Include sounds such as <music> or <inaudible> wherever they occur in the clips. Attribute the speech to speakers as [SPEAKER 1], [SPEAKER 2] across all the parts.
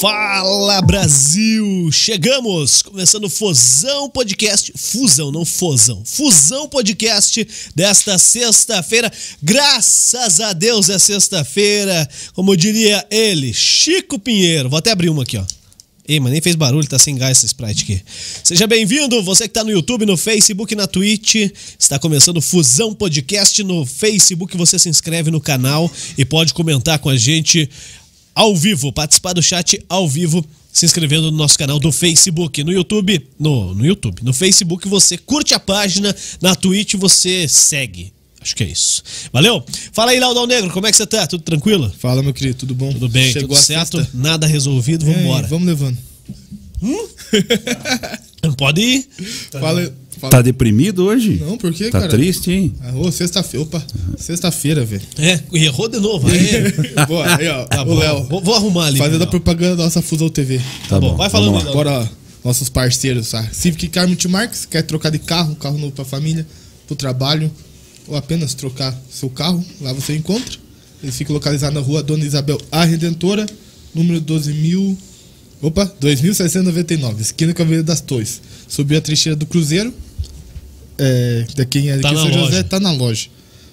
[SPEAKER 1] Fala Brasil! Chegamos! Começando o Fusão Podcast. Fusão, não Fusão. Fusão Podcast desta sexta-feira. Graças a Deus é sexta-feira. Como diria ele, Chico Pinheiro. Vou até abrir uma aqui, ó. Ei, mas nem fez barulho, tá sem gás essa Sprite aqui. Seja bem-vindo, você que tá no YouTube, no Facebook, na Twitch. Está começando o Fusão Podcast no Facebook. Você se inscreve no canal e pode comentar com a gente ao vivo, participar do chat ao vivo, se inscrevendo no nosso canal do Facebook, no YouTube, no, no YouTube, no Facebook você curte a página, na Twitch você segue. Acho que é isso. Valeu? Fala aí, Laudão Negro, como é que você tá? Tudo tranquilo?
[SPEAKER 2] Fala, meu querido, tudo bom?
[SPEAKER 1] Tudo bem, tudo
[SPEAKER 2] a
[SPEAKER 1] certo?
[SPEAKER 2] sexta?
[SPEAKER 1] Nada resolvido,
[SPEAKER 2] É,
[SPEAKER 1] vambora.
[SPEAKER 2] vamos levando.
[SPEAKER 1] Pode ir?
[SPEAKER 2] Fala, fala-
[SPEAKER 3] Tá deprimido hoje?
[SPEAKER 2] Não, por quê,
[SPEAKER 3] Tá
[SPEAKER 2] cara?
[SPEAKER 3] triste, hein?
[SPEAKER 2] Ah, ô, sexta-feira, opa. Sexta-feira,
[SPEAKER 1] <laughs>
[SPEAKER 2] velho.
[SPEAKER 1] É, e errou de novo.
[SPEAKER 2] <laughs>
[SPEAKER 1] Aí.
[SPEAKER 2] Boa, aí, ó.
[SPEAKER 1] Tá
[SPEAKER 2] o
[SPEAKER 1] bom.
[SPEAKER 2] Léo.
[SPEAKER 1] Vou, vou arrumar ali.
[SPEAKER 2] Fazendo a
[SPEAKER 1] Léo.
[SPEAKER 2] propaganda da nossa Fusão TV.
[SPEAKER 1] Tá bom, vai falando
[SPEAKER 3] vamos
[SPEAKER 1] aí,
[SPEAKER 3] lá.
[SPEAKER 2] Bora, ó, nossos parceiros, tá? Civic Carmit Marques, quer trocar de carro, um carro novo pra família, pro trabalho, ou apenas trocar seu carro, lá você encontra. Eles ficam localizados na rua Dona Isabel A Redentora, número 12 mil... Opa, 2.699, esquina Cavaleiro das Torres. Subiu a trincheira do Cruzeiro, é, da quem é de
[SPEAKER 1] Tá
[SPEAKER 2] quem
[SPEAKER 1] na
[SPEAKER 2] São
[SPEAKER 1] loja.
[SPEAKER 2] José, tá na loja.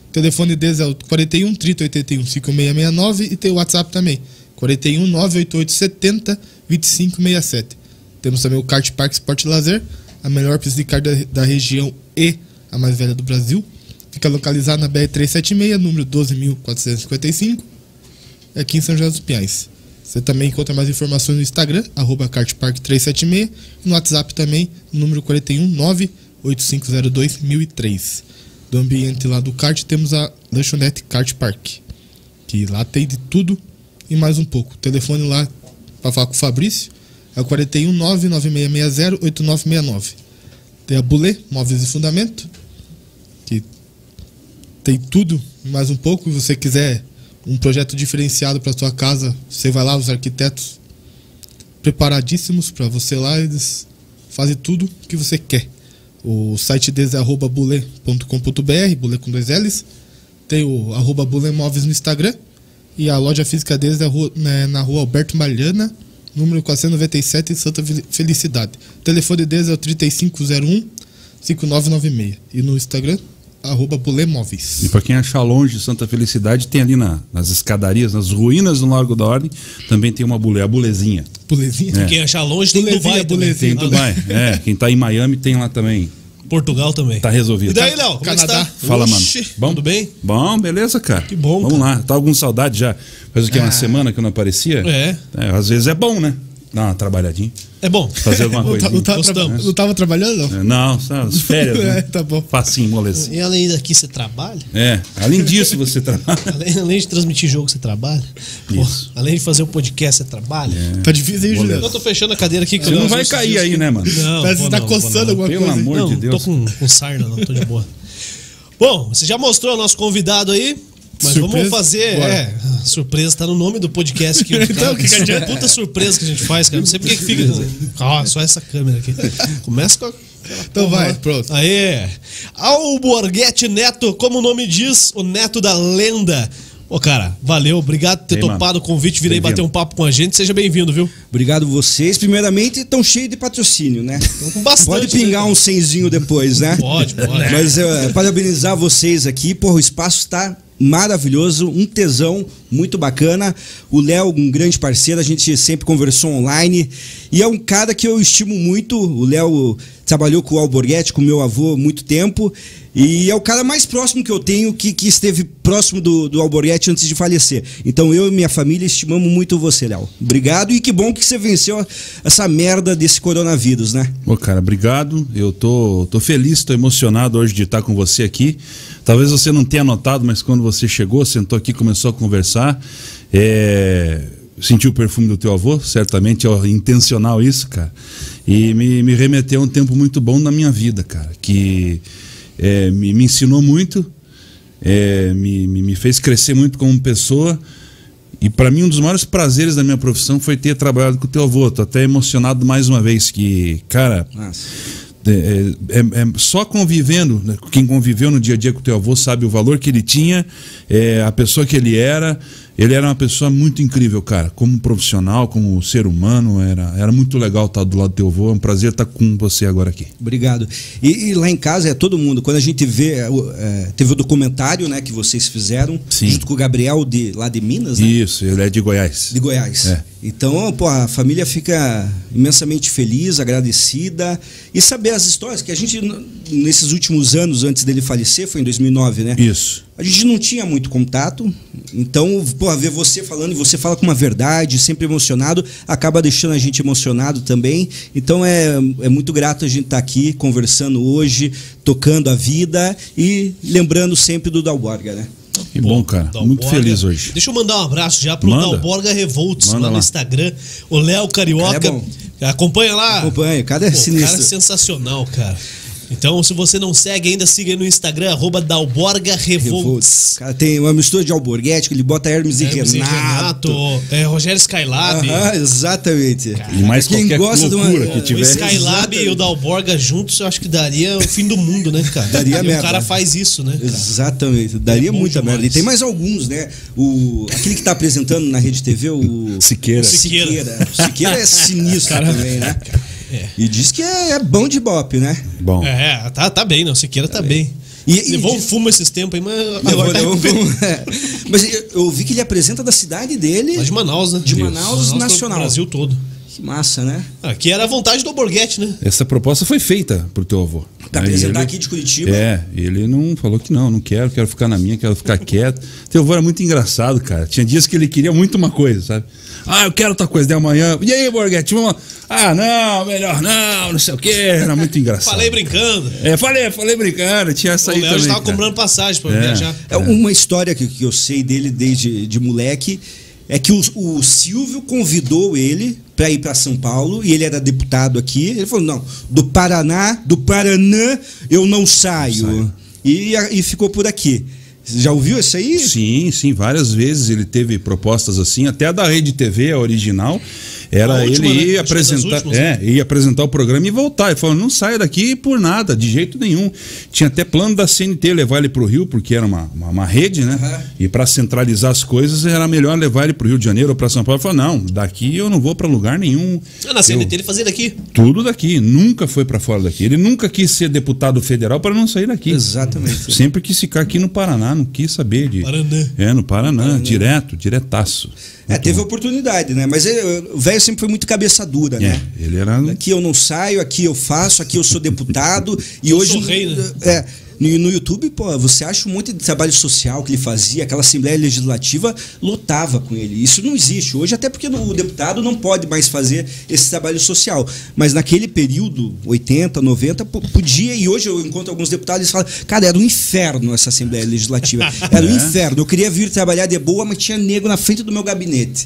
[SPEAKER 2] O telefone deles é o 41 30 81 5669 e tem o WhatsApp também. 41 988 70 2567. Temos também o Kart Park Sport e Lazer, a melhor pista de kart da, da região e a mais velha do Brasil. Fica localizada na BR-376, número 12.455, aqui em São José dos Pinhais. Você também encontra mais informações no Instagram, arroba kartpark376, e no WhatsApp também, no número 419-8502-1003. Do ambiente lá do kart, temos a lanchonete Kart Park, que lá tem de tudo e mais um pouco. O telefone lá para falar com o Fabrício é o 419-9660-8969. Tem a Bulê, Móveis e Fundamento, que tem tudo, mais um pouco. Se você quiser um projeto diferenciado para sua casa, você vai lá, os arquitetos preparadíssimos para você lá, eles fazem tudo que você quer. O site deles é arroba bule.com.br, bule com dois L's. Tem o arroba bule móveis no Instagram. E a loja física deles é rua- né, na rua Alberto Malhana, número 497, em Santa Fel- Felicidade. O telefone deles é o 3501 5996. E no Instagram, arroba
[SPEAKER 3] E
[SPEAKER 2] Bulemóveis.
[SPEAKER 3] pra quem achar longe de Santa Felicidade, tem ali na- nas escadarias, nas ruínas do Largo da Ordem, também tem uma bule, a bulezinha.
[SPEAKER 2] Bulezinha?
[SPEAKER 3] É.
[SPEAKER 1] Quem achar longe tem
[SPEAKER 2] Bulezinha,
[SPEAKER 1] Dubai. também.
[SPEAKER 2] bulezinha.
[SPEAKER 1] <laughs>
[SPEAKER 3] Tem em Dubai. É, quem tá em Miami tem lá também.
[SPEAKER 1] Portugal também.
[SPEAKER 3] Tá
[SPEAKER 1] E
[SPEAKER 3] resolvido.
[SPEAKER 1] daí, Léo? Como é que
[SPEAKER 2] Canadá.
[SPEAKER 1] está?
[SPEAKER 3] Fala, mano.
[SPEAKER 1] Oxi, Tudo bem?
[SPEAKER 3] Bom, beleza, cara. Que
[SPEAKER 1] bom, Ah.
[SPEAKER 3] Vamos lá. Tava com saudade já. Faz o que? Uma semana que eu não aparecia?
[SPEAKER 1] É.
[SPEAKER 3] Às vezes é bom, né? Dar uma trabalhadinha.
[SPEAKER 1] É bom.
[SPEAKER 3] Fazer
[SPEAKER 1] <laughs>
[SPEAKER 3] alguma
[SPEAKER 2] Não, tá-
[SPEAKER 3] coisa.
[SPEAKER 2] não, tava
[SPEAKER 1] Gostamos.
[SPEAKER 2] traba- não tava trabalhando, não?
[SPEAKER 3] É, Não, sabe, as férias.
[SPEAKER 2] É,
[SPEAKER 1] <laughs>
[SPEAKER 3] né?
[SPEAKER 2] tá bom.
[SPEAKER 3] Facinho, molezinho.
[SPEAKER 1] E além daqui, você trabalha?
[SPEAKER 3] É. Além disso, você trabalha.
[SPEAKER 1] Além, além de transmitir jogo, você trabalha?
[SPEAKER 3] Isso. É.
[SPEAKER 1] Pô, além de fazer um podcast, você trabalha?
[SPEAKER 2] Tá difícil, hein,
[SPEAKER 1] Eu
[SPEAKER 2] Juliano?
[SPEAKER 1] tô fechando a cadeira aqui. que
[SPEAKER 3] Você
[SPEAKER 1] eu-
[SPEAKER 3] não vai
[SPEAKER 1] eu-
[SPEAKER 3] cair aí, né, mano?
[SPEAKER 1] Não,
[SPEAKER 2] Parece que
[SPEAKER 1] vou
[SPEAKER 2] tá
[SPEAKER 1] não, vou
[SPEAKER 2] coçando
[SPEAKER 1] não.
[SPEAKER 2] alguma
[SPEAKER 3] Pelo
[SPEAKER 2] coisa. hein?
[SPEAKER 3] amor
[SPEAKER 1] não,
[SPEAKER 3] de
[SPEAKER 1] Não,
[SPEAKER 3] Deus.
[SPEAKER 1] tô com, com sarna, não, tô de
[SPEAKER 2] <laughs>
[SPEAKER 1] boa. Bom, você já mostrou o nosso convidado aí, mas vamos
[SPEAKER 2] Surpresa?
[SPEAKER 1] fazer.
[SPEAKER 2] Bora.
[SPEAKER 1] É, surpresa tá no nome do podcast
[SPEAKER 2] <laughs>
[SPEAKER 1] que
[SPEAKER 2] Então,
[SPEAKER 1] cara, é
[SPEAKER 2] o que que adianta?
[SPEAKER 1] Puta surpresa que a gente faz, cara. Não sei por que que fica. Ó, só essa câmera aqui. Começa com a.
[SPEAKER 2] Então vai, pronto.
[SPEAKER 1] Aê! Alborguete Neto, como o nome diz, o neto da lenda. Ô, cara, valeu, obrigado por ter
[SPEAKER 3] Ei, mano.
[SPEAKER 1] topado o convite, virei bater
[SPEAKER 3] Bem-vindo.
[SPEAKER 1] um papo com a gente. Seja bem-vindo, viu?
[SPEAKER 4] Obrigado vocês. Primeiramente, estão cheios de patrocínio, né?
[SPEAKER 1] <laughs> Bastante,
[SPEAKER 4] Pode pingar
[SPEAKER 1] né?
[SPEAKER 4] um cenzinho depois, né?
[SPEAKER 1] Pode, pode.
[SPEAKER 4] Mas eh, parabenizar vocês aqui. Porra, o espaço está maravilhoso, um tesão, muito bacana. O Léo, um grande parceiro, a gente sempre conversou online. E é um cara que eu estimo muito. O Léo trabalhou com o Alborguete, com meu avô, há muito tempo. E é o cara mais próximo que eu tenho que, que esteve próximo do, do Alborguete antes de falecer. Então eu e minha família estimamos muito você, Léo. Obrigado e que bom que você venceu essa merda desse coronavírus, né?
[SPEAKER 3] Ô, cara, obrigado. Eu tô, tô feliz, tô emocionado hoje de estar com você aqui. Talvez você não tenha notado, mas quando você chegou, sentou aqui, começou a conversar, é, senti o perfume do teu avô, certamente é intencional isso, cara. E me, me remeteu a um tempo muito bom na minha vida, cara, que é, me, me ensinou muito, é, me, me, me fez crescer muito como pessoa. E para mim um dos maiores prazeres da minha profissão foi ter trabalhado com o teu avô. Tô até emocionado mais uma vez que, cara,
[SPEAKER 4] Nossa.
[SPEAKER 3] é, é- é só convivendo, né? quem conviveu no dia a dia com o teu avô sabe o valor que ele tinha, é, a pessoa que ele era, Ele era uma pessoa muito incrível, cara. Como profissional, como ser humano, era, era muito legal estar do lado do teu avô. É um prazer estar com você agora aqui.
[SPEAKER 4] Obrigado. E, e lá em casa é todo mundo. Quando a gente vê, é, o- é, teve o documentário né, que vocês fizeram,
[SPEAKER 3] Sim.
[SPEAKER 4] junto com o Gabriel de, lá de Minas, né?
[SPEAKER 3] Isso, ele é de Goiás.
[SPEAKER 4] de Goiás.
[SPEAKER 3] É.
[SPEAKER 4] Então, pô, a família fica imensamente feliz, agradecida e saber as histórias que a gente n- nesses últimos anos antes dele falecer, foi em 2009, né?
[SPEAKER 3] Isso.
[SPEAKER 4] A gente não tinha muito contato, então, pô, ver você falando e você fala com uma verdade, sempre emocionado, acaba deixando a gente emocionado também. Então é, é muito grato a gente estar aqui conversando hoje, tocando a vida e lembrando sempre do Dalborga, né?
[SPEAKER 3] Que bom, cara.
[SPEAKER 4] um
[SPEAKER 3] Muito
[SPEAKER 1] Dalborga.
[SPEAKER 3] feliz hoje.
[SPEAKER 1] Deixa eu mandar um abraço já pro
[SPEAKER 3] Manda.
[SPEAKER 1] Dalborga Revolts
[SPEAKER 3] Manda
[SPEAKER 1] lá no
[SPEAKER 3] lá.
[SPEAKER 1] Instagram. O Léo
[SPEAKER 4] Cara, é
[SPEAKER 1] Carioca.
[SPEAKER 4] bom.
[SPEAKER 1] Acompanha lá.
[SPEAKER 4] Acompanha, o cara é
[SPEAKER 1] Ah. Pô, o
[SPEAKER 4] sinistro.
[SPEAKER 1] cara é sensacional, cara. Então, se você não segue ainda, siga aí no Instagram, arroba Dalborga
[SPEAKER 4] Revolts.
[SPEAKER 1] Revolts. É,
[SPEAKER 4] Cara, tem uma mistura de alborguete, que ele bota Hermes,
[SPEAKER 1] Hermes
[SPEAKER 4] e
[SPEAKER 1] e
[SPEAKER 4] Renato.
[SPEAKER 1] é, Rogério Skylab.
[SPEAKER 4] Aham, exatamente.
[SPEAKER 3] E mais
[SPEAKER 4] Quem
[SPEAKER 3] qualquer
[SPEAKER 4] gosta de uma-
[SPEAKER 3] loucura que
[SPEAKER 4] o
[SPEAKER 1] O
[SPEAKER 3] tiver.
[SPEAKER 1] Skylab e o Dalborga juntos, eu acho que daria o fim do mundo, né, cara?
[SPEAKER 4] Daria
[SPEAKER 1] e
[SPEAKER 4] mesmo.
[SPEAKER 1] o cara faz isso, né? cara?
[SPEAKER 4] Exatamente. Daria
[SPEAKER 1] É bom
[SPEAKER 4] muita
[SPEAKER 1] demais.
[SPEAKER 4] merda. E tem mais alguns, né? O, aquele que tá apresentando na Rede TV, o.
[SPEAKER 3] Siqueira.
[SPEAKER 4] o Siqueira. O Siqueira é sinistro também, né?
[SPEAKER 1] É.
[SPEAKER 4] E diz que é, é bom de bop, né?
[SPEAKER 3] Bom.
[SPEAKER 1] É, tá, tá bem, não. Siqueira tá bem.
[SPEAKER 4] E- um e-
[SPEAKER 1] Levou um fumo esses tempos aí, mas
[SPEAKER 4] Eu,
[SPEAKER 1] agora tá
[SPEAKER 4] eu-
[SPEAKER 1] recuperando.
[SPEAKER 4] <laughs> mas eu, eu vi que ele apresenta da cidade dele.
[SPEAKER 1] Lá de Manaus, né?
[SPEAKER 4] De Manaus,
[SPEAKER 1] todo-
[SPEAKER 4] nacional.
[SPEAKER 1] Brasil todo.
[SPEAKER 4] Que massa, né?
[SPEAKER 1] Aqui era a vontade do Borghetti, né?
[SPEAKER 3] Essa proposta foi feita pro teu avô.
[SPEAKER 4] Pra
[SPEAKER 3] Aí
[SPEAKER 4] apresentar
[SPEAKER 3] ele-
[SPEAKER 4] Tá, aqui de Curitiba.
[SPEAKER 3] É, ele não falou que não, não quero, quero ficar na minha, quero ficar quieto. <laughs> Teu avô era muito engraçado, cara. Tinha dias que ele queria muito uma coisa, sabe? Ah, eu quero outra coisa de amanhã. E aí, Borghetti, vamos lá. Ah, não, melhor não, não sei o quê. Era
[SPEAKER 1] <laughs>
[SPEAKER 3] muito engraçado.
[SPEAKER 1] Falei brincando.
[SPEAKER 3] É, falei, falei brincando, tinha essa
[SPEAKER 1] O
[SPEAKER 3] aí
[SPEAKER 1] Léo
[SPEAKER 3] também.
[SPEAKER 1] estava
[SPEAKER 3] cara.
[SPEAKER 1] comprando passagem pra
[SPEAKER 3] É.
[SPEAKER 1] viajar.
[SPEAKER 4] É uma história que, que eu sei dele desde de moleque é que o, o Silvio convidou ele para ir para São Paulo e ele era deputado aqui. Ele falou: "Não, do Paraná, do Paranã eu não saio". E, a- e ficou por aqui. Já ouviu isso aí?
[SPEAKER 3] Sim, sim, várias vezes ele teve propostas assim, até a da Rede TV, a original, era
[SPEAKER 1] A última,
[SPEAKER 3] ele
[SPEAKER 1] né?
[SPEAKER 3] ir
[SPEAKER 1] Acho que é das
[SPEAKER 3] apresentar,
[SPEAKER 1] últimas,
[SPEAKER 3] é, ir apresentar o programa e voltar. Ele falou: "Não saia daqui por nada, de jeito nenhum". Tinha até plano da CNT levar ele para o Rio, porque era uma, uma, uma rede, né? E para centralizar as coisas era melhor levar ele para o Rio de Janeiro ou para São Paulo. Ele falou: "Não, daqui eu não vou para lugar nenhum".
[SPEAKER 1] Ah, na CNT
[SPEAKER 3] Eu-
[SPEAKER 1] ele fazia daqui.
[SPEAKER 3] tudo daqui, nunca foi para fora daqui. Ele nunca quis ser deputado federal para não sair daqui.
[SPEAKER 4] Exatamente.
[SPEAKER 3] Sempre quis ficar aqui no Paraná, não quis saber de.
[SPEAKER 4] né?
[SPEAKER 1] Paraná.
[SPEAKER 3] É, no Paraná, direto, diretaço. Então,
[SPEAKER 4] É, teve oportunidade, né? Mas ele- o velho sempre foi muito cabeça dura, né?
[SPEAKER 3] É, ele era.
[SPEAKER 4] Aqui eu não saio, aqui eu faço, aqui eu sou deputado e hoje
[SPEAKER 1] sou rei, né?
[SPEAKER 4] é, no, no YouTube, pô, você acha um monte de trabalho social que ele fazia, aquela Assembleia Legislativa lotava com ele. Isso não existe hoje, até porque o deputado não pode mais fazer esse trabalho social. Mas naquele período, 80, 90, po- podia, e hoje eu encontro alguns deputados e falam, cara, era um inferno essa Assembleia Legislativa. Era um inferno. Eu queria vir trabalhar de boa, mas tinha nego na frente do meu gabinete.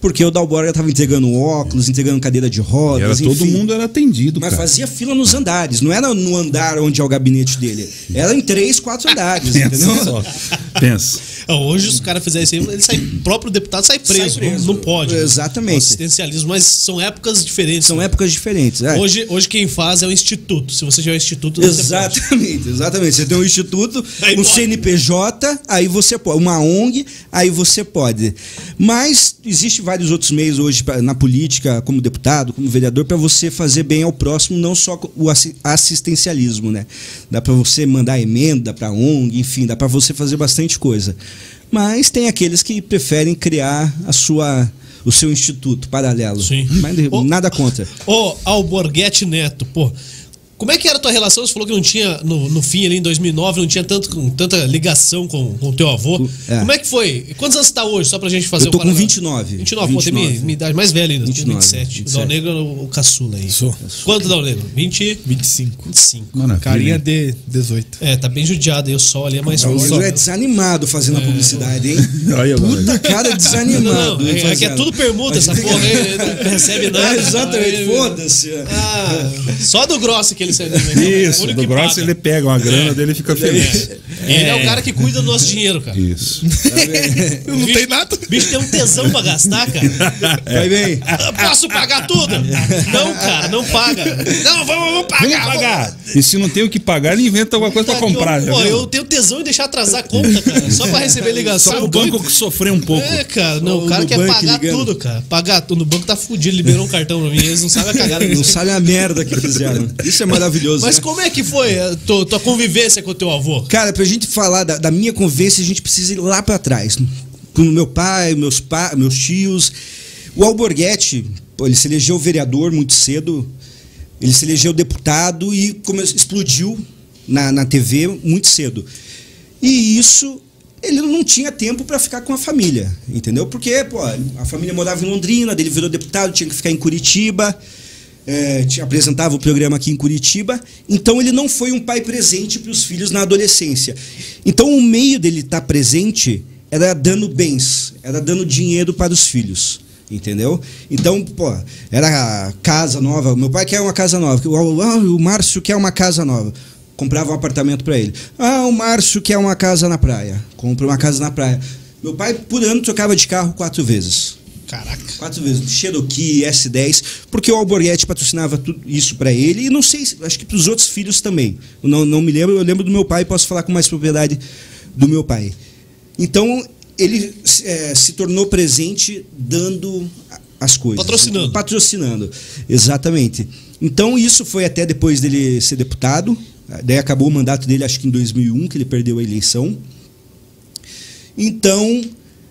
[SPEAKER 4] Porque o Dalborga estava entregando óculos, entregando cadeira de rodas.
[SPEAKER 3] era todo
[SPEAKER 4] enfim.
[SPEAKER 3] mundo era atendido,
[SPEAKER 4] Mas
[SPEAKER 3] cara.
[SPEAKER 4] fazia fila nos andares, não era no andar onde é o gabinete dele. Era em três, quatro
[SPEAKER 3] <laughs>
[SPEAKER 4] andares,
[SPEAKER 3] Pensa
[SPEAKER 4] assim, <laughs> entendeu?
[SPEAKER 3] só. Pensa.
[SPEAKER 1] Ah, Hoje os caras fizeram isso aí, ele sai, o próprio deputado sai preso.
[SPEAKER 4] Sai preso.
[SPEAKER 1] Não, não pode. né?
[SPEAKER 4] Exatamente.
[SPEAKER 1] O Assistencialismo, mas são épocas diferentes. né?
[SPEAKER 4] São épocas diferentes. é.
[SPEAKER 1] Hoje, hoje quem faz é o instituto. Se você tiver um instituto, você pode.
[SPEAKER 4] Exatamente, exatamente. Você tem um instituto,
[SPEAKER 1] Aí
[SPEAKER 4] um
[SPEAKER 1] pode.
[SPEAKER 4] CNPJ, aí você pode, uma ONG, aí você pode. Mas existe vários outros meios hoje pra- na política, como deputado, como vereador, para você fazer bem ao próximo, não só co- o assi- assistencialismo, né? Dá para você mandar emenda para ONG, enfim, dá para você fazer bastante coisa. Mas tem aqueles que preferem criar a sua o seu instituto paralelo.
[SPEAKER 1] Sim.
[SPEAKER 4] Mas de-
[SPEAKER 1] Ô-
[SPEAKER 4] nada contra.
[SPEAKER 1] Ô, Alborguete Neto, pô. Como é que era a tua relação? Você falou que não tinha, no, no fim ali em 2009, não tinha tanto, com, tanta ligação com o teu avô.
[SPEAKER 4] É.
[SPEAKER 1] Como é que foi? E Quantos anos você tá hoje, só pra gente fazer
[SPEAKER 4] Eu tô
[SPEAKER 1] o paralelo?
[SPEAKER 4] com 29.
[SPEAKER 1] 29, pô, tem minha,
[SPEAKER 4] 29.
[SPEAKER 1] minha idade mais velha ainda, 29, 27.
[SPEAKER 4] 27.
[SPEAKER 1] Dal Negro é o, o caçula aí.
[SPEAKER 2] Sou.
[SPEAKER 1] Quanto Dal Negro? 20?
[SPEAKER 2] 25.
[SPEAKER 1] 25.
[SPEAKER 3] Maravilha.
[SPEAKER 2] Carinha de 18.
[SPEAKER 1] É, tá bem judiado aí, o sol ali é mais
[SPEAKER 4] O
[SPEAKER 1] forte.
[SPEAKER 4] Will é desanimado
[SPEAKER 1] É.
[SPEAKER 4] fazendo a publicidade, hein?
[SPEAKER 3] Olha lá.
[SPEAKER 4] Puta Tá cara
[SPEAKER 1] Não,
[SPEAKER 4] desanimado.
[SPEAKER 1] não, é, é que é tudo permuta essa porra aí,
[SPEAKER 4] <laughs>
[SPEAKER 1] não recebe nada.
[SPEAKER 4] É, exatamente,
[SPEAKER 1] Aí,
[SPEAKER 4] foda-se. é.
[SPEAKER 1] Ah, só do grosso que ele saiu. né? O
[SPEAKER 3] Isso,
[SPEAKER 1] único
[SPEAKER 3] do
[SPEAKER 1] que
[SPEAKER 3] grosso
[SPEAKER 1] paga.
[SPEAKER 3] ele pega uma grana dele e fica feliz.
[SPEAKER 4] É.
[SPEAKER 1] Ele é o cara que cuida do nosso dinheiro, cara.
[SPEAKER 3] Isso.
[SPEAKER 2] Eu não tenho nada.
[SPEAKER 1] O bicho tem um tesão pra gastar, cara.
[SPEAKER 4] <laughs>
[SPEAKER 3] É.
[SPEAKER 4] Vai bem.
[SPEAKER 1] Eu posso pagar tudo? Não, cara, não paga. Não, vamos, vamos pagar.
[SPEAKER 3] Vem pagar. E se não tem o que pagar, ele inventa alguma coisa pra
[SPEAKER 1] Cara,
[SPEAKER 3] comprar.
[SPEAKER 1] eu,
[SPEAKER 3] já
[SPEAKER 1] Tá pô,
[SPEAKER 3] viu?
[SPEAKER 1] eu tenho tesão em deixar atrasar a conta, cara. Só pra receber ligação.
[SPEAKER 3] Só o
[SPEAKER 1] Doido.
[SPEAKER 3] banco que sofreu um pouco.
[SPEAKER 1] É, cara, não,
[SPEAKER 4] Só
[SPEAKER 1] o
[SPEAKER 4] o
[SPEAKER 1] cara quer
[SPEAKER 4] Nubank
[SPEAKER 1] pagar
[SPEAKER 4] ligando.
[SPEAKER 1] tudo, cara. Pagar tudo. O banco tá fudido, liberou um cartão pra mim, eles não sabem a cagada que
[SPEAKER 4] Não <laughs>
[SPEAKER 1] eles
[SPEAKER 4] sabe a merda que fizeram. Isso é maravilhoso.
[SPEAKER 1] Mas
[SPEAKER 4] né?
[SPEAKER 1] como é que foi a tua, tua convivência com o teu avô?
[SPEAKER 4] Cara, pra gente falar da, da minha convivência, a gente precisa ir lá pra trás. Com meu pai, meus, pa, meus tios. O Alborguete, pô, ele se elegeu vereador muito cedo. Ele se elegeu deputado e come- explodiu na, na TV muito cedo. E isso, ele não tinha tempo pra ficar com a família, entendeu? Porque, pô, a família morava em Londrina, dele virou deputado, tinha que ficar em Curitiba é, te- apresentava o programa aqui em Curitiba, então ele não foi um pai presente para os filhos na adolescência. Então o meio dele estar presente era dando bens, era dando dinheiro para os filhos. Entendeu? Então, pô, era casa nova. Meu pai quer uma casa nova. O, ah, o Márcio quer uma casa nova. Comprava um apartamento para ele. Ah, o Márcio quer uma casa na praia. Compra uma casa na praia. Meu pai, por ano, trocava de carro quatro vezes.
[SPEAKER 1] Caraca.
[SPEAKER 4] Quatro vezes. Cherokee, S10, porque o Alborguete patrocinava tudo isso pra ele e não sei, se- acho que pros outros filhos também. Eu não, não me lembro, eu lembro do meu pai, posso falar com mais propriedade do meu pai. Então, ele eh, se tornou presente dando a- as coisas.
[SPEAKER 1] Patrocinando.
[SPEAKER 4] Patrocinando, exatamente. Então, isso foi até depois dele ser deputado. Daí acabou o mandato dele, acho que em 2001, que ele perdeu a eleição. Então,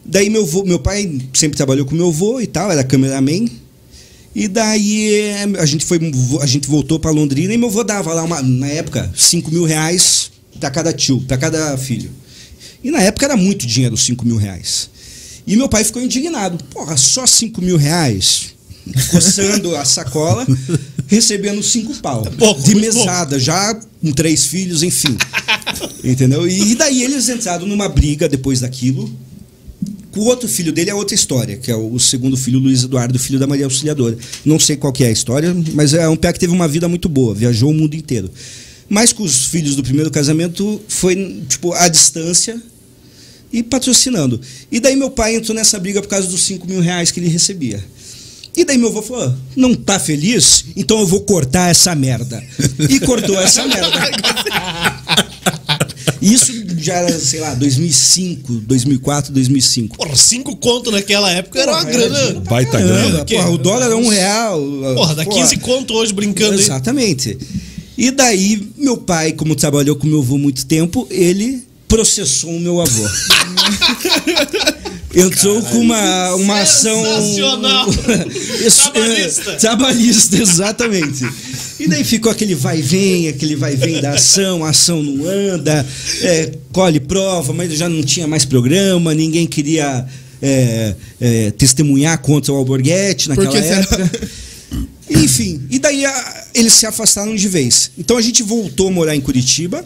[SPEAKER 4] daí meu, vô- meu pai sempre trabalhou com meu avô e tal, era cameraman. E daí eh, a gente, foi, a gente voltou para Londrina e meu avô dava lá, uma, na época, 5 mil reais para cada tio, para cada filho. E na época era muito dinheiro, 5 mil reais. E meu pai ficou indignado. Porra, só 5 mil reais? Coçando a sacola,
[SPEAKER 1] <laughs>
[SPEAKER 4] recebendo cinco pau.
[SPEAKER 1] pouco,
[SPEAKER 4] de
[SPEAKER 1] muito pouco.
[SPEAKER 4] mesada, já com três filhos, enfim. Entendeu? E daí eles entraram numa briga depois daquilo. Com o outro filho dele é outra história, que é o segundo filho, Luiz Eduardo, filho da Maria Auxiliadora. Não sei qual que é a história, mas é um pé que teve uma vida muito boa, viajou o mundo inteiro. Mas com os filhos do primeiro casamento foi, tipo, à distância e patrocinando. E daí meu pai entrou nessa briga por causa dos 5 mil reais que ele recebia. E daí meu avô falou, não tá feliz? Então eu vou cortar essa merda. E cortou essa merda. Isso já era, sei lá, 2005, 2004, 2005.
[SPEAKER 1] Porra, cinco conto naquela época era uma
[SPEAKER 4] Porra,
[SPEAKER 1] grana.
[SPEAKER 4] imagina.
[SPEAKER 3] Baita grana.
[SPEAKER 4] Caramba,
[SPEAKER 1] Que-
[SPEAKER 4] porra, o dólar é um real.
[SPEAKER 1] Porra, dá 15 conto hoje brincando aí.
[SPEAKER 4] Exatamente. E daí, meu pai, como trabalhou com meu avô muito tempo, ele processou o
[SPEAKER 1] <laughs>
[SPEAKER 4] meu avô. Entrou com uma, uma ação.
[SPEAKER 1] Sensacional.
[SPEAKER 4] Isso, é,
[SPEAKER 1] <laughs> Trabalhista.
[SPEAKER 4] <laughs> trabalhista, exatamente. E daí ficou aquele vai e vem, aquele vai e vem da ação, a ação não anda, é, colhe prova, mas já não tinha mais programa, ninguém queria é, é, testemunhar contra o Alborguete naquela
[SPEAKER 2] Porque será?
[SPEAKER 4] época. Enfim, e daí a- eles se afastaram de vez. Então a gente voltou a morar em Curitiba.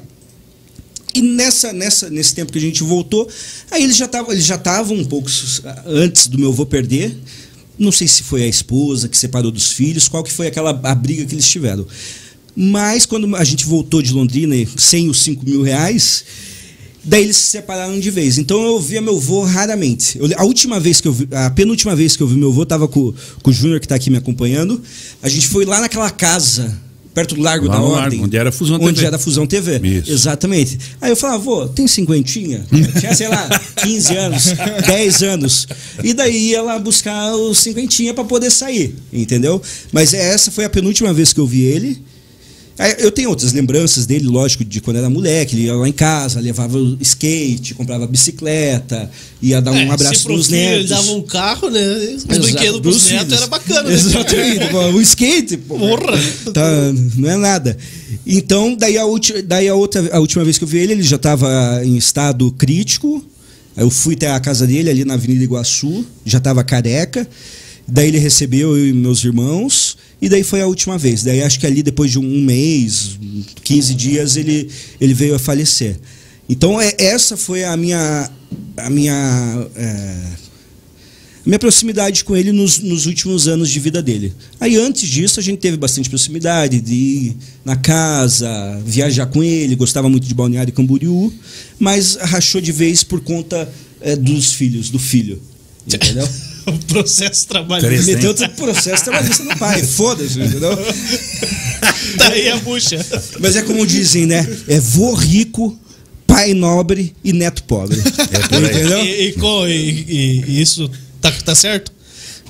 [SPEAKER 4] E nessa, nessa, nesse tempo que a gente voltou, aí eles já estavam eles já estavam um pouco sus- antes do meu avô perder. Não sei se foi a esposa que separou dos filhos, qual que foi aquela a briga que eles tiveram. Mas quando a gente voltou de Londrina e sem os 5 mil reais, daí eles se separaram de vez. Então eu via meu avô raramente. Eu- a última vez que eu vi, a penúltima vez que eu vi meu avô tava com, com o Júnior que tá aqui me acompanhando. A gente foi lá naquela casa, perto do Largo
[SPEAKER 3] Lá
[SPEAKER 4] da
[SPEAKER 3] no
[SPEAKER 4] Ordem.
[SPEAKER 3] Largo, onde era a Fusão
[SPEAKER 4] onde
[SPEAKER 3] TV.
[SPEAKER 4] era a Fusão TV.
[SPEAKER 3] Isso.
[SPEAKER 4] Exatamente. Aí eu falava, vô, tem cinquentinha? Tinha, sei lá, 15 anos, 10 anos. E daí ia lá buscar os cinquentinha pra poder sair, entendeu? Mas essa foi a penúltima vez que eu vi ele. Aí Eu tenho outras lembranças dele, lógico, de quando era moleque, ele ia lá em casa, levava o skate, comprava bicicleta, ia dar um
[SPEAKER 1] É, se
[SPEAKER 4] abraço
[SPEAKER 1] pro
[SPEAKER 4] pros
[SPEAKER 1] filho ele
[SPEAKER 4] netos.
[SPEAKER 1] dava um carro, né? Os
[SPEAKER 4] Exato,
[SPEAKER 1] brinquedos
[SPEAKER 4] dos
[SPEAKER 1] pros netos
[SPEAKER 4] filhos.
[SPEAKER 1] era bacana, né? <laughs>
[SPEAKER 4] Exatamente. pô, o skate, pô.
[SPEAKER 1] Porra.
[SPEAKER 4] Tá, não é nada. Então, daí a, ulti, daí a, outra, a última vez que eu vi ele, ele já estava em estado crítico. Aí Eu fui até a casa dele, ali na Avenida Iguaçu, já estava careca. Daí ele recebeu eu e meus irmãos. E daí foi a última vez. Daí acho que ali depois de um, um mês, 15 dias, ele, ele veio a falecer. Então é, essa foi a minha, a minha é, minha proximidade com ele nos, nos últimos anos de vida dele. Aí antes disso a gente teve bastante proximidade de ir na casa, viajar com ele, gostava muito de Balneário e Camboriú, mas rachou de vez por conta eh, dos filhos, do filho.
[SPEAKER 3] <laughs>
[SPEAKER 4] Entendeu?
[SPEAKER 1] O um processo
[SPEAKER 3] Três.
[SPEAKER 1] trabalhista.
[SPEAKER 4] Meteu outro processo trabalhista no pai, foda-se, entendeu?
[SPEAKER 1] Tá aí a bucha.
[SPEAKER 4] Mas é como dizem, né? É vô rico, pai nobre e neto pobre.
[SPEAKER 3] É por aí.
[SPEAKER 4] entendeu?
[SPEAKER 1] E, e com- e- e- e isso tá, tá certo?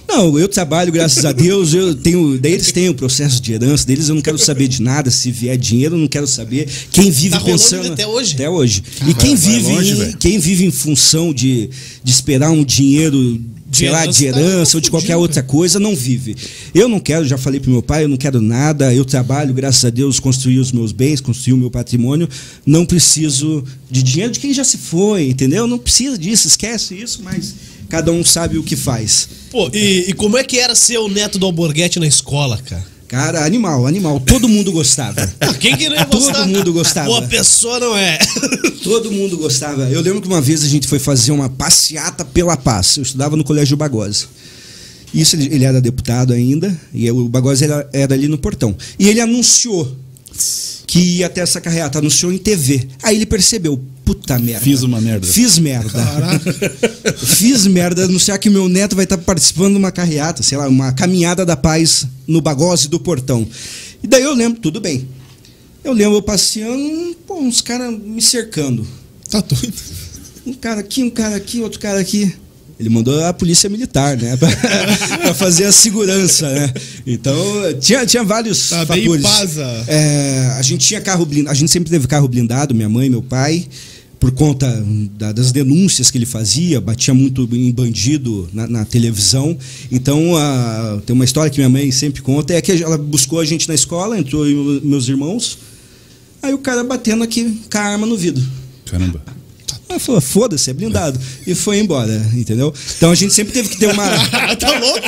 [SPEAKER 4] Não, eu trabalho, graças a Deus, eu tenho. Daí eles têm o processo de herança deles, eu não quero saber de nada. Se vier dinheiro, eu não quero saber. Quem vive
[SPEAKER 1] Tá rolando
[SPEAKER 4] pensando.
[SPEAKER 1] até hoje?
[SPEAKER 4] Até hoje. e quem
[SPEAKER 3] vai
[SPEAKER 4] vive,
[SPEAKER 3] longe,
[SPEAKER 4] em,
[SPEAKER 3] velho.
[SPEAKER 4] quem vive em função de, de esperar um dinheiro. Sei lá,
[SPEAKER 1] herança,
[SPEAKER 4] de
[SPEAKER 1] tá
[SPEAKER 4] herança ou de
[SPEAKER 1] fudido,
[SPEAKER 4] qualquer
[SPEAKER 1] cara.
[SPEAKER 4] outra coisa, não vive. Eu não quero, já falei pro meu pai, eu não quero nada, eu trabalho, graças a Deus, construí os meus bens, construí o meu patrimônio, não preciso de dinheiro de quem já se foi, entendeu? Não precisa disso, esquece isso, mas cada um sabe o que faz.
[SPEAKER 1] Pô, e, e como é que era ser o neto do Alborguete na escola, cara?
[SPEAKER 4] Cara, animal, animal. Todo mundo gostava. <laughs>
[SPEAKER 1] Ah, Quem que não <laughs> ia
[SPEAKER 4] Todo
[SPEAKER 1] gostar?
[SPEAKER 4] mundo gostava.
[SPEAKER 1] Boa pessoa não é.
[SPEAKER 4] Todo mundo gostava. Eu lembro que uma vez a gente foi fazer uma passeata pela paz. Eu estudava no Colégio Bagosa. Isso ele, ele era deputado ainda, e o Bagosa era, era ali no portão. E ele anunciou que ia ter essa carreata, anunciou em TV. Aí ele percebeu, puta merda.
[SPEAKER 3] Fiz uma merda.
[SPEAKER 4] Fiz merda. Fiz merda, anunciar que meu neto vai estar participando de uma carreata, sei lá, uma caminhada da paz no Bagose do Portão. E daí eu lembro, tudo bem. Eu lembro eu passeando, pô, uns caras me cercando.
[SPEAKER 2] Tá doido.
[SPEAKER 4] Um cara aqui, um cara aqui, outro cara aqui. Ele mandou a polícia militar, né? <laughs> Pra, pra fazer a segurança, né? Então, tinha, tinha vários
[SPEAKER 2] Tá bem
[SPEAKER 4] fatores.
[SPEAKER 2] pasa.
[SPEAKER 4] É, a gente tinha carro blindado. A gente sempre teve carro blindado, minha mãe, meu pai. Por conta da- das denúncias que ele fazia, batia muito em bandido na, na televisão. Então, a- tem uma história que minha mãe sempre conta: é que ela buscou a gente na escola, entrou eu e meus irmãos. Aí o cara batendo aqui com a arma no vidro.
[SPEAKER 3] Caramba.
[SPEAKER 4] Aí falou, foda-se, é blindado. E foi embora, entendeu? Então a gente sempre teve que ter uma.
[SPEAKER 1] <laughs> tá louco?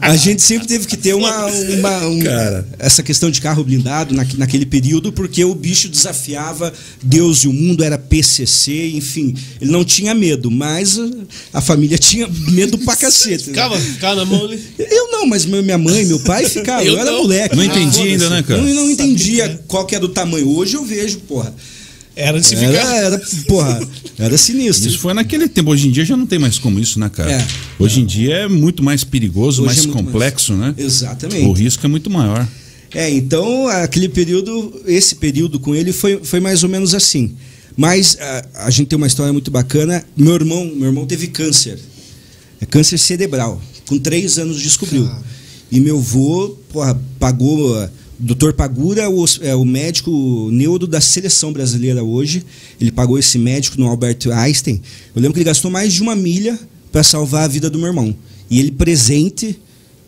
[SPEAKER 4] A gente sempre teve que ter uma. uma- um-
[SPEAKER 3] Cara.
[SPEAKER 4] Essa questão de carro blindado na, naquele período, porque o bicho desafiava Deus e o mundo, era PCC, enfim. Ele não tinha medo, mas uh, a família tinha medo pra cacete.
[SPEAKER 1] <laughs>
[SPEAKER 4] né?
[SPEAKER 1] Ficava, ficava na mão ali.
[SPEAKER 4] Eu não, mas meu- minha mãe, meu pai ficavam.
[SPEAKER 1] Eu
[SPEAKER 4] Eu, era
[SPEAKER 1] não.
[SPEAKER 4] moleque.
[SPEAKER 3] Não entendi ainda,
[SPEAKER 4] foda-se.
[SPEAKER 3] né, cara?
[SPEAKER 4] Eu não entendia qual que era o tamanho. Hoje eu vejo, porra.
[SPEAKER 1] Era de se
[SPEAKER 4] Era,
[SPEAKER 1] ficar.
[SPEAKER 4] era porra, era sinistro.
[SPEAKER 3] Isso foi naquele tempo. Hoje em dia já não tem mais como isso, né, cara?
[SPEAKER 4] É.
[SPEAKER 3] Hoje em dia é muito mais perigoso,
[SPEAKER 4] Hoje
[SPEAKER 3] mais
[SPEAKER 4] é muito
[SPEAKER 3] complexo,
[SPEAKER 4] mais-
[SPEAKER 3] né?
[SPEAKER 4] Exatamente.
[SPEAKER 3] O risco é muito maior.
[SPEAKER 4] É, então aquele período, esse período com ele foi, foi mais ou menos assim. Mas ah, a, a gente tem uma história muito bacana. Meu irmão, meu irmão teve câncer. É câncer cerebral. Com três anos descobriu.
[SPEAKER 2] Cara.
[SPEAKER 4] E meu avô porra, pagou. ah, Dr. Pagura, o, hos- é o médico neuro da seleção brasileira hoje. Ele pagou esse médico no Albert Einstein. Eu lembro que ele gastou mais de uma milha para salvar a vida do meu irmão. E ele presente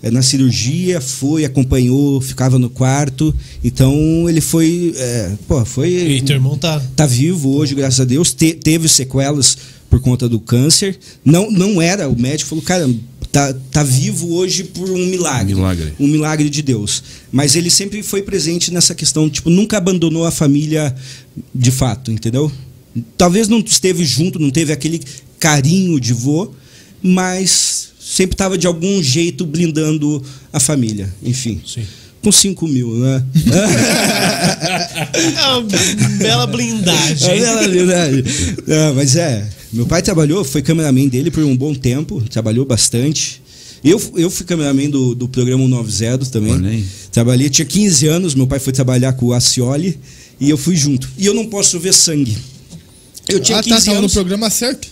[SPEAKER 4] eh, na cirurgia, foi, acompanhou, ficava no quarto. Então ele foi. eh, pô, foi
[SPEAKER 1] E teu irmão tá.
[SPEAKER 4] tá vivo hoje, graças a Deus. Te- teve sequelas por conta do câncer. Não, não era. O médico falou, cara, tá, tá vivo hoje por um milagre.
[SPEAKER 3] Milagre.
[SPEAKER 4] Um milagre de Deus. Mas ele sempre foi presente nessa questão, tipo, nunca abandonou a família de fato, entendeu? Talvez não esteve junto, não teve aquele carinho de vô, mas sempre estava de algum jeito blindando a família. Enfim.
[SPEAKER 1] Sim.
[SPEAKER 4] Com 5 mil, né? <laughs>
[SPEAKER 1] É uma bela blindagem.
[SPEAKER 4] É verdade, verdade. <laughs> Não, mas é. Meu pai trabalhou, foi cameraman dele por um bom tempo, trabalhou bastante. Eu, eu fui cameraman do, do programa 190 também.
[SPEAKER 3] Olha aí.
[SPEAKER 4] Trabalhei, tinha 15 anos, meu pai foi trabalhar com o Acioli e eu fui junto. E eu não posso ver sangue. Eu tinha
[SPEAKER 2] ah,
[SPEAKER 4] 15
[SPEAKER 2] tá, tava no
[SPEAKER 4] anos.
[SPEAKER 2] programa certo.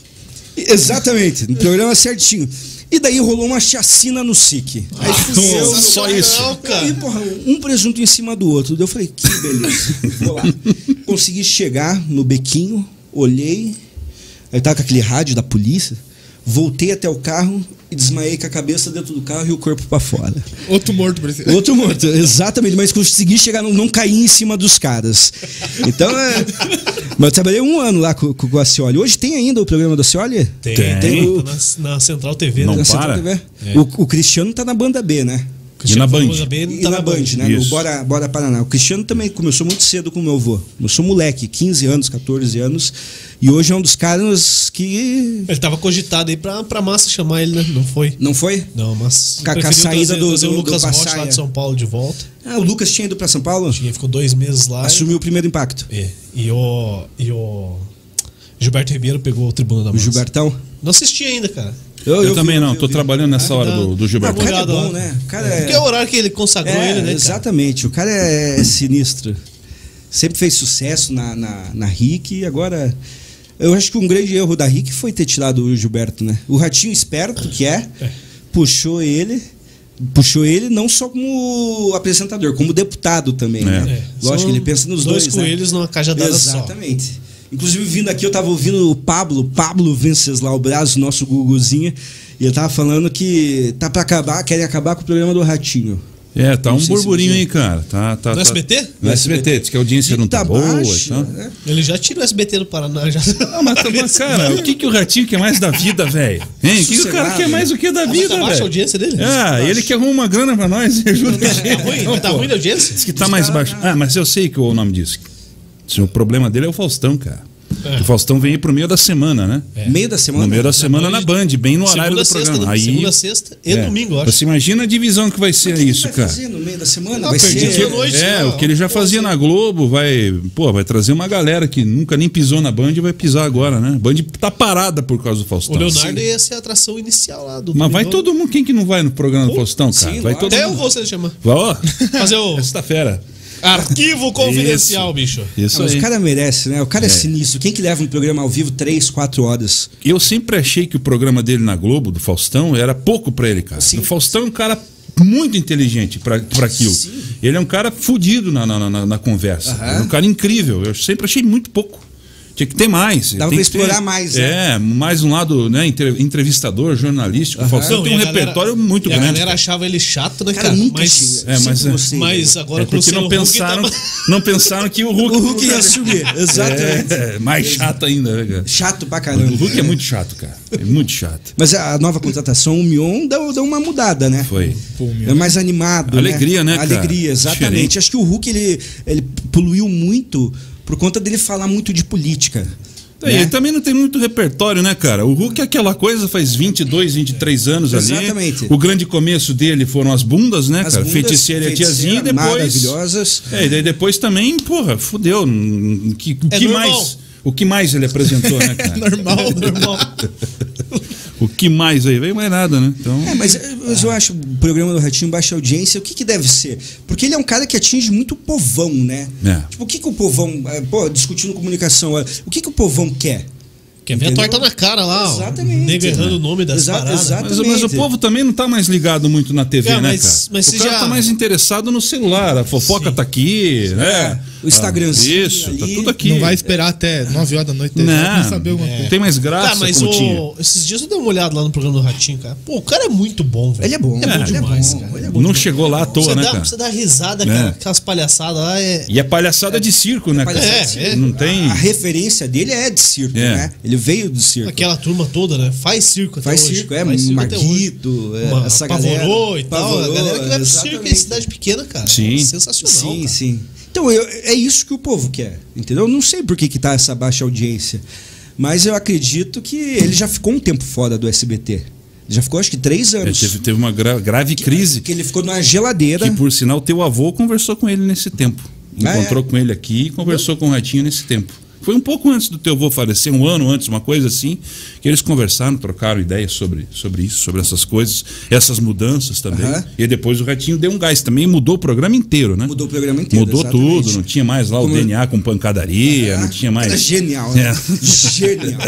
[SPEAKER 4] Exatamente, no programa certinho. E daí rolou uma chacina no SIC. Aí fudeu,
[SPEAKER 1] Nossa,
[SPEAKER 3] só
[SPEAKER 1] não,
[SPEAKER 3] isso.
[SPEAKER 1] cara.
[SPEAKER 4] e, porra, um presunto em cima do outro. Daí Eu falei, que beleza. Vou lá. Consegui chegar no bequinho, olhei. Aí tava com aquele rádio da polícia. Voltei até o carro e desmaiei com a cabeça dentro do carro e o corpo pra fora.
[SPEAKER 2] Outro morto, por exemplo.
[SPEAKER 4] Outro morto, exatamente, mas consegui chegar, não, não caí em cima dos caras. Então, é. Mas eu trabalhei um ano lá com, com o Acioli. Hoje tem ainda o programa do Acioli?
[SPEAKER 1] Tem,
[SPEAKER 3] Tem.
[SPEAKER 1] tem. tá na, na Central TV,
[SPEAKER 3] Não
[SPEAKER 1] né?
[SPEAKER 4] Nessa
[SPEAKER 3] para. É.
[SPEAKER 4] TV. O, o Cristiano tá na banda B, né?
[SPEAKER 3] E tá na Band.
[SPEAKER 4] E na Band, né? No
[SPEAKER 3] Isso.
[SPEAKER 4] Bora, Bora Paraná. O Cristiano também começou muito cedo com o meu avô. Eu sou moleque, 15 anos, 14 anos. E hoje é um dos caras que.
[SPEAKER 1] Ele tava cogitado aí pra, pra Massa chamar ele, né? Não foi.
[SPEAKER 4] Não foi?
[SPEAKER 1] Não, mas.
[SPEAKER 4] Com a- com a
[SPEAKER 1] preferiu
[SPEAKER 4] saída
[SPEAKER 1] trazer-
[SPEAKER 4] do-
[SPEAKER 1] trazer o
[SPEAKER 4] do- do
[SPEAKER 1] Lucas Rocha lá
[SPEAKER 4] Passaia.
[SPEAKER 1] de São Paulo de volta.
[SPEAKER 4] Ah, o Lucas tinha ido pra São Paulo?
[SPEAKER 1] Ele ficou dois meses lá.
[SPEAKER 4] Assumiu o primeiro impacto.
[SPEAKER 1] E, e o. E o. Gilberto Ribeiro pegou o Tribuna da
[SPEAKER 4] O
[SPEAKER 1] Massa.
[SPEAKER 4] Gilbertão.
[SPEAKER 1] Não assisti ainda, cara.
[SPEAKER 3] Eu,
[SPEAKER 4] vi,
[SPEAKER 1] um
[SPEAKER 3] também não,
[SPEAKER 4] vi,
[SPEAKER 3] tô
[SPEAKER 4] vi.
[SPEAKER 3] trabalhando nessa hora do, do Gilberto.
[SPEAKER 4] Ah, o cara é
[SPEAKER 1] Obrigado,
[SPEAKER 4] bom,
[SPEAKER 1] ó.
[SPEAKER 4] né? O cara é-
[SPEAKER 1] Porque é o horário que ele consagrou
[SPEAKER 4] É,
[SPEAKER 1] ele, né? Cara?
[SPEAKER 4] exatamente. O cara é sinistro. Sempre fez sucesso na, na, na Rick e agora. Eu acho que um grande erro da Rick foi ter tirado o Gilberto, né? O Ratinho esperto, que é, puxou ele. Puxou ele não só como apresentador, como deputado também.
[SPEAKER 3] É.
[SPEAKER 4] Né?
[SPEAKER 1] É,
[SPEAKER 4] Lógico,
[SPEAKER 1] são
[SPEAKER 4] ele pensa nos dois.
[SPEAKER 1] dois
[SPEAKER 4] né?
[SPEAKER 1] coelhos numa cajadada só.
[SPEAKER 4] Exatamente. Inclusive, vindo aqui, eu tava ouvindo o Pablo, Pablo Venceslau Braz, nosso Guguzinho, e ele tava falando que tá pra acabar, querem acabar com o programa do Ratinho.
[SPEAKER 3] É, tá
[SPEAKER 4] Não
[SPEAKER 3] um
[SPEAKER 4] sei se
[SPEAKER 3] burburinho
[SPEAKER 4] você-
[SPEAKER 3] aí, cara. Tá, tá,
[SPEAKER 1] No
[SPEAKER 3] tá-
[SPEAKER 1] SBT?
[SPEAKER 3] No SBT, diz que a audiência não tá boa e
[SPEAKER 4] baixa,
[SPEAKER 3] tal.
[SPEAKER 4] né?
[SPEAKER 1] Ele já tira o SBT do Paraná. Já... <laughs>
[SPEAKER 3] Não, mas, mas, cara, o que, que o ratinho quer mais da vida, velho? Hein? O que, que o cara
[SPEAKER 4] Sossegado,
[SPEAKER 3] quer mais o que da
[SPEAKER 1] mas
[SPEAKER 3] vida,
[SPEAKER 1] tá
[SPEAKER 3] velho?
[SPEAKER 1] baixa a audiência dele?
[SPEAKER 3] Ah, ele que arruma uma grana pra nós, ajuda a gente.
[SPEAKER 1] tá ruim?
[SPEAKER 3] Não,
[SPEAKER 1] tá
[SPEAKER 3] pô.
[SPEAKER 1] ruim da audiência?
[SPEAKER 3] Diz que <laughs> tá mais baixo. Ah, mas eu sei que o nome disso. Se O problema dele é o Faustão, cara.
[SPEAKER 1] É.
[SPEAKER 3] O Faustão vem aí pro meio da semana, né?
[SPEAKER 4] Meio da semana. tá
[SPEAKER 3] No meio da semana na Band, bem no horário
[SPEAKER 1] Segunda,
[SPEAKER 3] do
[SPEAKER 1] sexta,
[SPEAKER 3] programa.
[SPEAKER 1] né?
[SPEAKER 3] Aí,
[SPEAKER 1] Segunda, sexta e
[SPEAKER 3] é.
[SPEAKER 1] domingo, eu acho.
[SPEAKER 3] Você imagina a divisão que vai ser
[SPEAKER 4] Mas o que
[SPEAKER 3] é isso,
[SPEAKER 4] vai
[SPEAKER 3] cara.
[SPEAKER 4] fazer Tá no meio da semana?
[SPEAKER 1] Não,
[SPEAKER 4] vai
[SPEAKER 1] perdi
[SPEAKER 4] ser...
[SPEAKER 1] de noite,
[SPEAKER 3] é,
[SPEAKER 1] né?
[SPEAKER 3] o que ele já
[SPEAKER 1] Pô,
[SPEAKER 3] fazia na Globo, vai, pô, vai trazer uma galera que nunca nem pisou na Band e vai pisar agora, né? Band tá parada por causa do Faustão.
[SPEAKER 1] O Leonardo ia ser a atração inicial lá do.
[SPEAKER 3] Mas vai
[SPEAKER 1] do-
[SPEAKER 3] todo mundo, quem que não vai no programa do Faustão, cara?
[SPEAKER 4] sim,
[SPEAKER 3] vai
[SPEAKER 4] lá.
[SPEAKER 3] todo
[SPEAKER 1] Até eu
[SPEAKER 3] mundo.
[SPEAKER 1] vou se ele chamar.
[SPEAKER 3] Vai, ó.
[SPEAKER 1] Fazer o
[SPEAKER 3] Sexta-feira.
[SPEAKER 1] arquivo confidencial, bicho.
[SPEAKER 3] É, Isso
[SPEAKER 4] Ah, mas
[SPEAKER 3] aí.
[SPEAKER 4] o cara merece, né? O cara é.
[SPEAKER 3] É.
[SPEAKER 4] sinistro. Quem que leva um programa ao vivo 3, 4 horas?
[SPEAKER 3] Eu sempre achei que o programa dele na Globo, do Faustão, era pouco pra ele, cara.
[SPEAKER 4] Sim.
[SPEAKER 3] O Faustão é um cara muito inteligente pra pra aquilo.
[SPEAKER 4] Sim.
[SPEAKER 3] Ele é um cara fudido na, na, na- na conversa.
[SPEAKER 4] Aham.
[SPEAKER 3] É um cara incrível. Eu sempre achei muito pouco. Tinha que ter mais. Tem
[SPEAKER 4] Dava pra
[SPEAKER 3] que ter-
[SPEAKER 4] explorar mais, né?
[SPEAKER 3] É, mais um lado, né? entre- entrevistador, jornalístico. O Faustão
[SPEAKER 1] Não,
[SPEAKER 3] tem
[SPEAKER 1] e
[SPEAKER 3] um
[SPEAKER 1] a galera-
[SPEAKER 3] repertório muito
[SPEAKER 1] e A
[SPEAKER 3] grande.
[SPEAKER 1] galera
[SPEAKER 3] cara.
[SPEAKER 1] achava ele chato, né, cara?
[SPEAKER 4] Cara, nunca
[SPEAKER 1] mas,
[SPEAKER 3] é,
[SPEAKER 4] chega.
[SPEAKER 3] mas
[SPEAKER 4] Sempre
[SPEAKER 3] é-
[SPEAKER 4] gostei. né?
[SPEAKER 1] mas agora
[SPEAKER 3] É
[SPEAKER 1] com o
[SPEAKER 3] porque
[SPEAKER 1] Luciano
[SPEAKER 3] não
[SPEAKER 1] Huck
[SPEAKER 3] pensaram,
[SPEAKER 1] tava-
[SPEAKER 3] <laughs> não pensaram que o Hulk,
[SPEAKER 4] O Hulk ia
[SPEAKER 3] <laughs>
[SPEAKER 4] subir, exatamente.
[SPEAKER 3] É, mais chato ainda, né, cara?
[SPEAKER 4] Chato né? pra caramba.
[SPEAKER 3] O Hulk é muito chato, cara. É muito chato.
[SPEAKER 4] Mas a nova contratação, o Mion, deu, deu uma mudada, né?
[SPEAKER 3] Foi.
[SPEAKER 4] É mais animado.
[SPEAKER 3] Alegria, né, cara?
[SPEAKER 4] Alegria, exatamente.
[SPEAKER 3] Diferente.
[SPEAKER 4] Acho que o Hulk ele, ele poluiu muito por conta dele falar muito de política.
[SPEAKER 3] É,
[SPEAKER 4] né?
[SPEAKER 3] E também não tem muito repertório, né, cara? O Hulk é aquela coisa faz 22, 23 anos ali.
[SPEAKER 4] Exatamente.
[SPEAKER 3] O grande começo dele foram as bundas, né,
[SPEAKER 4] As
[SPEAKER 3] cara?
[SPEAKER 4] bundas,
[SPEAKER 3] feiticeira e a tiazinha e depois.
[SPEAKER 4] Maravilhosas.
[SPEAKER 3] É, e daí depois também, porra, fudeu. O que, o
[SPEAKER 1] É
[SPEAKER 3] que
[SPEAKER 1] normal.
[SPEAKER 3] mais? O que mais ele apresentou, né,
[SPEAKER 1] É <laughs>
[SPEAKER 3] cara?
[SPEAKER 1] normal, normal.
[SPEAKER 3] <laughs> O que mais aí? Veio mais nada, né? Então.
[SPEAKER 4] É, mas, eh, mas eu acho o programa do Ratinho baixa audiência, o que, que deve ser? Porque ele é um cara que atinge muito o povão, né?
[SPEAKER 3] É.
[SPEAKER 4] Tipo, o que, que o povão. eh, Pô, discutindo comunicação, olha, o que, que o povão quer?
[SPEAKER 1] Quer ver a
[SPEAKER 4] Entendeu?
[SPEAKER 1] torta na cara lá, ó.
[SPEAKER 4] Exatamente.
[SPEAKER 1] Nego errando
[SPEAKER 3] né?
[SPEAKER 1] o nome das
[SPEAKER 4] Exa-
[SPEAKER 1] paradas.
[SPEAKER 4] exato.
[SPEAKER 3] Mas, mas o
[SPEAKER 4] É, Exatamente.
[SPEAKER 3] povo também não tá mais ligado muito na TV,
[SPEAKER 1] Cara,
[SPEAKER 3] né,
[SPEAKER 1] É, mas-
[SPEAKER 3] cara?
[SPEAKER 1] mas
[SPEAKER 3] o
[SPEAKER 1] você
[SPEAKER 3] cara
[SPEAKER 1] já-
[SPEAKER 3] tá mais interessado no celular, a fofoca tá aqui, né?
[SPEAKER 4] O Instagramzinho
[SPEAKER 3] Ah, Isso, tá
[SPEAKER 4] ali.
[SPEAKER 3] tudo aqui.
[SPEAKER 2] Não vai esperar até 9 horas da noite
[SPEAKER 3] Não,
[SPEAKER 2] pra saber alguma
[SPEAKER 3] não
[SPEAKER 2] coisa.
[SPEAKER 3] tem mais graça
[SPEAKER 1] Tá, mas
[SPEAKER 3] como
[SPEAKER 1] o-
[SPEAKER 3] tinha.
[SPEAKER 1] esses dias eu dei uma olhada lá no programa do Ratinho, cara. Pô, o cara é muito bom, velho.
[SPEAKER 4] Ele é bom,
[SPEAKER 1] é bom
[SPEAKER 4] ele é
[SPEAKER 1] demais,
[SPEAKER 4] bom,
[SPEAKER 1] cara.
[SPEAKER 4] ele é bom.
[SPEAKER 3] Não chegou lá à toa,
[SPEAKER 1] Você
[SPEAKER 3] né,
[SPEAKER 1] dá, um
[SPEAKER 3] cara?
[SPEAKER 1] você dá risada,
[SPEAKER 3] É.
[SPEAKER 1] cara, aquelas palhaçadas lá. É...
[SPEAKER 3] E a palhaçada de circo, né, cara?
[SPEAKER 1] palhaçada de circo.
[SPEAKER 3] Não tem.
[SPEAKER 4] A referência dele é de circo,
[SPEAKER 3] É.
[SPEAKER 4] né? Ele veio do circo.
[SPEAKER 1] Aquela turma toda, né? Faz circo até
[SPEAKER 4] Faz
[SPEAKER 1] hoje.
[SPEAKER 4] circo, é,
[SPEAKER 1] Faz até hoje.
[SPEAKER 4] Marguito, é,
[SPEAKER 1] Uma-
[SPEAKER 4] essa
[SPEAKER 1] Pavorô
[SPEAKER 4] galera.
[SPEAKER 1] e tal.
[SPEAKER 4] Pavorô,
[SPEAKER 1] a galera que vai pro circo em
[SPEAKER 4] exatamente.
[SPEAKER 1] cidade pequena, cara.
[SPEAKER 3] Sim.
[SPEAKER 1] É sensacional.
[SPEAKER 4] Sim,
[SPEAKER 1] cara.
[SPEAKER 4] sim. Então, eu- é isso que o povo quer, entendeu? Eu Não sei por que, que tá essa baixa audiência, mas eu acredito que ele já ficou um tempo fora do SBT. Ele já ficou, acho que, três
[SPEAKER 3] É,
[SPEAKER 4] anos.
[SPEAKER 3] teve, teve uma gra- grave crise.
[SPEAKER 4] Que ele ficou numa geladeira.
[SPEAKER 3] Que, por sinal, teu avô conversou com ele nesse tempo.
[SPEAKER 4] É Ah, é?
[SPEAKER 3] Encontrou com ele aqui e conversou com o Ratinho nesse tempo. Foi um pouco antes do teu avô falecer, um ano antes, uma coisa assim, que eles conversaram, trocaram ideias sobre, sobre isso, sobre essas coisas, essas mudanças também.
[SPEAKER 4] Aham.
[SPEAKER 3] E depois o Ratinho deu um gás também, mudou o programa inteiro, né?
[SPEAKER 4] Mudou o programa inteiro,
[SPEAKER 3] Mudou
[SPEAKER 4] exatamente.
[SPEAKER 3] tudo, não tinha mais lá
[SPEAKER 4] Como-
[SPEAKER 3] o DNA com pancadaria,
[SPEAKER 4] Ah,
[SPEAKER 3] É, não tinha mais.
[SPEAKER 4] Era genial, né?
[SPEAKER 3] É. <laughs>
[SPEAKER 4] Genial.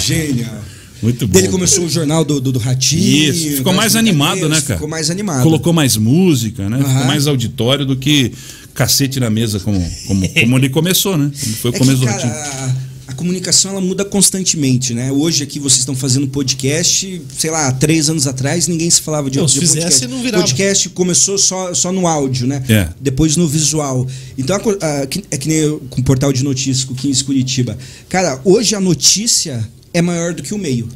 [SPEAKER 4] genial.
[SPEAKER 3] Muito bom.
[SPEAKER 4] Ele
[SPEAKER 3] cara.
[SPEAKER 4] começou o jornal do, do, do Ratinho.
[SPEAKER 3] Isso, ficou
[SPEAKER 4] das
[SPEAKER 3] mais animado, né,
[SPEAKER 4] brincadeiras,
[SPEAKER 3] cara?
[SPEAKER 4] Ficou mais animado.
[SPEAKER 3] Colocou mais música, né? Ficou
[SPEAKER 4] Aham.
[SPEAKER 3] mais auditório do que cacete na mesa, como, como,
[SPEAKER 4] <laughs>
[SPEAKER 3] como ele começou, né? Como foi o
[SPEAKER 4] É
[SPEAKER 3] começo do
[SPEAKER 4] que, cara,
[SPEAKER 3] Ratinho.
[SPEAKER 4] a, a comunicação ela muda constantemente, né? Hoje aqui vocês estão fazendo podcast, sei lá, três anos atrás ninguém se falava de,
[SPEAKER 1] Não, se
[SPEAKER 4] de
[SPEAKER 1] fizesse,
[SPEAKER 4] podcast.
[SPEAKER 1] não virava.
[SPEAKER 4] Podcast começou só, só no áudio, né?
[SPEAKER 3] É.
[SPEAKER 4] Depois no visual. Então a co- a- que- é que nem eu com o portal de notícias com o 15 Curitiba. Cara, hoje a notícia é maior do que o meio.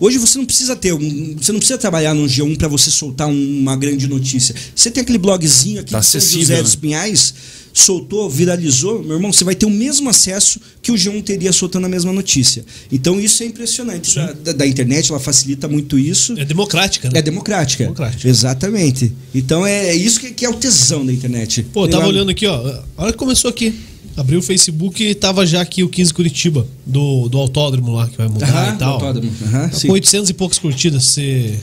[SPEAKER 4] Hoje você não precisa ter, um, você não precisa trabalhar num G1 para você soltar um- uma grande notícia. Você tem aquele blogzinho aqui
[SPEAKER 3] Tá
[SPEAKER 4] de São
[SPEAKER 3] acessível,
[SPEAKER 4] José
[SPEAKER 3] né?
[SPEAKER 4] dos Pinhais, soltou, viralizou, meu irmão, você vai ter o mesmo acesso que o G1 teria soltando a mesma notícia. Então isso é impressionante da, da- da internet, ela facilita muito isso.
[SPEAKER 1] É democrática, né?
[SPEAKER 4] É democrática.
[SPEAKER 1] Democrática.
[SPEAKER 4] Exatamente. Então é, é isso que, que é o tesão da internet.
[SPEAKER 1] Pô, eu
[SPEAKER 4] Tem
[SPEAKER 1] tava
[SPEAKER 4] lá-
[SPEAKER 1] olhando aqui, ó. A hora que começou aqui, abri o Facebook e tava já aqui o 15 Curitiba, do, do autódromo lá que vai montar
[SPEAKER 4] Aham,
[SPEAKER 1] e tal.
[SPEAKER 4] autódromo. Aham,
[SPEAKER 1] Tá
[SPEAKER 4] sim.
[SPEAKER 1] com 800 e poucas curtidas. Você.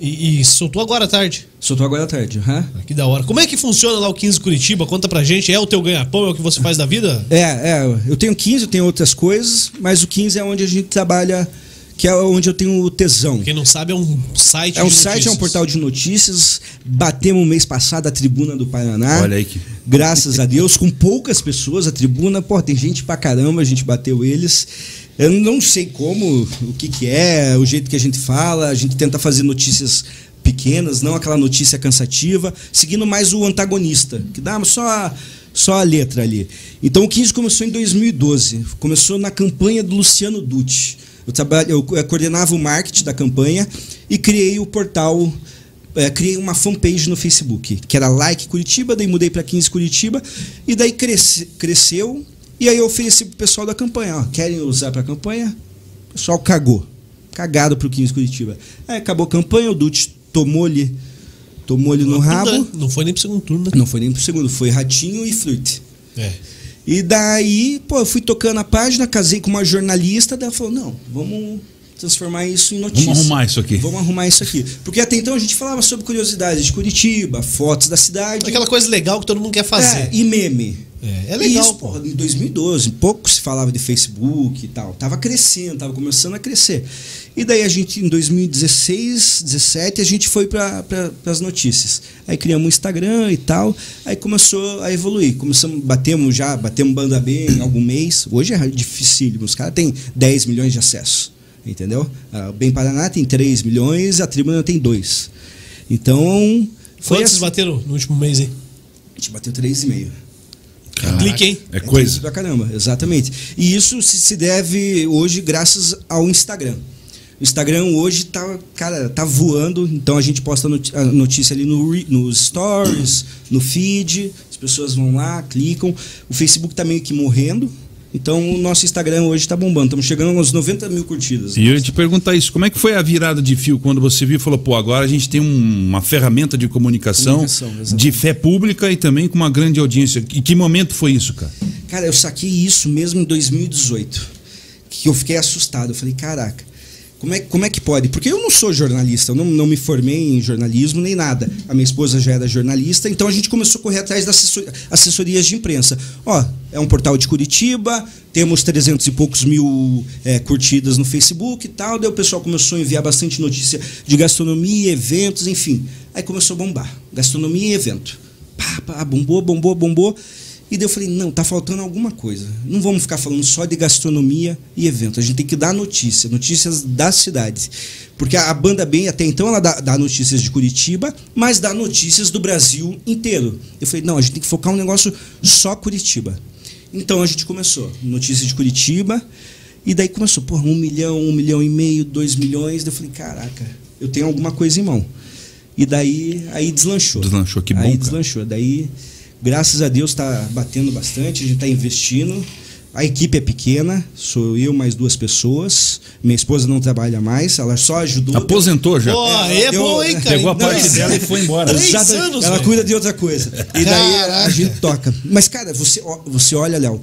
[SPEAKER 1] E, e soltou agora à tarde.
[SPEAKER 4] Soltou agora à tarde. aham.
[SPEAKER 1] Ah, Que da hora. Como é que funciona lá o 15 Curitiba? Conta pra gente. É o teu ganha-pão? É o que você faz da vida?
[SPEAKER 4] É, é, eu tenho 15, eu tenho outras coisas, mas o 15 é onde a gente trabalha, que é onde eu tenho o tesão.
[SPEAKER 1] Quem não sabe, é um site
[SPEAKER 4] É um
[SPEAKER 1] de
[SPEAKER 4] site, é um
[SPEAKER 1] notícias.
[SPEAKER 4] portal de notícias. Batemos mês passado a Tribuna do Paraná.
[SPEAKER 3] Olha aí que-
[SPEAKER 4] Graças a Deus, com poucas pessoas, a Tribuna, pô, tem gente pra caramba, a gente bateu eles. Eu não sei como, o que que é, o jeito que a gente fala, a gente tenta fazer notícias pequenas, não aquela notícia cansativa, seguindo mais o antagonista, que dá só só a letra ali. Então o 15 começou em 2012, começou na campanha do Luciano Dutti. Eu, trabalho, eu co- eh, coordenava o marketing da campanha e criei o portal, eh, criei uma fanpage no Facebook, que era Like Curitiba, daí mudei para 15 Curitiba, e daí cresce- cresceu, e aí eu ofereci pro pessoal da campanha, ó, querem usar para campanha? O pessoal cagou. Cagado pro 15 Curitiba. Aí acabou a campanha, o Dutti tomou-lhe tomou no
[SPEAKER 1] Não,
[SPEAKER 4] rabo.
[SPEAKER 1] não foi nem pro segundo turno, né?
[SPEAKER 4] Não foi nem pro segundo, foi Ratinho e Fruit.
[SPEAKER 1] É.
[SPEAKER 4] E daí, pô, eu fui tocando a página, casei com uma jornalista, daí ela falou: não, vamos transformar isso em notícia.
[SPEAKER 3] Vamos arrumar isso aqui.
[SPEAKER 4] Vamos arrumar isso aqui. Porque até então a gente falava sobre curiosidades de Curitiba, fotos da cidade.
[SPEAKER 1] Aquela coisa legal que todo mundo quer
[SPEAKER 4] É,
[SPEAKER 1] fazer.
[SPEAKER 4] e meme.
[SPEAKER 1] É, é
[SPEAKER 4] E
[SPEAKER 1] legal,
[SPEAKER 4] isso,
[SPEAKER 1] pô.
[SPEAKER 4] porra, em 2012, pouco se falava de Facebook e tal. Tava crescendo, tava começando a crescer. E daí a gente, em 2016, 17, a gente foi para pra, as notícias. Aí criamos um Instagram e tal. Aí começou a evoluir. Começamos, batemos já, batemos banda B em algum mês. Hoje é dificílimo. Os caras têm 10 milhões de acessos. Entendeu? Ah, O Bem Paraná tem 3 milhões, a Tribuna tem 2. Então. Foi
[SPEAKER 1] Quantos
[SPEAKER 4] assim.
[SPEAKER 1] bateram no último mês, hein?
[SPEAKER 4] A gente bateu 3,5.
[SPEAKER 1] Clique, hein?
[SPEAKER 3] É coisa.
[SPEAKER 4] Pra caramba, exatamente. E isso se se deve hoje graças ao Instagram. O Instagram hoje tá, cara, tá voando, então a gente posta noti- a notícia ali no re- nos stories, no feed, as pessoas vão lá, clicam. O Facebook tá meio que morrendo, então o nosso Instagram hoje tá bombando. Estamos chegando aos 90 mil curtidas. né?
[SPEAKER 3] E eu ia te perguntar isso, como é que foi a virada de fio quando você viu e falou, pô, agora a gente tem um- uma ferramenta de comunicação,
[SPEAKER 4] Comunicação, exatamente.
[SPEAKER 3] de fé pública e também com uma grande audiência. E que momento foi isso, cara?
[SPEAKER 4] Cara, eu saquei isso mesmo em 2018. Que eu fiquei assustado. Eu falei, caraca, como é, como é que pode? Porque eu não sou jornalista, eu não, não me formei em jornalismo nem nada. A minha esposa já era jornalista, então a gente começou a correr atrás das assessor- assessorias de imprensa. Ó, é um portal de Curitiba, temos 300 e poucos mil é, curtidas no Facebook e tal. Daí o pessoal começou a enviar bastante notícia de gastronomia, eventos, enfim. Aí começou a bombar. Gastronomia e evento pá, pá, bombou, bombou, bombou. E daí eu falei, não, tá faltando alguma coisa. Não vamos ficar falando só de gastronomia e evento. A gente tem que dar notícia, notícias da cidade. Porque a a banda bem, até então, ela dá, dá notícias de Curitiba, mas dá notícias do Brasil inteiro. Eu falei, não, a gente tem que focar um negócio só Curitiba. Então a gente começou. Notícia de Curitiba. E daí começou, porra, um milhão, um milhão e meio, dois milhões. Daí eu falei, caraca, eu tenho alguma coisa em mão. E daí aí deslanchou.
[SPEAKER 3] Deslanchou, que bom,
[SPEAKER 4] Aí
[SPEAKER 3] cara.
[SPEAKER 4] deslanchou. Daí, graças a Deus, tá batendo bastante, a gente tá investindo. A equipe é pequena, sou eu mais duas pessoas. Minha esposa não trabalha mais, ela só ajudou.
[SPEAKER 3] Aposentou já.
[SPEAKER 1] Pô, aí é
[SPEAKER 4] eu-
[SPEAKER 1] bom, hein, cara? assim,
[SPEAKER 3] Pegou a
[SPEAKER 1] Não,
[SPEAKER 4] então
[SPEAKER 3] parte
[SPEAKER 1] isso-
[SPEAKER 3] dela e foi
[SPEAKER 4] <laughs>
[SPEAKER 3] embora.
[SPEAKER 1] Três
[SPEAKER 4] Exata-
[SPEAKER 1] anos,
[SPEAKER 4] ela
[SPEAKER 1] velho.
[SPEAKER 4] cuida de outra coisa. E daí a
[SPEAKER 1] Caraca.
[SPEAKER 4] gente toca. Mas, cara, você, ó- você olha, Léo,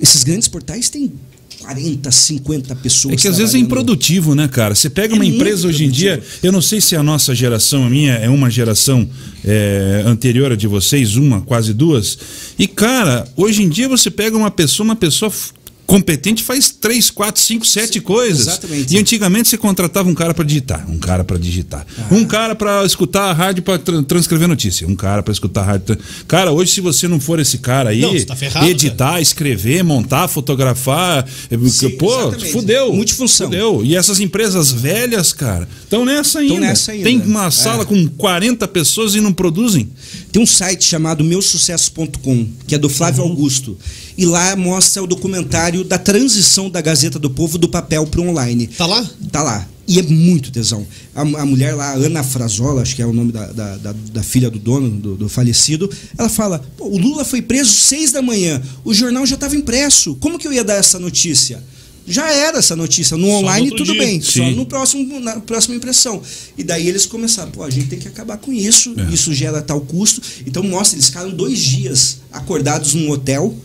[SPEAKER 4] esses grandes portais têm 40, 50 pessoas.
[SPEAKER 3] É que às vezes é
[SPEAKER 4] trabalhando.
[SPEAKER 3] improdutivo, né, cara? Você pega uma
[SPEAKER 4] É muito
[SPEAKER 3] empresa hoje em dia, eu não sei se a nossa geração, a minha, é uma geração é, anterior a de vocês, uma, quase duas. E, cara, hoje em dia você pega uma pessoa, uma pessoa f- competente faz três, quatro, cinco, sete coisas.
[SPEAKER 4] exatamente.
[SPEAKER 3] E antigamente você contratava um cara pra digitar, um cara pra digitar,
[SPEAKER 1] Ah.
[SPEAKER 3] um cara pra escutar a rádio pra tra- transcrever notícia, um cara pra escutar a rádio. tra- Cara, hoje se você não for esse cara aí,
[SPEAKER 1] Não, você tá ferrado,
[SPEAKER 3] editar, escrever, montar, fotografar, eh,
[SPEAKER 4] Sim,
[SPEAKER 3] pô,
[SPEAKER 4] exatamente.
[SPEAKER 3] fudeu.
[SPEAKER 4] Multifunção.
[SPEAKER 3] Fudeu. E essas empresas velhas, cara, estão nessa ainda.
[SPEAKER 4] nessa ainda.
[SPEAKER 3] Tem uma
[SPEAKER 4] É.
[SPEAKER 3] sala com 40 pessoas e não produzem.
[SPEAKER 4] Tem um site chamado meusucesso.com, que é do
[SPEAKER 1] Uhum.
[SPEAKER 4] Flávio Augusto. E lá mostra o documentário da transição da Gazeta do Povo do papel para o online.
[SPEAKER 1] Tá lá?
[SPEAKER 4] Tá lá. E é muito tesão. A, a mulher lá, Ana Frazola, acho que é o nome da, da, da- da filha do dono, do, do falecido, ela fala: "Pô, o Lula foi preso seis da manhã, o jornal já estava impresso. Como que eu ia dar essa notícia? Já era essa notícia. No online,
[SPEAKER 1] outro
[SPEAKER 4] tudo
[SPEAKER 1] dia.
[SPEAKER 4] bem, só
[SPEAKER 3] Sim.
[SPEAKER 4] no próximo, na próxima impressão. E daí eles começaram: pô, a gente tem que acabar com isso,
[SPEAKER 3] É.
[SPEAKER 4] isso gera tal custo. Então, mostra, eles ficaram dois dias acordados num hotel.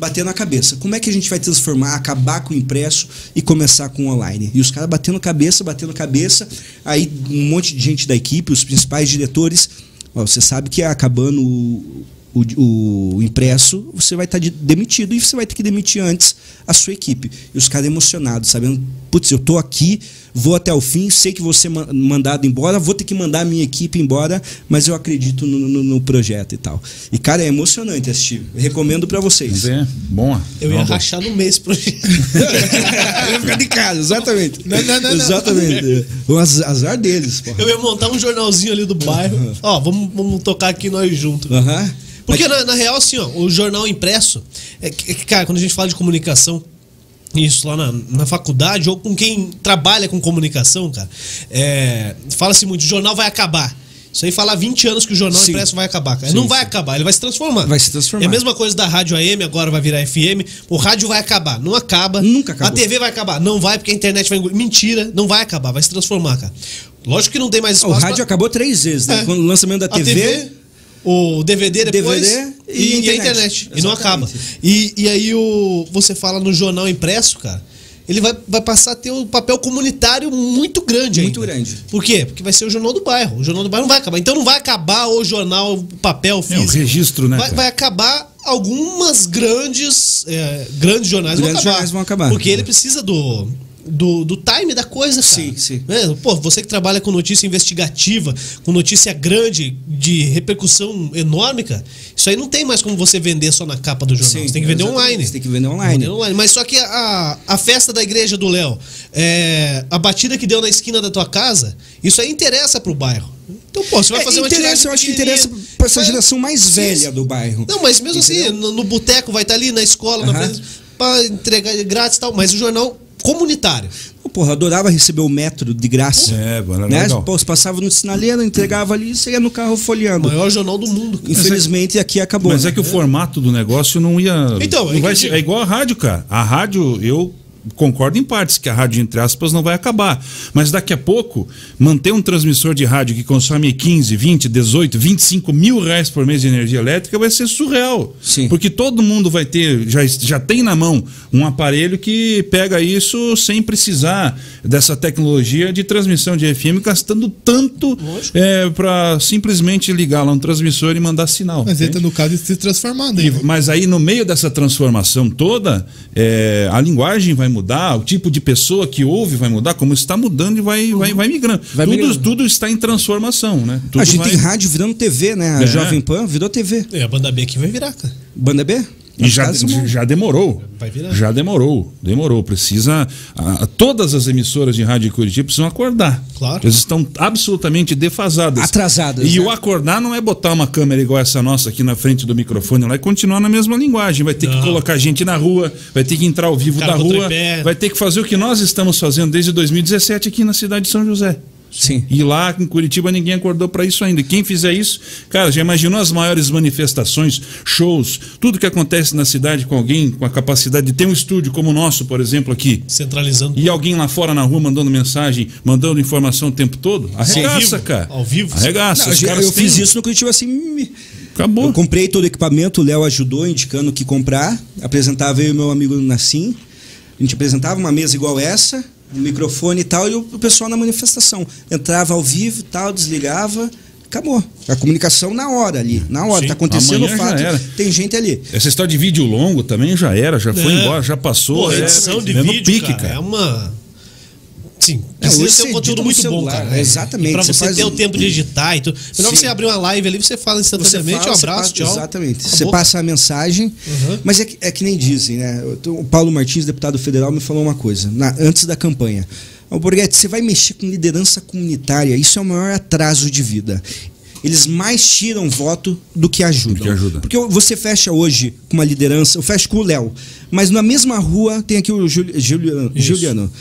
[SPEAKER 4] Batendo a cabeça. Como é que a gente vai transformar, acabar com o impresso e começar com o online? E os caras batendo cabeça, batendo cabeça. Aí um monte de gente da equipe, os principais diretores. Ó, você sabe que é acabando o, o- o impresso, você vai estar demitido e você vai ter que demitir antes a sua equipe. E os caras emocionados, sabendo, putz, eu tô aqui, vou até o fim, sei que vou ser ma- mandado embora, vou ter que mandar a minha equipe embora, mas eu acredito no, no- no projeto e tal. E, cara, é emocionante assistir. Recomendo pra vocês. <laughs>
[SPEAKER 2] <laughs>
[SPEAKER 3] É, bom.
[SPEAKER 1] Eu ia
[SPEAKER 3] bom.
[SPEAKER 1] rachar no mês pro <laughs>
[SPEAKER 4] Eu ia ficar de casa, exatamente.
[SPEAKER 2] Não, não, não, não. <laughs>
[SPEAKER 4] exatamente. O az- azar deles, porra.
[SPEAKER 1] Eu ia montar um jornalzinho ali do
[SPEAKER 3] <laughs>
[SPEAKER 1] bairro. Ó, vamos, vamos tocar aqui nós juntos.
[SPEAKER 4] Aham.
[SPEAKER 1] Porque, na, na real, assim, ó, o jornal impresso, é, que- é que, cara, quando a gente fala de comunicação, isso lá na, na faculdade, ou com quem trabalha com comunicação, cara, é, fala-se muito, o jornal vai acabar. Isso aí fala há 20 anos que o jornal
[SPEAKER 4] Sim.
[SPEAKER 1] impresso vai acabar, cara.
[SPEAKER 4] Sim,
[SPEAKER 1] não vai acabar, ele vai se transformar.
[SPEAKER 4] Vai se transformar.
[SPEAKER 1] É a mesma coisa da rádio AM, agora vai virar FM. O rádio vai acabar, não acaba.
[SPEAKER 4] Nunca
[SPEAKER 1] acaba.
[SPEAKER 4] acabou.
[SPEAKER 1] A TV vai acabar, não vai, porque a internet vai engolir. Mentira, não vai acabar, vai se transformar, cara. Lógico que não tem mais
[SPEAKER 4] Ah, O
[SPEAKER 1] espaço.
[SPEAKER 4] rádio
[SPEAKER 1] pra-
[SPEAKER 4] acabou três vezes, né?
[SPEAKER 1] É.
[SPEAKER 4] Quando o lançamento da
[SPEAKER 1] a TV, o DVD depois
[SPEAKER 4] DVD
[SPEAKER 1] e,
[SPEAKER 4] e
[SPEAKER 1] a
[SPEAKER 4] internet.
[SPEAKER 1] internet. E não
[SPEAKER 4] Exatamente.
[SPEAKER 1] acaba. E, e aí o, você fala no jornal impresso, cara, ele vai, vai passar a ter um papel comunitário muito grande
[SPEAKER 4] Muito
[SPEAKER 1] ainda.
[SPEAKER 4] grande.
[SPEAKER 1] Por quê? Porque vai ser o jornal do bairro. O jornal do bairro não vai acabar. Então não vai acabar o jornal, o papel físico.
[SPEAKER 3] É, registro, né,
[SPEAKER 1] Vai,
[SPEAKER 3] cara?
[SPEAKER 1] vai acabar algumas grandes, é, grandes jornais
[SPEAKER 4] Grandes jornais vão acabar.
[SPEAKER 1] Porque ele precisa do, do, do time da coisa, cara.
[SPEAKER 4] Sim, sim.
[SPEAKER 1] Né? Pô, você que trabalha com notícia investigativa, com notícia grande, de repercussão enorme, cara, isso aí não tem mais como você vender só na capa do jornal.
[SPEAKER 4] Sim,
[SPEAKER 1] você tem que vender
[SPEAKER 4] exatamente.
[SPEAKER 1] online.
[SPEAKER 4] Você tem que vender online.
[SPEAKER 1] Vender online. Mas só que a, a festa da igreja do Léo, é, a batida que deu na esquina da tua casa, isso aí interessa pro bairro. Então, pô, você vai
[SPEAKER 4] É,
[SPEAKER 1] fazer uma
[SPEAKER 4] interessa,
[SPEAKER 1] tiragem
[SPEAKER 4] eu acho que
[SPEAKER 1] pequenininha.
[SPEAKER 4] interessa pra essa
[SPEAKER 1] Vai-
[SPEAKER 4] geração mais
[SPEAKER 1] Sim,
[SPEAKER 4] velha do bairro.
[SPEAKER 1] não, mas mesmo assim,
[SPEAKER 4] Entendeu?
[SPEAKER 1] no, no boteco vai estar ali, na escola, na
[SPEAKER 4] Aham.
[SPEAKER 1] frente, pra entregar grátis e tal. Mas o jornal comunitário.
[SPEAKER 4] Pô, Porra, eu adorava receber o metro de graça.
[SPEAKER 3] É, mano, era
[SPEAKER 4] né?
[SPEAKER 3] legal.
[SPEAKER 4] Pô, você passava no sinaleiro, entregava ali e você ia no carro
[SPEAKER 1] O
[SPEAKER 4] folheando.
[SPEAKER 1] maior jornal do mundo. cara.
[SPEAKER 4] Infelizmente aqui acabou.
[SPEAKER 3] é Mas
[SPEAKER 4] né?
[SPEAKER 3] é que o formato do negócio não ia.
[SPEAKER 1] Então, é
[SPEAKER 3] não
[SPEAKER 1] que
[SPEAKER 3] vai
[SPEAKER 1] eu
[SPEAKER 3] ser-
[SPEAKER 1] digo.
[SPEAKER 3] é igual a rádio, cara. A rádio, eu concordo em partes que a rádio, entre aspas, não vai acabar. Mas daqui a pouco, manter um transmissor de rádio que consome 15, 20, 18, 25 mil reais por mês de energia elétrica vai ser surreal.
[SPEAKER 4] Sim.
[SPEAKER 3] Porque todo mundo vai ter, já, já tem na mão um aparelho que pega isso sem precisar dessa tecnologia de transmissão de FM, gastando tanto para simplesmente ligar lá um transmissor e mandar sinal.
[SPEAKER 2] Mas tá
[SPEAKER 3] entende?
[SPEAKER 2] entra no caso de se transformar daí.
[SPEAKER 3] E-
[SPEAKER 2] né?
[SPEAKER 3] mas aí, no meio dessa transformação toda, é, a linguagem vai mudar, o tipo de pessoa que ouve vai mudar, como está mudando e vai, vai, vai migrando.
[SPEAKER 4] Uhum. Vai
[SPEAKER 3] tudo,
[SPEAKER 4] migrando.
[SPEAKER 3] tudo está em transformação, né? Tudo
[SPEAKER 4] a gente
[SPEAKER 3] vai-
[SPEAKER 4] tem rádio virando TV, né? A
[SPEAKER 3] É.
[SPEAKER 4] Jovem Pan virou TV.
[SPEAKER 1] É, a banda B aqui vai virar, cara.
[SPEAKER 4] Banda B? né?
[SPEAKER 3] E já,
[SPEAKER 4] Caso-
[SPEAKER 3] já demorou.
[SPEAKER 1] Vai virar.
[SPEAKER 3] Já demorou. Demorou. Precisa. a- a- todas as emissoras de rádio de Curitiba precisam acordar.
[SPEAKER 1] Claro.
[SPEAKER 3] Eles estão absolutamente defasadas.
[SPEAKER 4] Atrasadas,
[SPEAKER 3] E
[SPEAKER 4] né?
[SPEAKER 3] o acordar não é botar uma câmera igual essa nossa aqui na frente do microfone lá e continuar na mesma linguagem. Vai ter
[SPEAKER 1] Não.
[SPEAKER 3] que colocar gente na rua, vai ter que entrar ao vivo
[SPEAKER 1] Cara,
[SPEAKER 3] da
[SPEAKER 1] com
[SPEAKER 3] rua,
[SPEAKER 1] tripé.
[SPEAKER 3] vai ter que fazer o que nós estamos fazendo desde 2017 aqui na cidade de São José.
[SPEAKER 4] Sim.
[SPEAKER 3] E lá em Curitiba ninguém acordou pra isso ainda. E Quem fizer isso, cara, já imaginou as maiores manifestações, shows, tudo que acontece na cidade com alguém com a capacidade de ter um estúdio como o nosso, por exemplo, aqui.
[SPEAKER 1] Centralizando.
[SPEAKER 3] E alguém lá fora na rua mandando mensagem, mandando informação o tempo todo?
[SPEAKER 1] Ao
[SPEAKER 3] Arregaça,
[SPEAKER 1] vivo.
[SPEAKER 3] cara.
[SPEAKER 1] Ao vivo.
[SPEAKER 3] Arregaça.
[SPEAKER 4] Não,
[SPEAKER 3] Os
[SPEAKER 4] eu
[SPEAKER 3] caras
[SPEAKER 4] eu fiz
[SPEAKER 3] têm-
[SPEAKER 4] isso no Curitiba assim. me-
[SPEAKER 3] Acabou.
[SPEAKER 4] Eu comprei todo o equipamento, o Léo ajudou indicando o que comprar. Apresentava eu e meu amigo Nassim. A gente apresentava uma mesa igual essa, um microfone e tal, e o o pessoal na manifestação. Entrava ao vivo e tal, desligava, acabou. A comunicação na hora ali, na hora.
[SPEAKER 1] Sim,
[SPEAKER 4] tá acontecendo o
[SPEAKER 3] amanhã já
[SPEAKER 4] fato.
[SPEAKER 3] era.
[SPEAKER 4] Tem gente ali.
[SPEAKER 3] Essa história de vídeo longo também já era, já foi
[SPEAKER 1] É.
[SPEAKER 3] embora, já passou.
[SPEAKER 1] Pô,
[SPEAKER 3] é-
[SPEAKER 1] edição de
[SPEAKER 3] é no
[SPEAKER 1] vídeo,
[SPEAKER 3] pique,
[SPEAKER 1] cara, É uma. Sim, precisa
[SPEAKER 4] É, hoje
[SPEAKER 1] ter
[SPEAKER 4] você
[SPEAKER 1] um conteúdo
[SPEAKER 4] edita no
[SPEAKER 1] muito
[SPEAKER 4] celular,
[SPEAKER 1] bom, cara.
[SPEAKER 4] né? Exatamente,
[SPEAKER 1] E pra
[SPEAKER 4] você
[SPEAKER 1] você,
[SPEAKER 4] faz
[SPEAKER 1] ter
[SPEAKER 4] um-
[SPEAKER 1] o tempo de editar e tudo. Melhor
[SPEAKER 4] Sim.
[SPEAKER 1] você abrir uma live ali, você fala instantaneamente,
[SPEAKER 4] fala,
[SPEAKER 1] um
[SPEAKER 4] você
[SPEAKER 1] abraço,
[SPEAKER 4] passa-
[SPEAKER 1] tchau.
[SPEAKER 4] Exatamente.
[SPEAKER 1] Acabou.
[SPEAKER 4] Você passa a mensagem,
[SPEAKER 1] Uhum.
[SPEAKER 4] mas é que, é que nem dizem, né? Eu tô- O Paulo Martins, deputado federal, me falou uma coisa na- antes da campanha. Ô, Borghetti, você vai mexer com liderança comunitária, isso é o maior atraso de vida. eles mais tiram voto do que ajudam.
[SPEAKER 3] Do que ajuda.
[SPEAKER 4] Porque você fecha hoje com uma liderança, eu fecho com o Léo, mas na mesma rua tem aqui o Juli- Juliano. Juliano.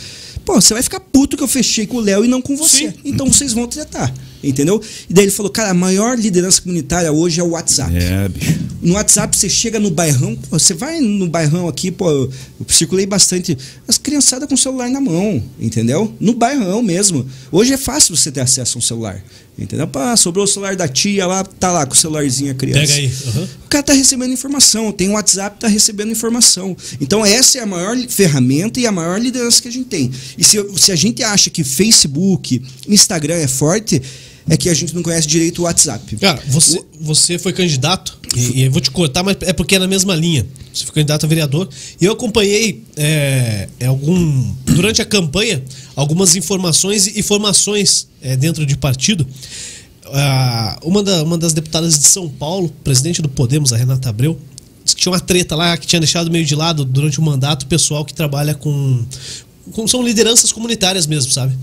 [SPEAKER 4] Pô, você vai ficar puto que eu fechei com o Léo e não com você.
[SPEAKER 1] Sim.
[SPEAKER 4] Então vocês vão tratar, entendeu? E daí ele falou, cara, a maior liderança comunitária hoje é o WhatsApp.
[SPEAKER 1] um
[SPEAKER 3] É, bicho.
[SPEAKER 4] No WhatsApp, você chega no bairrão, pô, você vai no bairrão aqui, pô, eu circulei bastante. As criançadas com o celular na mão, entendeu? No bairrão mesmo. Hoje é fácil você ter acesso a um celular, entendeu? Pá, sobrou o celular da tia lá, tá lá com o celularzinho a criança.
[SPEAKER 1] Pega aí. Aham.
[SPEAKER 4] O cara tá recebendo informação, tem o WhatsApp, tá recebendo informação. Então essa é a maior li- ferramenta e a maior liderança que a gente tem. E se, se a gente acha que Facebook, Instagram é forte, é que a gente não conhece direito o WhatsApp.
[SPEAKER 1] Cara, Ah, você, você foi candidato, e, e eu vou te cortar, mas é porque é na mesma linha. Você foi candidato a vereador. E eu acompanhei é, é, algum. Durante a campanha, algumas informações e formações é, dentro de partido. Ah, uma, da- uma das deputadas de São Paulo, presidente do Podemos, a Renata Abreu, disse que tinha uma treta lá que tinha deixado meio de lado durante o mandato o pessoal que trabalha com. com- são lideranças comunitárias mesmo, sabe?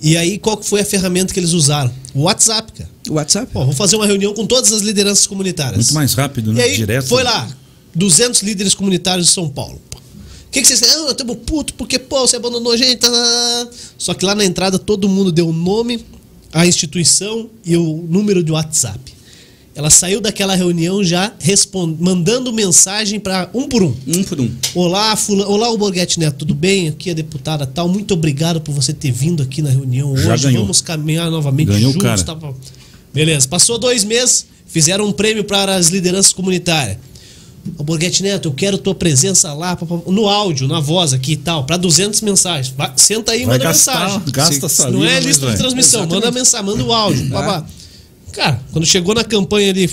[SPEAKER 1] E aí, qual que foi a ferramenta que eles usaram? O WhatsApp, cara.
[SPEAKER 4] O WhatsApp?
[SPEAKER 1] Pô, vou fazer uma reunião com todas as lideranças comunitárias.
[SPEAKER 3] Muito mais rápido,
[SPEAKER 1] E
[SPEAKER 3] né?
[SPEAKER 1] aí,
[SPEAKER 3] Direto.
[SPEAKER 1] foi lá. 200 líderes comunitários de São Paulo. Pô. O que, que vocês... Ah, eu tamo puto porque, pô, você abandonou a gente. tá, tá, tá, tá. Só que lá na entrada todo mundo deu o nome, a instituição e o número de WhatsApp. Ela saiu daquela reunião já respond... mandando mensagem para um por um.
[SPEAKER 4] Um por um.
[SPEAKER 1] Olá, fula... Olá, o Borghetti Neto, tudo bem? Aqui é a deputada tal. Muito obrigado por você ter vindo aqui na reunião
[SPEAKER 3] Já
[SPEAKER 1] hoje.
[SPEAKER 3] ganhou.
[SPEAKER 1] Vamos caminhar novamente
[SPEAKER 3] Ganhou o
[SPEAKER 1] juntos.
[SPEAKER 3] cara.
[SPEAKER 1] tá bom. Beleza, passou dois meses, fizeram um prêmio para as lideranças comunitárias. Ô, Borghetti Neto, eu quero tua presença lá, pá, pá, pá, no áudio, na voz aqui e tal, para 200 mensagens. Vai- senta aí e
[SPEAKER 3] Vai
[SPEAKER 1] manda
[SPEAKER 3] gastar-
[SPEAKER 1] mensagem.
[SPEAKER 3] gasta né,
[SPEAKER 1] Se-
[SPEAKER 3] saliva,
[SPEAKER 1] Não é
[SPEAKER 3] mas
[SPEAKER 1] lista de
[SPEAKER 3] vai.
[SPEAKER 1] transmissão, manda mensagem, manda o áudio.
[SPEAKER 3] Né?
[SPEAKER 1] pá, pá. Cara, quando chegou na campanha ali,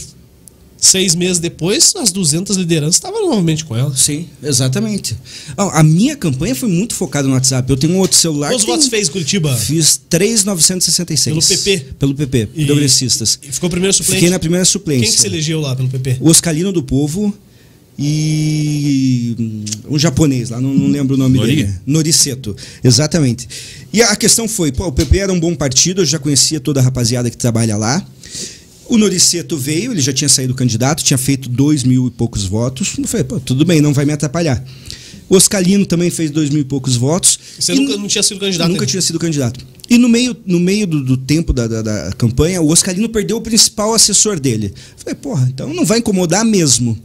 [SPEAKER 1] seis meses depois, as 200 lideranças estavam novamente com ela.
[SPEAKER 4] Sim, exatamente. Ó, a minha campanha foi muito focada no WhatsApp. Eu tenho um outro celular.
[SPEAKER 1] Quantos
[SPEAKER 4] que tem-
[SPEAKER 1] votos fez Curitiba?
[SPEAKER 4] Fiz 3,966.
[SPEAKER 1] Pelo PP?
[SPEAKER 4] Pelo PP,
[SPEAKER 1] E-
[SPEAKER 4] progressistas.
[SPEAKER 1] E ficou primeiro suplente.
[SPEAKER 4] Fiquei na primeira
[SPEAKER 1] Quem
[SPEAKER 4] suplência.
[SPEAKER 1] que se elegeu lá pelo PP?
[SPEAKER 4] O Oscalino do Povo e hum, um japonês lá, não, não lembro o nome
[SPEAKER 3] Nori?
[SPEAKER 4] dele. Noriceto, exatamente. E a questão foi, pô, o PP era um bom partido, eu já conhecia toda a rapaziada que trabalha lá. O Noriceto veio, ele já tinha saído candidato, tinha feito dois mil e poucos votos. Eu falei, pô, tudo bem, não vai me atrapalhar. O Oscalino também fez dois mil e poucos votos.
[SPEAKER 1] Você
[SPEAKER 4] E
[SPEAKER 1] nunca não tinha sido candidato.
[SPEAKER 4] Nunca
[SPEAKER 1] ainda.
[SPEAKER 4] tinha sido candidato. E no meio, no meio do, do tempo da, da- da campanha, o Oscarino perdeu o principal assessor dele. Falei, porra, então não vai incomodar mesmo.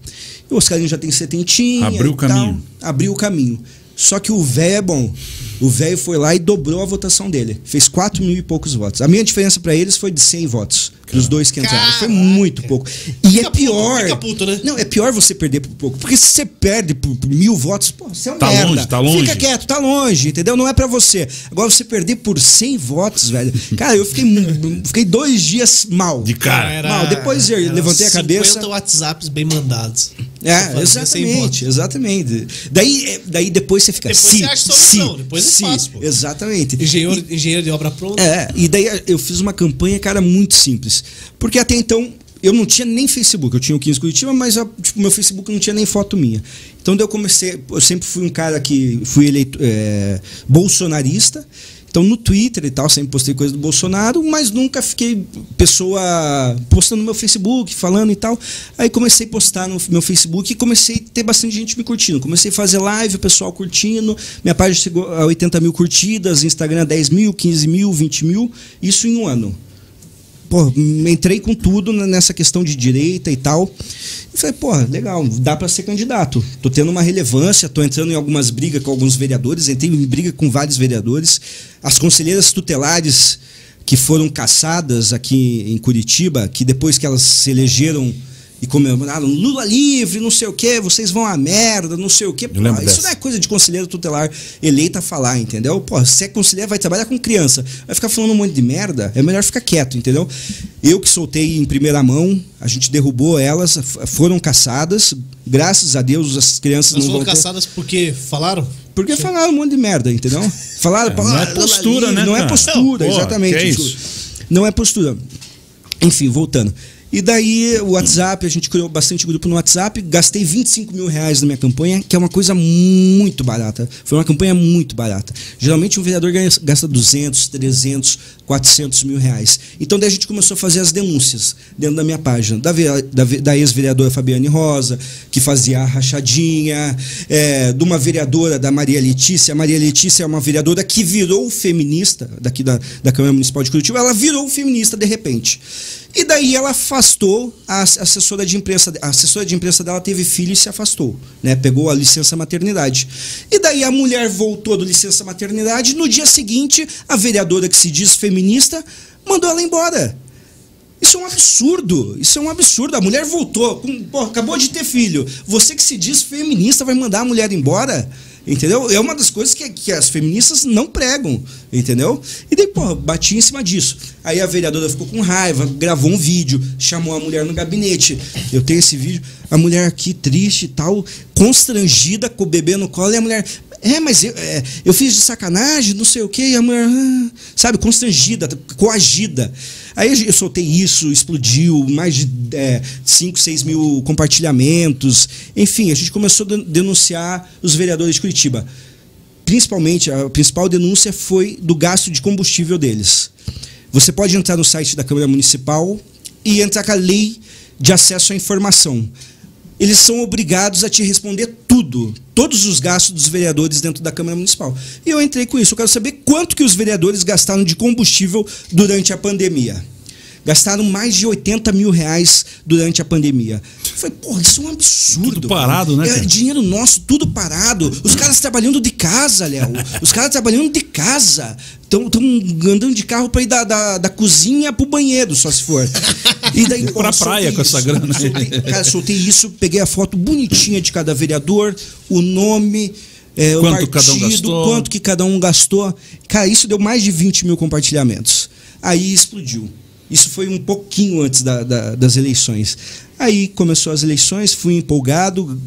[SPEAKER 4] E o Oscarino já tem setentinha.
[SPEAKER 3] Abriu o
[SPEAKER 4] e tal.
[SPEAKER 3] caminho.
[SPEAKER 4] Abriu o caminho. Só que o velho é bom. O velho foi lá e dobrou a votação dele. Fez 4 mil e poucos votos. A minha diferença pra eles foi de 100 votos. Dos dois que entraram.
[SPEAKER 1] Caraca.
[SPEAKER 4] Foi muito pouco. E
[SPEAKER 1] Fica
[SPEAKER 4] é
[SPEAKER 1] puto,
[SPEAKER 4] pior.
[SPEAKER 1] fica puto, né?
[SPEAKER 4] Não, é pior você perder por pouco. Porque se você perde por por mil votos, pô, você é um
[SPEAKER 3] Tá
[SPEAKER 4] merda.
[SPEAKER 3] longe, tá longe.
[SPEAKER 4] Fica quieto quieto, tá longe, entendeu? Não é pra você. Agora você perder por 100 votos, velho. Cara, eu fiquei, mu- fiquei dois dias mal.
[SPEAKER 3] De cara.
[SPEAKER 1] Era-
[SPEAKER 4] Mal, depois eu
[SPEAKER 1] eram
[SPEAKER 4] levantei a cabeça.
[SPEAKER 1] 50 WhatsApps bem mandados. Só
[SPEAKER 4] É,
[SPEAKER 1] fazia sem
[SPEAKER 4] exatamente,
[SPEAKER 1] voto.
[SPEAKER 4] exatamente. Daí, é, daí depois você fica
[SPEAKER 1] Depois
[SPEAKER 4] se,
[SPEAKER 1] você acha
[SPEAKER 4] se,
[SPEAKER 1] solução, depois é
[SPEAKER 4] se,
[SPEAKER 1] fácil, pô.
[SPEAKER 4] Exatamente.
[SPEAKER 1] Engenheiro, engenheiro de obra pronta.
[SPEAKER 4] É, e daí eu fiz uma campanha, cara, muito simples. Porque até então eu não tinha nem Facebook. Eu tinha o 15 Curitiba, mas a- tipo, meu Facebook não tinha nem foto minha. Então daí eu comecei. Eu sempre fui um cara que fui eleito é, bolsonarista. Então no Twitter e tal, sempre postei coisa do Bolsonaro, mas nunca fiquei pessoa postando no meu Facebook, falando e tal. Aí comecei a postar no meu Facebook e comecei a ter bastante gente me curtindo. Comecei a fazer live, o pessoal curtindo. Minha página chegou a 80 mil curtidas, Instagram 10 mil, 15 mil, 20 mil. Isso em um ano. Pô, me- entrei com tudo n- nessa questão de direita e tal. E falei, porra, legal, dá pra ser candidato. Tô tendo uma relevância, tô entrando em algumas brigas com alguns vereadores, entrei em briga com vários vereadores. As conselheiras tutelares que foram caçadas aqui em Curitiba, que depois que elas se elegeram e comemoraram Lula livre, não sei o quê, vocês vão à merda, não sei o quê. Pô,
[SPEAKER 3] Eu lembro
[SPEAKER 4] isso
[SPEAKER 3] dessa.
[SPEAKER 4] não é coisa de conselheiro tutelar eleita falar, entendeu? Pô, se é conselheiro, vai trabalhar com criança. Vai ficar falando um monte de merda, é melhor ficar quieto, entendeu? Eu que soltei em primeira mão, a gente derrubou elas, f- foram caçadas. Graças a Deus as crianças
[SPEAKER 1] Elas
[SPEAKER 4] não
[SPEAKER 1] foram
[SPEAKER 4] vão ter...
[SPEAKER 1] caçadas porque falaram?
[SPEAKER 4] Porque falaram um monte de merda, entendeu? Falaram,
[SPEAKER 3] É, não é
[SPEAKER 4] "Ah,
[SPEAKER 3] postura, né,
[SPEAKER 4] Não é
[SPEAKER 3] cara?
[SPEAKER 4] postura,
[SPEAKER 3] Não, pô, que
[SPEAKER 4] exatamente.
[SPEAKER 3] é
[SPEAKER 4] tipo,
[SPEAKER 3] isso?
[SPEAKER 4] Não é postura. Enfim, voltando. E daí o WhatsApp, a gente criou bastante grupo no WhatsApp, gastei 25 mil reais na minha campanha, que é uma coisa muito barata. Foi uma campanha muito barata. Geralmente um vereador ganha- gasta 200, 300, 400 mil reais. Então daí a gente começou a fazer as denúncias dentro da minha página. Da, ve- da, ve- da ex-vereadora Fabiane Rosa, que fazia a rachadinha, é, de uma vereadora da Maria Letícia. A Maria Letícia é uma vereadora que virou feminista daqui da, da Câmara Municipal de Curitiba. Ela virou feminista de repente. E daí ela afastou a ass- assessora de imprensa. A assessora de imprensa dela teve filho e se afastou, né? Pegou a licença maternidade. E daí a mulher voltou do licença maternidade. No dia seguinte, a vereadora que se diz feminista mandou ela embora. Isso é um absurdo. Isso é um absurdo. A mulher voltou, com- pô, acabou de ter filho. Você que se diz feminista vai mandar a mulher embora? Entendeu? É uma das coisas que, que as feministas não pregam, entendeu? E daí, porra, bati em cima disso. Aí a vereadora ficou com raiva, gravou um vídeo, chamou a mulher no gabinete. Eu tenho esse vídeo. A mulher aqui triste e tal, constrangida com o bebê no colo, e a mulher. É, mas eu, é, eu fiz de sacanagem, não sei o quê, e a mulher, ah, sabe, constrangida, coagida. Aí eu soltei isso, explodiu, mais de 5, 6 mil compartilhamentos. Enfim, a gente começou a den- denunciar os vereadores de Curitiba. Principalmente, a principal denúncia foi do gasto de combustível deles. Você pode entrar no site da Câmara Municipal e entrar com a lei de acesso à informação. Eles são obrigados a te responder tudo, todos os gastos dos vereadores dentro da Câmara Municipal. E eu entrei com isso. Eu quero saber quanto que os vereadores gastaram de combustível durante a pandemia. Gastaram mais de 80 mil reais durante a pandemia. Eu falei, porra, isso é um absurdo.
[SPEAKER 3] Tudo parado,
[SPEAKER 4] cara.
[SPEAKER 3] né,
[SPEAKER 4] É
[SPEAKER 3] cara?
[SPEAKER 4] dinheiro nosso, tudo parado. Os caras trabalhando de
[SPEAKER 3] <laughs>
[SPEAKER 4] casa, Léo. Os caras trabalhando de casa. Estão andando de carro para ir da, da, da cozinha pro banheiro, só se for. E daí,
[SPEAKER 3] Pra
[SPEAKER 4] ó, soltei
[SPEAKER 3] praia com
[SPEAKER 4] isso.
[SPEAKER 3] essa grana.
[SPEAKER 4] Soltei- cara, soltei isso, peguei a foto bonitinha de cada vereador, o nome. é, o
[SPEAKER 3] Quanto
[SPEAKER 4] partido,
[SPEAKER 3] cada um gastou.
[SPEAKER 4] quanto que cada um gastou. Cara, isso deu mais de 20 mil compartilhamentos. Aí explodiu. Isso foi um pouquinho antes da- da- das eleições. Aí começou as eleições, fui empolgado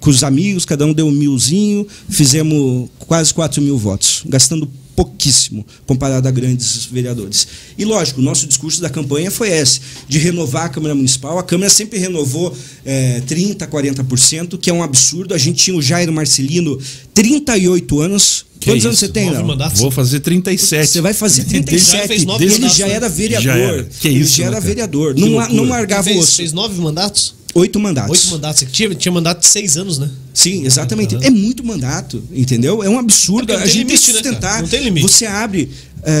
[SPEAKER 4] com os amigos, cada um deu um milzinho, fizemos quase 4 mil votos, gastando pouquíssimo comparado a grandes vereadores. E lógico, o nosso discurso da campanha foi esse, de renovar a Câmara Municipal. A Câmara sempre renovou eh, 30%, 40%, que é um absurdo. A gente tinha o Jairo Marcelino, 38 anos.
[SPEAKER 3] Que
[SPEAKER 4] Quantos
[SPEAKER 3] isso?
[SPEAKER 4] anos você tem,
[SPEAKER 1] Nove
[SPEAKER 4] Léo?
[SPEAKER 1] mandatos.
[SPEAKER 3] Vou fazer 37.
[SPEAKER 4] Você vai fazer
[SPEAKER 1] Ele já
[SPEAKER 4] 37.
[SPEAKER 1] fez nove
[SPEAKER 4] Ele
[SPEAKER 1] mandatos,
[SPEAKER 4] já
[SPEAKER 1] né?
[SPEAKER 4] era vereador.
[SPEAKER 3] Já era. Que
[SPEAKER 4] ele
[SPEAKER 3] isso,
[SPEAKER 4] já
[SPEAKER 3] né,
[SPEAKER 4] era
[SPEAKER 3] cara?
[SPEAKER 4] velargador.
[SPEAKER 3] Que
[SPEAKER 4] Não,
[SPEAKER 3] loucura.
[SPEAKER 4] não largava o
[SPEAKER 1] fez,
[SPEAKER 4] osso.
[SPEAKER 1] fez nove mandatos?
[SPEAKER 4] Oito mandatos.
[SPEAKER 1] Oito mandatos. Tinha, tinha mandato de seis anos, né?
[SPEAKER 4] Sim, exatamente.
[SPEAKER 1] Aham.
[SPEAKER 4] É muito mandato, entendeu? É um absurdo.
[SPEAKER 1] É porque não
[SPEAKER 4] a
[SPEAKER 1] tem
[SPEAKER 4] gente tem que
[SPEAKER 1] limite, né,
[SPEAKER 4] sustentar.
[SPEAKER 1] cara? Não tem limite.
[SPEAKER 4] Você abre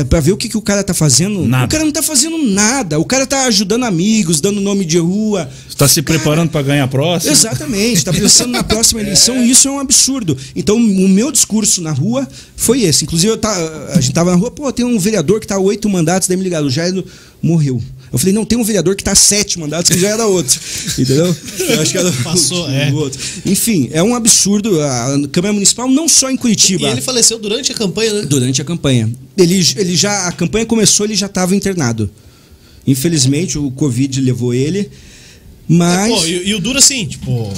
[SPEAKER 4] para ver o que, que o cara tá fazendo.
[SPEAKER 3] Nada.
[SPEAKER 4] O cara não tá fazendo nada. O cara tá ajudando amigos, dando nome de rua.
[SPEAKER 1] Tá
[SPEAKER 3] Está Tá se
[SPEAKER 4] Cara,
[SPEAKER 3] preparando para ganhar a próxima?
[SPEAKER 4] Exatamente, está pensando
[SPEAKER 1] <laughs>
[SPEAKER 4] na próxima eleição e isso é um absurdo. Então, o meu discurso na rua foi esse. Inclusive, eu tá, a gente tava na rua, pô, tem um vereador que tá há oito mandatos, daí me ligaram, o Jairo morreu. Eu falei, não, tem um vereador que tá há sete mandatos, que já
[SPEAKER 1] <laughs>
[SPEAKER 4] era outro. Entendeu? Eu acho que era o
[SPEAKER 1] Passou,
[SPEAKER 4] último,
[SPEAKER 1] é.
[SPEAKER 4] o outro. Enfim, é um absurdo. A Câmara Municipal, não só em
[SPEAKER 1] E
[SPEAKER 4] Curitiba.
[SPEAKER 1] ele faleceu durante a campanha, né?
[SPEAKER 4] Durante a campanha. Ele, ele já, a campanha começou, ele já estava internado. Infelizmente, o Covid levou ele. Mas.
[SPEAKER 1] Pô, É, e, e o duro assim, tipo.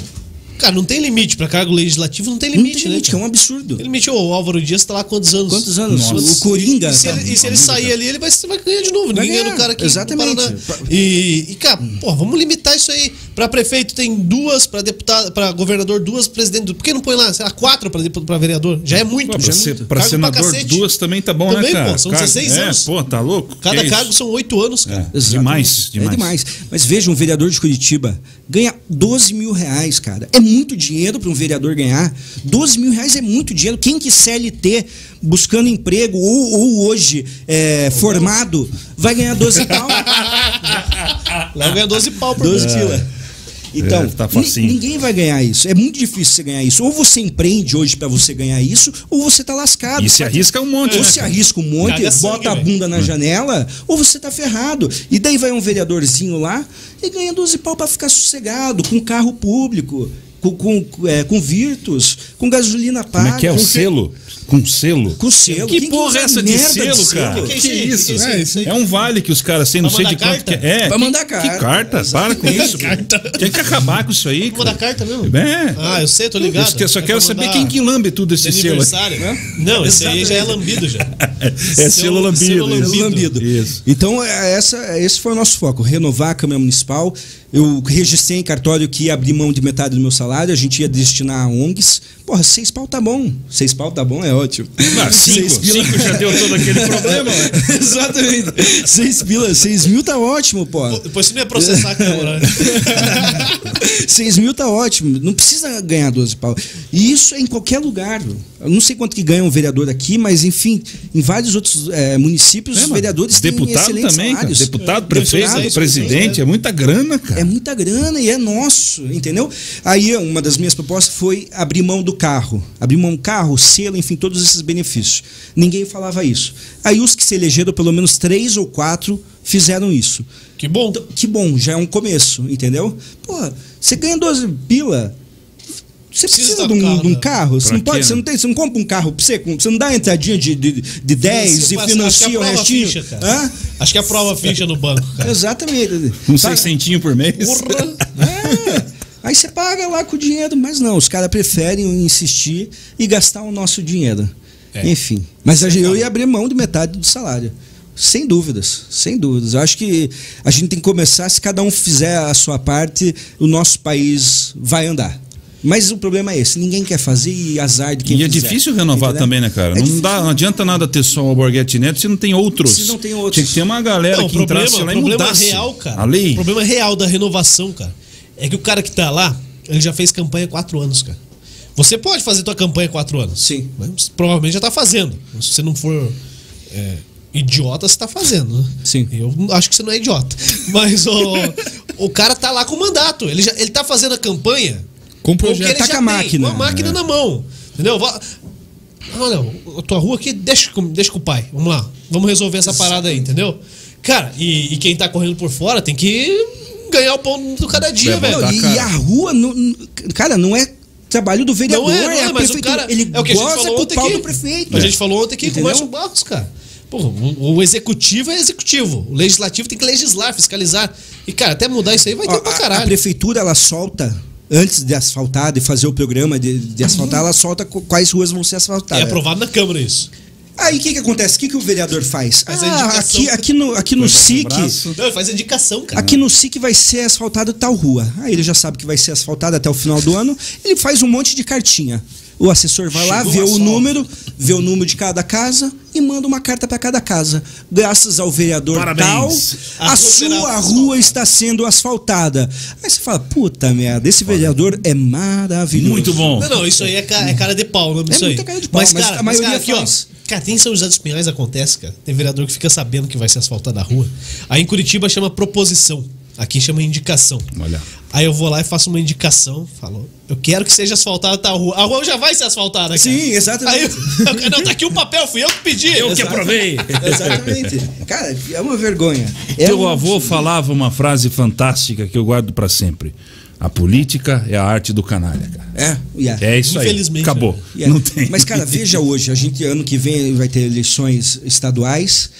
[SPEAKER 1] Cara, não tem limite. Pra cargo legislativo não tem
[SPEAKER 4] Não
[SPEAKER 1] limite,
[SPEAKER 4] tem limite, que
[SPEAKER 1] né?
[SPEAKER 4] é um
[SPEAKER 1] cara?
[SPEAKER 4] absurdo.
[SPEAKER 1] Tem limite. Ô, o Álvaro Dias tá lá há quantos anos?
[SPEAKER 4] Quantos anos?
[SPEAKER 3] Nossa.
[SPEAKER 4] O Coringa.
[SPEAKER 1] E se
[SPEAKER 4] cara.
[SPEAKER 1] ele, e se ele sair ali, ele vai, vai ganhar de novo.
[SPEAKER 4] Vai
[SPEAKER 1] Ninguém é
[SPEAKER 4] ganhar,
[SPEAKER 1] do cara que. né?
[SPEAKER 4] exatamente.
[SPEAKER 1] E, e, cara, pô, vamos limitar isso aí. Pra prefeito tem duas, pra deputado, pra governador duas, presidente. Por que não põe lá, sei lá, quatro pra, deputado- pra vereador? Já é muito. já
[SPEAKER 3] Para
[SPEAKER 1] é muito. Cargo pra
[SPEAKER 3] senador,
[SPEAKER 1] cacete.
[SPEAKER 3] duas também tá bom,
[SPEAKER 1] Também,
[SPEAKER 3] né, cara?
[SPEAKER 1] pô, são
[SPEAKER 3] Cargo-
[SPEAKER 1] 16
[SPEAKER 3] é,
[SPEAKER 1] anos.
[SPEAKER 3] Pô, tá louco?
[SPEAKER 1] Cada
[SPEAKER 3] Que
[SPEAKER 1] cargo
[SPEAKER 3] isso?
[SPEAKER 1] são oito anos, cara.
[SPEAKER 3] É, demais, demais.
[SPEAKER 4] É demais. Mas veja, um vereador de Curitiba ganha 12 mil reais, cara. É muito dinheiro para um vereador ganhar. 12 mil reais é muito dinheiro. Quem que CLT buscando emprego ou, ou hoje é, formado vai ganhar
[SPEAKER 3] <laughs>
[SPEAKER 4] 12 pau.
[SPEAKER 1] Lá ganha 12 pau por
[SPEAKER 4] 12
[SPEAKER 1] mês.
[SPEAKER 4] pila. Então,
[SPEAKER 3] É, tá
[SPEAKER 4] ni-
[SPEAKER 3] facinho.
[SPEAKER 4] ninguém vai ganhar isso. É muito difícil você ganhar isso. Ou você empreende hoje para você ganhar isso, ou você tá lascado.
[SPEAKER 3] E se arrisca um monte,
[SPEAKER 4] Ou
[SPEAKER 3] né,
[SPEAKER 4] se
[SPEAKER 3] cara?
[SPEAKER 4] arrisca um monte,
[SPEAKER 1] Caga É. sangue,
[SPEAKER 4] bota a
[SPEAKER 1] velho. Hum.
[SPEAKER 4] bunda na janela, ou você tá ferrado. E daí vai um vereadorzinho lá e ganha 12 pau pra ficar sossegado, com carro público. com, com, é, com Virtus, com gasolina paga.
[SPEAKER 3] Como é que é? O
[SPEAKER 4] com
[SPEAKER 3] selo? Com selo?
[SPEAKER 4] Com selo.
[SPEAKER 3] Que
[SPEAKER 4] Quem
[SPEAKER 3] porra
[SPEAKER 4] usa
[SPEAKER 3] é essa de
[SPEAKER 4] merda
[SPEAKER 3] selo, cara?
[SPEAKER 1] Que
[SPEAKER 3] Que,
[SPEAKER 1] isso aí?
[SPEAKER 3] isso?
[SPEAKER 1] Que isso
[SPEAKER 2] aí?
[SPEAKER 3] É, isso aí. É um vale que os caras têm, não
[SPEAKER 1] Pra
[SPEAKER 3] sei de
[SPEAKER 1] mandar
[SPEAKER 3] quanto que
[SPEAKER 1] carta?
[SPEAKER 3] é.
[SPEAKER 4] Pra
[SPEAKER 3] Que-
[SPEAKER 4] mandar
[SPEAKER 3] Que
[SPEAKER 4] carta,
[SPEAKER 3] carta? Para com
[SPEAKER 4] exatamente.
[SPEAKER 3] isso. velho. Tem que acabar com isso aí.
[SPEAKER 1] Vou dar
[SPEAKER 3] cara.
[SPEAKER 1] carta mesmo?
[SPEAKER 3] É.
[SPEAKER 1] Ah, eu sei, tô ligado.
[SPEAKER 3] Eu só- só
[SPEAKER 1] É
[SPEAKER 3] quero
[SPEAKER 1] pra
[SPEAKER 3] saber
[SPEAKER 1] mandar
[SPEAKER 3] quem que lambe tudo esse
[SPEAKER 1] de
[SPEAKER 3] selo.
[SPEAKER 1] aniversário. Não, esse aí já é lambido já.
[SPEAKER 3] É selo lambido.
[SPEAKER 1] Selo
[SPEAKER 3] isso.
[SPEAKER 1] lambido.
[SPEAKER 3] Isso.
[SPEAKER 4] Então, é, essa, esse foi o nosso foco: renovar a Câmara Municipal. Eu registrei em cartório que ia abrir mão de metade do meu salário, a gente ia destinar a ONGs. Porra, seis pau tá bom. Seis pau tá bom, é ótimo. <laughs>
[SPEAKER 3] Ah, cinco,
[SPEAKER 4] Seis pila-
[SPEAKER 3] cinco já deu todo
[SPEAKER 4] <laughs>
[SPEAKER 3] aquele
[SPEAKER 4] É,
[SPEAKER 3] problema. né?
[SPEAKER 4] Exatamente. Seis pila, seis mil tá ótimo,
[SPEAKER 3] <laughs>
[SPEAKER 4] pô.
[SPEAKER 1] Depois você não ia processar a câmera. né?
[SPEAKER 4] 6 mil tá ótimo, não precisa ganhar 12 pau. E isso é em qualquer lugar. Eu não sei quanto que ganha um vereador aqui, mas enfim, em vários outros eh, municípios,
[SPEAKER 3] É,
[SPEAKER 4] os
[SPEAKER 3] mano.
[SPEAKER 4] vereadores têm
[SPEAKER 3] Deputado
[SPEAKER 4] excelentes
[SPEAKER 3] também, cara.
[SPEAKER 4] salários.
[SPEAKER 3] Deputado,
[SPEAKER 1] Deputado,
[SPEAKER 3] prefeito,
[SPEAKER 1] isso, isso,
[SPEAKER 3] presidente. É muita grana,
[SPEAKER 4] É
[SPEAKER 3] cara.
[SPEAKER 4] muita grana e é nosso, entendeu? Aí uma das minhas propostas foi abrir mão do carro. Abrir mão do carro, selo, enfim, todos esses benefícios. Ninguém falava isso. Aí os que se elegeram, pelo menos três ou quatro, fizeram isso.
[SPEAKER 1] <laughs> Que bom.
[SPEAKER 4] Então, que bom, já é um começo, entendeu? Porra, você ganha 12 pila. Você
[SPEAKER 1] Precisa
[SPEAKER 4] precisa,
[SPEAKER 1] dar
[SPEAKER 4] de
[SPEAKER 1] um
[SPEAKER 4] um,
[SPEAKER 1] carro,
[SPEAKER 4] de um
[SPEAKER 1] né?
[SPEAKER 4] carro. Você
[SPEAKER 3] Pra
[SPEAKER 4] não,
[SPEAKER 3] quê,
[SPEAKER 4] pode, você,
[SPEAKER 3] né?
[SPEAKER 4] não tem, você não compra um carro pra você. Você não dá uma entradinha de, de, de 10
[SPEAKER 1] Financia-
[SPEAKER 4] e
[SPEAKER 1] acho que
[SPEAKER 4] financia o
[SPEAKER 1] aprova a
[SPEAKER 4] restinho.
[SPEAKER 1] ficha, cara.
[SPEAKER 4] Hã?
[SPEAKER 1] Acho que aprova a ficha no banco, cara.
[SPEAKER 4] Exatamente.
[SPEAKER 3] Uns
[SPEAKER 4] Tá-
[SPEAKER 3] 600 Um por mês.
[SPEAKER 4] é. Aí você paga lá com o dinheiro, mas não, os caras preferem insistir e gastar o nosso dinheiro.
[SPEAKER 3] É.
[SPEAKER 4] Enfim. Mas a- eu ia abrir mão de metade do salário. Sem dúvidas, sem dúvidas. Eu acho que a gente tem que começar, se cada um fizer a sua parte, o nosso país vai andar. Mas o problema é esse, ninguém quer fazer e azar de quem
[SPEAKER 3] E é
[SPEAKER 4] fizer,
[SPEAKER 3] difícil renovar
[SPEAKER 4] entendeu?
[SPEAKER 3] também, né, cara?
[SPEAKER 4] É
[SPEAKER 3] não,
[SPEAKER 4] difícil.
[SPEAKER 3] dá, não adianta nada ter só o Alborguete Neto se não tem outros.
[SPEAKER 4] Se não tem outros.
[SPEAKER 3] Tinha que ter uma galera
[SPEAKER 1] Não, o
[SPEAKER 3] que entrasse
[SPEAKER 1] problema,
[SPEAKER 3] lá
[SPEAKER 1] o
[SPEAKER 3] e
[SPEAKER 1] problema
[SPEAKER 3] mudasse.
[SPEAKER 1] real, cara.
[SPEAKER 3] A lei.
[SPEAKER 1] O problema real da renovação, cara, é que o cara que tá lá, ele já fez campanha há quatro anos, cara. Você pode fazer tua campanha há quatro anos.
[SPEAKER 4] Sim.
[SPEAKER 1] Né? Você Provavelmente já tá fazendo. Se você não for é, idiota, você tá fazendo, né?
[SPEAKER 4] Sim.
[SPEAKER 1] Eu acho que você não é idiota. <laughs> Mas o, o cara tá lá com o mandato. Ele, já, ele tá fazendo a campanha.
[SPEAKER 2] Com o
[SPEAKER 1] o que
[SPEAKER 2] projeto.
[SPEAKER 1] ele
[SPEAKER 4] Tá
[SPEAKER 1] já
[SPEAKER 4] com a
[SPEAKER 1] tem,
[SPEAKER 4] máquina, É.
[SPEAKER 1] Com a máquina na mão. Entendeu? Vá- Ah, não, a tua rua aqui, deixa, com- deixa com o pai. Vamos lá. Vamos resolver essa parada aí, entendeu? Cara, e, e quem tá correndo por fora tem que ganhar o pão do cada dia,
[SPEAKER 3] É,
[SPEAKER 1] velho.
[SPEAKER 4] Não,
[SPEAKER 3] Tá,
[SPEAKER 4] e,
[SPEAKER 3] cara.
[SPEAKER 4] e a rua, não- não- cara, não é trabalho do vereador,
[SPEAKER 1] não é,
[SPEAKER 4] a
[SPEAKER 1] mas o
[SPEAKER 4] prefeitura.
[SPEAKER 1] cara.
[SPEAKER 4] Ele
[SPEAKER 1] é o que a gente
[SPEAKER 4] goza
[SPEAKER 1] falou
[SPEAKER 4] com o
[SPEAKER 1] ontem
[SPEAKER 4] pau
[SPEAKER 1] aqui.
[SPEAKER 4] do prefeito. É.
[SPEAKER 1] A gente falou ontem aqui
[SPEAKER 4] Entendeu?
[SPEAKER 1] com o Márcio Barros, cara. Porra, o, o executivo é executivo. O legislativo tem que legislar, fiscalizar. E, cara, até mudar isso aí vai
[SPEAKER 4] Ó,
[SPEAKER 1] ter pra
[SPEAKER 4] a- A,
[SPEAKER 1] caralho.
[SPEAKER 4] prefeitura ela solta antes de asfaltar, de fazer o programa de, de
[SPEAKER 1] Uhum.
[SPEAKER 4] asfaltar, ela solta qu- quais ruas vão ser
[SPEAKER 1] é
[SPEAKER 4] asfaltadas.
[SPEAKER 1] aprovado na Câmara isso.
[SPEAKER 4] Aí o que, que acontece? O que, que o vereador faz?
[SPEAKER 1] Faz a
[SPEAKER 4] ah,
[SPEAKER 1] indicação.
[SPEAKER 4] aqui, aqui no, aqui no SIC.
[SPEAKER 3] braço.
[SPEAKER 1] Não, ele faz indicação, cara.
[SPEAKER 4] Aqui no SIC vai ser asfaltado tal rua. Aí ele já sabe que vai ser asfaltado até o final do ano. Ele faz um monte de cartinha. O assessor vai lá,
[SPEAKER 1] Chegou
[SPEAKER 4] vê
[SPEAKER 1] o
[SPEAKER 4] o
[SPEAKER 1] asfalto.
[SPEAKER 4] número, vê o número de cada casa e manda uma carta para cada casa. Graças ao vereador
[SPEAKER 3] Parabéns.
[SPEAKER 4] tal, a,
[SPEAKER 1] A rua será
[SPEAKER 4] sua
[SPEAKER 1] asfaltada.
[SPEAKER 4] rua está sendo asfaltada. Aí você fala, puta merda, esse vereador é maravilhoso.
[SPEAKER 3] Muito bom.
[SPEAKER 1] Não, não, isso aí é ca- é cara, de pau, não é
[SPEAKER 4] É
[SPEAKER 1] isso aí.
[SPEAKER 4] muita cara de pau,
[SPEAKER 1] mas,
[SPEAKER 4] mas
[SPEAKER 1] cara,
[SPEAKER 4] a
[SPEAKER 1] mas,
[SPEAKER 4] maioria
[SPEAKER 1] cara, aqui,
[SPEAKER 4] faz.
[SPEAKER 1] ó. Cara, tem em São José dos Pinhais acontece, cara. Tem vereador que fica sabendo que vai ser asfaltada a rua. Aí em Curitiba chama proposição. Aqui chama indicação.
[SPEAKER 3] Olha.
[SPEAKER 1] Aí eu vou lá e faço uma indicação, falo, eu quero que seja asfaltada tal rua. A rua já vai ser asfaltada, cara.
[SPEAKER 4] Sim, exatamente. é
[SPEAKER 1] Aí, eu- não, tá aqui o papel, fui eu que pedi.
[SPEAKER 3] Eu que aprovei.
[SPEAKER 4] <laughs> Exatamente. Cara, é uma vergonha. É
[SPEAKER 3] Teu
[SPEAKER 4] um-
[SPEAKER 3] avô falava uma frase fantástica que eu guardo pra sempre. A política é a arte do canalha, cara.
[SPEAKER 4] É, yeah.
[SPEAKER 3] É isso aí.
[SPEAKER 1] Infelizmente,
[SPEAKER 3] Acabou.
[SPEAKER 4] Yeah.
[SPEAKER 3] Não tem.
[SPEAKER 4] né? é. Mas, cara, veja hoje, a gente, ano que vem, vai ter eleições estaduais.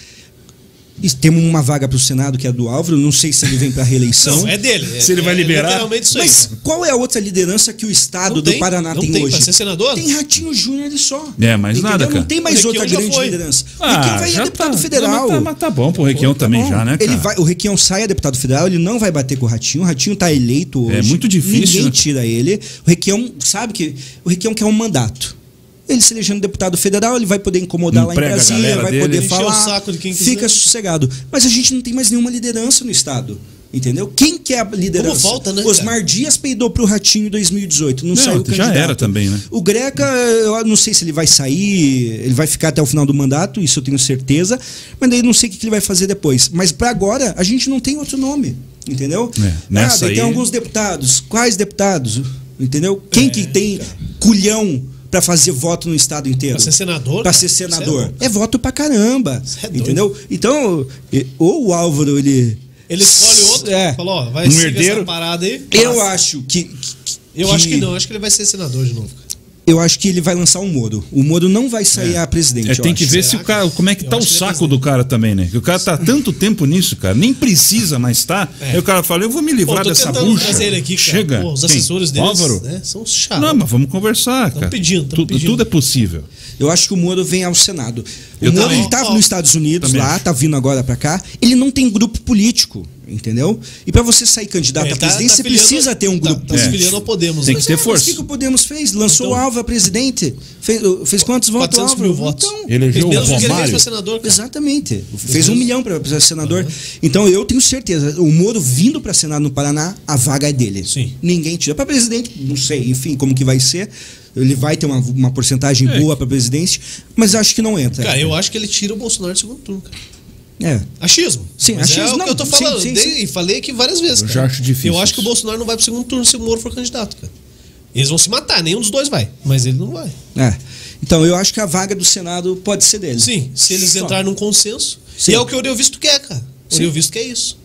[SPEAKER 4] E temos uma vaga para o Senado, que é do Álvaro. Não sei se ele vem para reeleição.
[SPEAKER 1] Não, é dele.
[SPEAKER 3] Se ele
[SPEAKER 1] É-
[SPEAKER 3] vai
[SPEAKER 1] é
[SPEAKER 3] liberar.
[SPEAKER 1] literalmente isso aí.
[SPEAKER 4] Mas qual é a outra liderança que o Estado
[SPEAKER 1] Não
[SPEAKER 4] do
[SPEAKER 1] tem,
[SPEAKER 4] Paraná
[SPEAKER 1] não
[SPEAKER 4] tem,
[SPEAKER 1] tem,
[SPEAKER 4] hoje?
[SPEAKER 1] pra ser senador?
[SPEAKER 4] Tem Ratinho Júnior ele só.
[SPEAKER 3] É, mas nada, cara.
[SPEAKER 4] Não tem mais
[SPEAKER 1] O
[SPEAKER 4] outra
[SPEAKER 1] Requião já
[SPEAKER 4] grande
[SPEAKER 1] foi.
[SPEAKER 4] liderança. o
[SPEAKER 3] Ah,
[SPEAKER 4] Requião vai
[SPEAKER 3] já
[SPEAKER 4] a deputado
[SPEAKER 3] tá.
[SPEAKER 4] federal.
[SPEAKER 3] Não, Mas tá, mas tá bom pro Requião também
[SPEAKER 4] Bom,
[SPEAKER 3] já, né, cara?
[SPEAKER 4] Então, Ele vai, o Requião sai a deputado federal, ele não vai bater com o Ratinho. O Ratinho tá eleito hoje.
[SPEAKER 3] É muito difícil,
[SPEAKER 4] Ninguém
[SPEAKER 3] né?
[SPEAKER 4] tira ele. O Requião sabe que. O Requião quer um mandato. Ele se elegendo deputado federal, ele vai poder incomodar lá em
[SPEAKER 3] Emprega a
[SPEAKER 4] Brasília,
[SPEAKER 3] galera
[SPEAKER 4] vai
[SPEAKER 3] dele.
[SPEAKER 4] poder
[SPEAKER 3] Encher
[SPEAKER 4] falar.
[SPEAKER 1] o saco de quem quiser.
[SPEAKER 4] fica sossegado. Mas a gente não tem mais nenhuma liderança no Estado. Entendeu? Quem que é a liderança?
[SPEAKER 1] Como volta, né,
[SPEAKER 4] Osmar Dias peidou pro Ratinho em 2018. Não,
[SPEAKER 3] Não,
[SPEAKER 4] saiu
[SPEAKER 3] já
[SPEAKER 4] candidato.
[SPEAKER 3] era também, né?
[SPEAKER 4] O Greca, eu não sei se ele vai sair, ele vai ficar até o final do mandato, isso eu tenho certeza, mas daí não sei o que que ele vai fazer depois. Mas para agora, a gente não tem outro nome, entendeu? Ah,
[SPEAKER 3] É, nessa
[SPEAKER 4] daí
[SPEAKER 3] aí-
[SPEAKER 4] tem alguns deputados. Quais deputados? Entendeu? Quem
[SPEAKER 3] É,
[SPEAKER 4] que tem culhão para fazer voto no estado inteiro?
[SPEAKER 1] Pra ser senador,
[SPEAKER 4] Pra
[SPEAKER 1] cara.
[SPEAKER 4] ser
[SPEAKER 1] Isso é
[SPEAKER 4] senador.
[SPEAKER 1] louco.
[SPEAKER 4] É, voto pra caramba,
[SPEAKER 1] Isso é doido.
[SPEAKER 4] entendeu? Então, e- ou o Álvaro, ele...
[SPEAKER 1] Ele escolhe outro,
[SPEAKER 4] É.
[SPEAKER 1] falou, ó, vai
[SPEAKER 3] Um
[SPEAKER 1] seguir
[SPEAKER 3] herdeiro.
[SPEAKER 1] essa parada aí.
[SPEAKER 4] Eu acho que, que-
[SPEAKER 1] Eu acho que não, acho que ele vai ser senador de novo.
[SPEAKER 4] Eu acho que ele vai lançar o Moro. O Moro não vai sair a presidente.
[SPEAKER 3] É,
[SPEAKER 4] eu
[SPEAKER 3] tem que
[SPEAKER 4] acho.
[SPEAKER 3] ver
[SPEAKER 1] Será
[SPEAKER 3] se o
[SPEAKER 1] que-
[SPEAKER 3] cara, como é que
[SPEAKER 1] Eu
[SPEAKER 3] tá o
[SPEAKER 1] acho que ele é
[SPEAKER 3] saco do cara também, né? Que o cara tá tanto tempo nisso, cara, nem precisa mais tá.
[SPEAKER 1] É.
[SPEAKER 3] Aí o cara fala, eu vou me
[SPEAKER 1] Pô,
[SPEAKER 3] livrar
[SPEAKER 1] tô
[SPEAKER 3] dessa
[SPEAKER 1] tentando
[SPEAKER 3] bucha.
[SPEAKER 1] trazer ele aqui, cara.
[SPEAKER 3] Chega.
[SPEAKER 1] Pô, os
[SPEAKER 3] Quem?
[SPEAKER 1] assessores deles
[SPEAKER 3] Álvaro?
[SPEAKER 1] né, são os chatos.
[SPEAKER 3] Não, mas vamos conversar, cara.
[SPEAKER 1] pedindo, tão
[SPEAKER 3] Tu-
[SPEAKER 1] pedindo.
[SPEAKER 3] Tudo é possível.
[SPEAKER 4] Eu acho que o Moro vem ao Senado. O
[SPEAKER 3] Eu
[SPEAKER 4] Moro
[SPEAKER 3] também.
[SPEAKER 4] ele tava nos Estados Unidos
[SPEAKER 3] Também
[SPEAKER 4] lá,
[SPEAKER 3] acho.
[SPEAKER 4] tá vindo agora pra cá. Ele não tem grupo político, entendeu? E pra você sair candidato
[SPEAKER 3] É,
[SPEAKER 1] Ele
[SPEAKER 4] à
[SPEAKER 1] tá- tá
[SPEAKER 4] presidência, você
[SPEAKER 1] filiando-
[SPEAKER 4] precisa ter um
[SPEAKER 1] tá- Tá,
[SPEAKER 4] grupo
[SPEAKER 1] se
[SPEAKER 3] político.
[SPEAKER 1] filiando ao Podemos.
[SPEAKER 3] É. Tem
[SPEAKER 1] né?
[SPEAKER 3] que ter
[SPEAKER 4] É, mas o que,
[SPEAKER 3] força.
[SPEAKER 4] que o Podemos fez? Lançou
[SPEAKER 1] Então-
[SPEAKER 4] o Alva presidente. Fez, fez quantos votos?
[SPEAKER 1] 400
[SPEAKER 4] Alva?
[SPEAKER 1] mil votos.
[SPEAKER 4] Então,
[SPEAKER 3] Elegeu o
[SPEAKER 1] Menos do que ele fez
[SPEAKER 3] Romário.
[SPEAKER 1] pra senador, cara.
[SPEAKER 4] Exatamente. Fez um milhão para senador. Então eu tenho certeza. O Moro vindo para Senado no Paraná, a vaga é dele.
[SPEAKER 1] Sim.
[SPEAKER 4] Ninguém tira. Para presidente, não sei, enfim, como que vai ser. Ele vai ter uma, uma porcentagem
[SPEAKER 3] É.
[SPEAKER 4] boa para presidente, mas acho que não entra.
[SPEAKER 1] Cara, eu acho que ele tira o Bolsonaro do segundo turno, cara.
[SPEAKER 4] É.
[SPEAKER 1] Achismo.
[SPEAKER 4] Sim,
[SPEAKER 1] Mas É
[SPEAKER 4] achismo,
[SPEAKER 1] o
[SPEAKER 4] não,
[SPEAKER 1] que eu tô
[SPEAKER 4] sim,
[SPEAKER 1] falando.
[SPEAKER 4] sim,
[SPEAKER 1] dei- E falei aqui várias vezes.
[SPEAKER 3] Eu
[SPEAKER 1] cara.
[SPEAKER 3] já acho difícil
[SPEAKER 1] Eu acho que o
[SPEAKER 3] isso.
[SPEAKER 1] Bolsonaro não vai pro segundo turno se o Moro for candidato, cara. Eles vão se matar, nenhum dos dois vai. Mas ele não vai.
[SPEAKER 4] é. Então eu acho que a vaga do Senado pode ser dele.
[SPEAKER 1] Sim, se eles
[SPEAKER 4] Só.
[SPEAKER 1] entrarem num consenso.
[SPEAKER 4] Sim.
[SPEAKER 1] E é o que o Oreovisto quer, cara. O Oreovisto quer isso.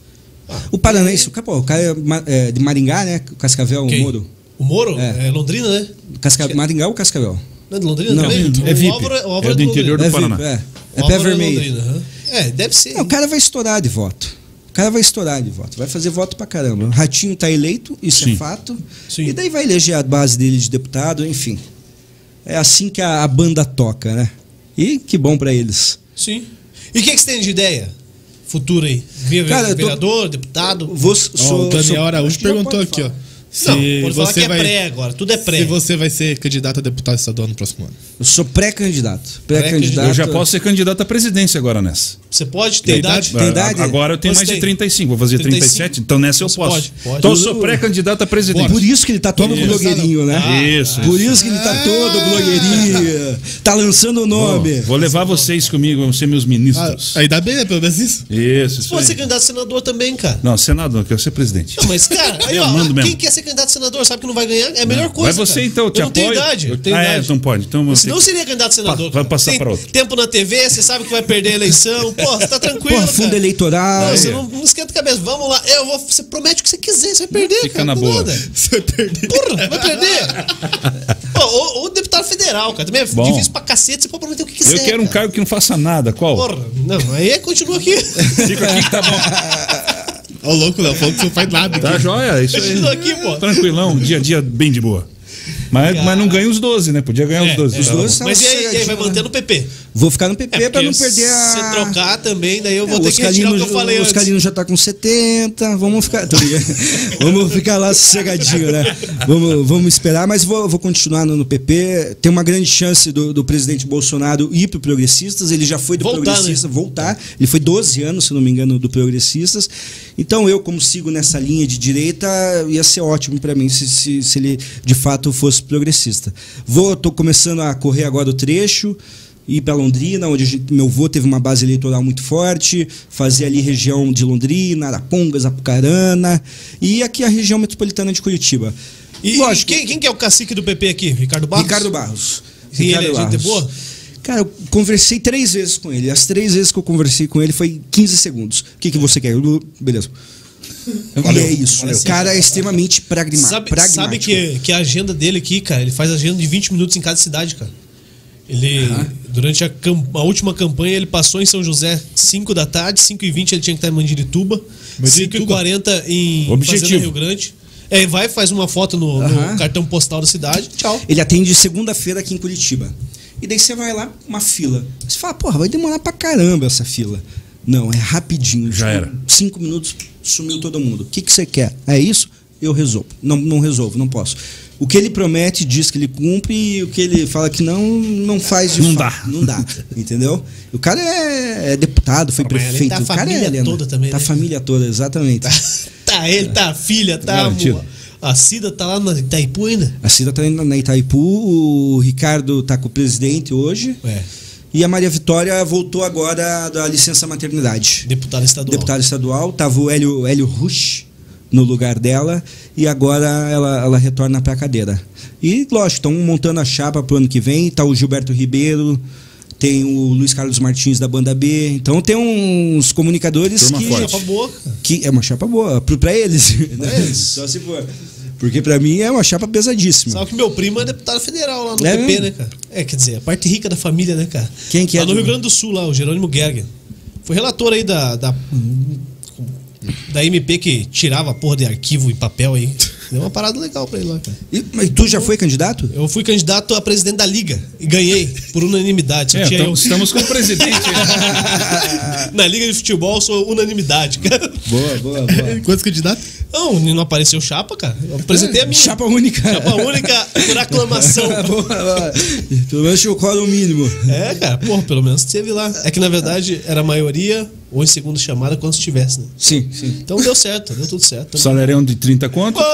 [SPEAKER 4] O paranaense, o cara, pô, o cara é ma- é de Maringá, né? Cascavel,
[SPEAKER 1] Quem?
[SPEAKER 4] o Moro.
[SPEAKER 1] O Moro?
[SPEAKER 4] É.
[SPEAKER 1] É, Londrina, né?
[SPEAKER 4] Casca... Maringá ou Cascavel?
[SPEAKER 1] Não é de Londrina
[SPEAKER 4] Não,
[SPEAKER 1] também?
[SPEAKER 3] é
[SPEAKER 1] O
[SPEAKER 3] VIP.
[SPEAKER 1] Álvaro, o Álvaro
[SPEAKER 3] É do
[SPEAKER 1] de Londrina.
[SPEAKER 3] interior do
[SPEAKER 4] é,
[SPEAKER 3] Paraná.
[SPEAKER 4] VIP, é.
[SPEAKER 1] O
[SPEAKER 4] é
[SPEAKER 1] Álvaro
[SPEAKER 4] pé vermelho.
[SPEAKER 1] Londrina, aham. É, deve ser.
[SPEAKER 4] É, o cara vai estourar de voto. O cara vai estourar de voto, vai fazer voto pra caramba. Ratinho tá eleito, isso é
[SPEAKER 3] Sim.
[SPEAKER 4] fato.
[SPEAKER 1] Sim.
[SPEAKER 4] E daí vai eleger a base dele de deputado, enfim. É assim que a, a banda toca, né? E que bom pra eles.
[SPEAKER 1] Sim. E o que, que você tem de ideia? Futuro aí? Via
[SPEAKER 4] Cara, eu tô-
[SPEAKER 1] vereador, deputado?
[SPEAKER 4] Vou, sou,
[SPEAKER 2] Ó, o
[SPEAKER 4] sou-
[SPEAKER 2] Daniel Araújo
[SPEAKER 4] acho que já
[SPEAKER 2] perguntou
[SPEAKER 4] pode
[SPEAKER 2] aqui, ó.
[SPEAKER 4] falar.
[SPEAKER 2] Se
[SPEAKER 1] não, pode falar
[SPEAKER 2] você
[SPEAKER 1] que é
[SPEAKER 2] vai,
[SPEAKER 1] pré agora. Tudo é pré.
[SPEAKER 2] Se você vai ser candidato a deputado estadual no próximo ano.
[SPEAKER 4] Eu sou pré-candidato. Pré-candidato.
[SPEAKER 1] Pré-candidato.
[SPEAKER 3] Eu já posso ser candidato à presidência agora nessa.
[SPEAKER 1] Você pode ter idade?
[SPEAKER 4] Tem idade?
[SPEAKER 3] Agora eu tenho
[SPEAKER 1] Você
[SPEAKER 3] mais
[SPEAKER 1] tem?
[SPEAKER 3] de 35, vou fazer
[SPEAKER 1] 35?
[SPEAKER 3] 37, então nessa eu
[SPEAKER 1] Você
[SPEAKER 3] posso.
[SPEAKER 1] pode, pode.
[SPEAKER 3] Então eu sou pré-candidato à presidência.
[SPEAKER 4] Por isso que ele tá todo
[SPEAKER 2] Isso.
[SPEAKER 4] blogueirinho, né?
[SPEAKER 1] Ah,
[SPEAKER 3] Isso,
[SPEAKER 4] Por isso que ele tá todo blogueirinho. Tá lançando o nome.
[SPEAKER 3] Vou levar vocês comigo, vão ser meus
[SPEAKER 2] Ah,
[SPEAKER 3] ministros.
[SPEAKER 2] aí dá bem, né? Pelo menos isso.
[SPEAKER 3] Isso,
[SPEAKER 1] Você
[SPEAKER 3] isso.
[SPEAKER 1] pode ser
[SPEAKER 3] aí.
[SPEAKER 1] candidato a senador também, cara.
[SPEAKER 3] Não, senador, eu quero ser presidente.
[SPEAKER 1] Não, mas, cara, aí,
[SPEAKER 3] Eu
[SPEAKER 1] ó,
[SPEAKER 3] mando
[SPEAKER 1] quem
[SPEAKER 3] mesmo.
[SPEAKER 1] quer ser candidato a senador sabe que não vai ganhar? É a melhor
[SPEAKER 3] Vai
[SPEAKER 1] coisa.
[SPEAKER 3] você
[SPEAKER 1] cara.
[SPEAKER 3] então, eu
[SPEAKER 1] eu
[SPEAKER 3] te
[SPEAKER 1] não
[SPEAKER 3] apoio.
[SPEAKER 1] tenho idade. Eu tenho
[SPEAKER 3] ah, é,
[SPEAKER 1] idade.
[SPEAKER 3] então pode. Então vamos
[SPEAKER 1] Senão eu seria candidato a senador.
[SPEAKER 3] Vai
[SPEAKER 1] cara.
[SPEAKER 3] passar
[SPEAKER 1] Tem
[SPEAKER 3] pra outro.
[SPEAKER 1] Tempo na TV, você sabe que vai perder a eleição. Pô, você tá tranquilo.
[SPEAKER 4] Porra, fundo
[SPEAKER 1] cara.
[SPEAKER 4] eleitoral.
[SPEAKER 1] Não, Ah, você não, não esquenta a cabeça. Vamos lá. Eu vou, você promete o que você quiser. Você vai perder,
[SPEAKER 3] Fica
[SPEAKER 1] cara.
[SPEAKER 3] na
[SPEAKER 1] não
[SPEAKER 3] boa.
[SPEAKER 1] Nada.
[SPEAKER 2] Você perdeu.
[SPEAKER 1] Porra, vai perder. Pô, ou, ou deputado federal, cara. Também é
[SPEAKER 3] Bom.
[SPEAKER 1] difícil pra cacete. Você pode prometer o que quiser.
[SPEAKER 3] Eu quero um
[SPEAKER 1] cara.
[SPEAKER 3] cargo que não faça nada. Qual?
[SPEAKER 1] Porra, não, aí é, continua
[SPEAKER 4] <laughs>
[SPEAKER 1] aqui.
[SPEAKER 3] Fica
[SPEAKER 1] <laughs>
[SPEAKER 3] aqui que tá bom.
[SPEAKER 2] Ô, louco, Léo, falou que você não faz nada.
[SPEAKER 3] Tá joia, isso aí.
[SPEAKER 1] Continua aqui, pô.
[SPEAKER 3] Tranquilão, dia a dia bem de boa. Mas, mas não ganha os 12, né? Podia ganhar os 12.
[SPEAKER 1] É,
[SPEAKER 3] Os
[SPEAKER 1] é.
[SPEAKER 3] 12.
[SPEAKER 1] Mas e aí, e aí, vai
[SPEAKER 4] sossegadinho, né?
[SPEAKER 1] manter no PP?
[SPEAKER 4] Vou ficar no PP
[SPEAKER 1] É,
[SPEAKER 4] pra
[SPEAKER 1] porque
[SPEAKER 4] não perder a.
[SPEAKER 1] Se trocar também, daí eu vou
[SPEAKER 4] É,
[SPEAKER 1] ter
[SPEAKER 4] o
[SPEAKER 1] que retirar o que eu
[SPEAKER 4] Oscarino-
[SPEAKER 1] falei
[SPEAKER 4] o
[SPEAKER 1] antes.
[SPEAKER 4] Oscarino já tá com 70, vamos ficar, tô
[SPEAKER 1] <laughs>
[SPEAKER 4] ligado? vamos ficar lá sossegadinho, né? Vamos, vamos esperar, mas vou, vou continuar no, no PP. Tem uma grande chance do, do presidente Bolsonaro ir pro Progressistas, ele já foi do
[SPEAKER 1] Voltar, né?
[SPEAKER 4] Progressistas, voltar. Ele foi 12 anos, se não me engano, do Progressistas. Então eu, como sigo nessa linha de direita, ia ser ótimo para mim se, se, se ele de fato fosse progressista. Vou, tô começando a correr agora o trecho ir para Londrina, onde a gente- meu avô teve uma base eleitoral muito forte, fazer ali região de Londrina, Arapongas, Apucarana e aqui a região metropolitana de Curitiba.
[SPEAKER 1] E,
[SPEAKER 4] Lógico,
[SPEAKER 1] quem, quem que é o cacique do PP aqui? Ricardo Barros?
[SPEAKER 4] Ricardo Barros.
[SPEAKER 1] E ele é gente boa?
[SPEAKER 4] Cara, eu conversei três vezes com ele. As três vezes que eu conversei com ele foi 15 segundos. O que, que você quer? Eu- Beleza. e é isso. O cara é extremamente pragma-
[SPEAKER 1] Sabe,
[SPEAKER 4] pragmático.
[SPEAKER 1] sabe que, que a agenda dele aqui, cara, ele faz agenda de 20 minutos em cada cidade, cara. Ele, durante a, cam- a última campanha, ele passou em São José 5 da tarde, 5 e 20 ele tinha que estar em Mandirituba, 5 e
[SPEAKER 3] Mandirituba.
[SPEAKER 1] 40 em
[SPEAKER 3] Objetivo.
[SPEAKER 1] Fazenda Rio Grande. É, vai, faz uma foto no, no
[SPEAKER 4] Aham.
[SPEAKER 1] cartão postal da cidade, tchau.
[SPEAKER 4] Ele atende segunda-feira aqui em Curitiba. E daí você vai lá, uma fila. Você fala, porra, vai demorar pra caramba essa fila. Não, é rapidinho.
[SPEAKER 3] Já
[SPEAKER 4] Tipo,
[SPEAKER 3] era.
[SPEAKER 4] Cinco minutos, sumiu todo mundo. O que, que você quer? É isso? Eu resolvo. Não, não resolvo, não posso. O que ele promete, diz que ele cumpre, e o que ele fala que não, não faz de
[SPEAKER 3] Não
[SPEAKER 4] fato.
[SPEAKER 3] dá. <laughs>
[SPEAKER 4] Não dá. Entendeu? O cara é, é deputado, foi
[SPEAKER 1] Mas ele
[SPEAKER 4] prefeito.
[SPEAKER 1] tá a
[SPEAKER 4] o cara é,
[SPEAKER 1] família
[SPEAKER 4] Helena.
[SPEAKER 1] toda também,
[SPEAKER 4] Tá a
[SPEAKER 1] né?
[SPEAKER 4] família toda, exatamente.
[SPEAKER 1] <laughs> Tá ele, tá a filha, tá a,
[SPEAKER 3] Garantido.
[SPEAKER 1] mo- a Cida, tá lá na Itaipu ainda.
[SPEAKER 4] A Cida tá indo na Itaipu, o Ricardo tá com o presidente hoje.
[SPEAKER 1] É,
[SPEAKER 4] E a Maria Vitória voltou agora da licença maternidade.
[SPEAKER 1] deputado estadual.
[SPEAKER 4] Deputada estadual, tava o Hélio, Hélio Rush no lugar dela e agora ela, ela retorna para a cadeira. E, lógico, estão montando a chapa para o ano que vem, tá o Gilberto Ribeiro, tem o Luiz Carlos Martins da Banda B, então tem uns comunicadores
[SPEAKER 3] Turma
[SPEAKER 4] que,
[SPEAKER 3] forte.
[SPEAKER 1] Chapa boa, cara.
[SPEAKER 4] que é uma chapa boa, para eles. <laughs> né?
[SPEAKER 1] eles.
[SPEAKER 4] Só se for. Porque pra mim é uma chapa pesadíssima.
[SPEAKER 1] Sabe que meu primo é deputado federal lá no
[SPEAKER 4] É
[SPEAKER 1] PP,
[SPEAKER 4] mesmo?
[SPEAKER 1] né, cara? É, quer dizer, a parte rica da família, né, cara?
[SPEAKER 4] Quem que é,
[SPEAKER 1] Lá no Rio
[SPEAKER 4] Gerônimo?
[SPEAKER 1] Grande do Sul, lá, o Jerônimo Gergen. Foi relator aí da. da da MP que tirava a porra de arquivo e papel aí. Deu uma parada legal pra ele lá, cara.
[SPEAKER 4] E, mas tu já foi candidato?
[SPEAKER 1] Eu fui candidato a presidente da Liga e ganhei, por unanimidade. Só
[SPEAKER 5] É,
[SPEAKER 1] tinha
[SPEAKER 5] então,
[SPEAKER 1] eu.
[SPEAKER 5] estamos com o presidente.
[SPEAKER 1] <laughs>
[SPEAKER 5] né?
[SPEAKER 1] Na Liga de Futebol eu sou unanimidade, cara.
[SPEAKER 4] Boa, boa, boa.
[SPEAKER 2] Quantos candidatos?
[SPEAKER 1] Não, não apareceu chapa, cara. Eu apresentei a minha.
[SPEAKER 4] Chapa única.
[SPEAKER 1] Chapa única por aclamação.
[SPEAKER 4] <laughs> Boa, boa. é, Pelo menos chocou no mínimo.
[SPEAKER 1] É, cara, porra, pelo menos teve lá. É que na verdade era a maioria ou em segunda chamada quando estivesse, né?
[SPEAKER 4] Sim, sim.
[SPEAKER 1] Então deu certo, deu tudo certo.
[SPEAKER 3] Salarião de 30 conto?
[SPEAKER 1] Pô,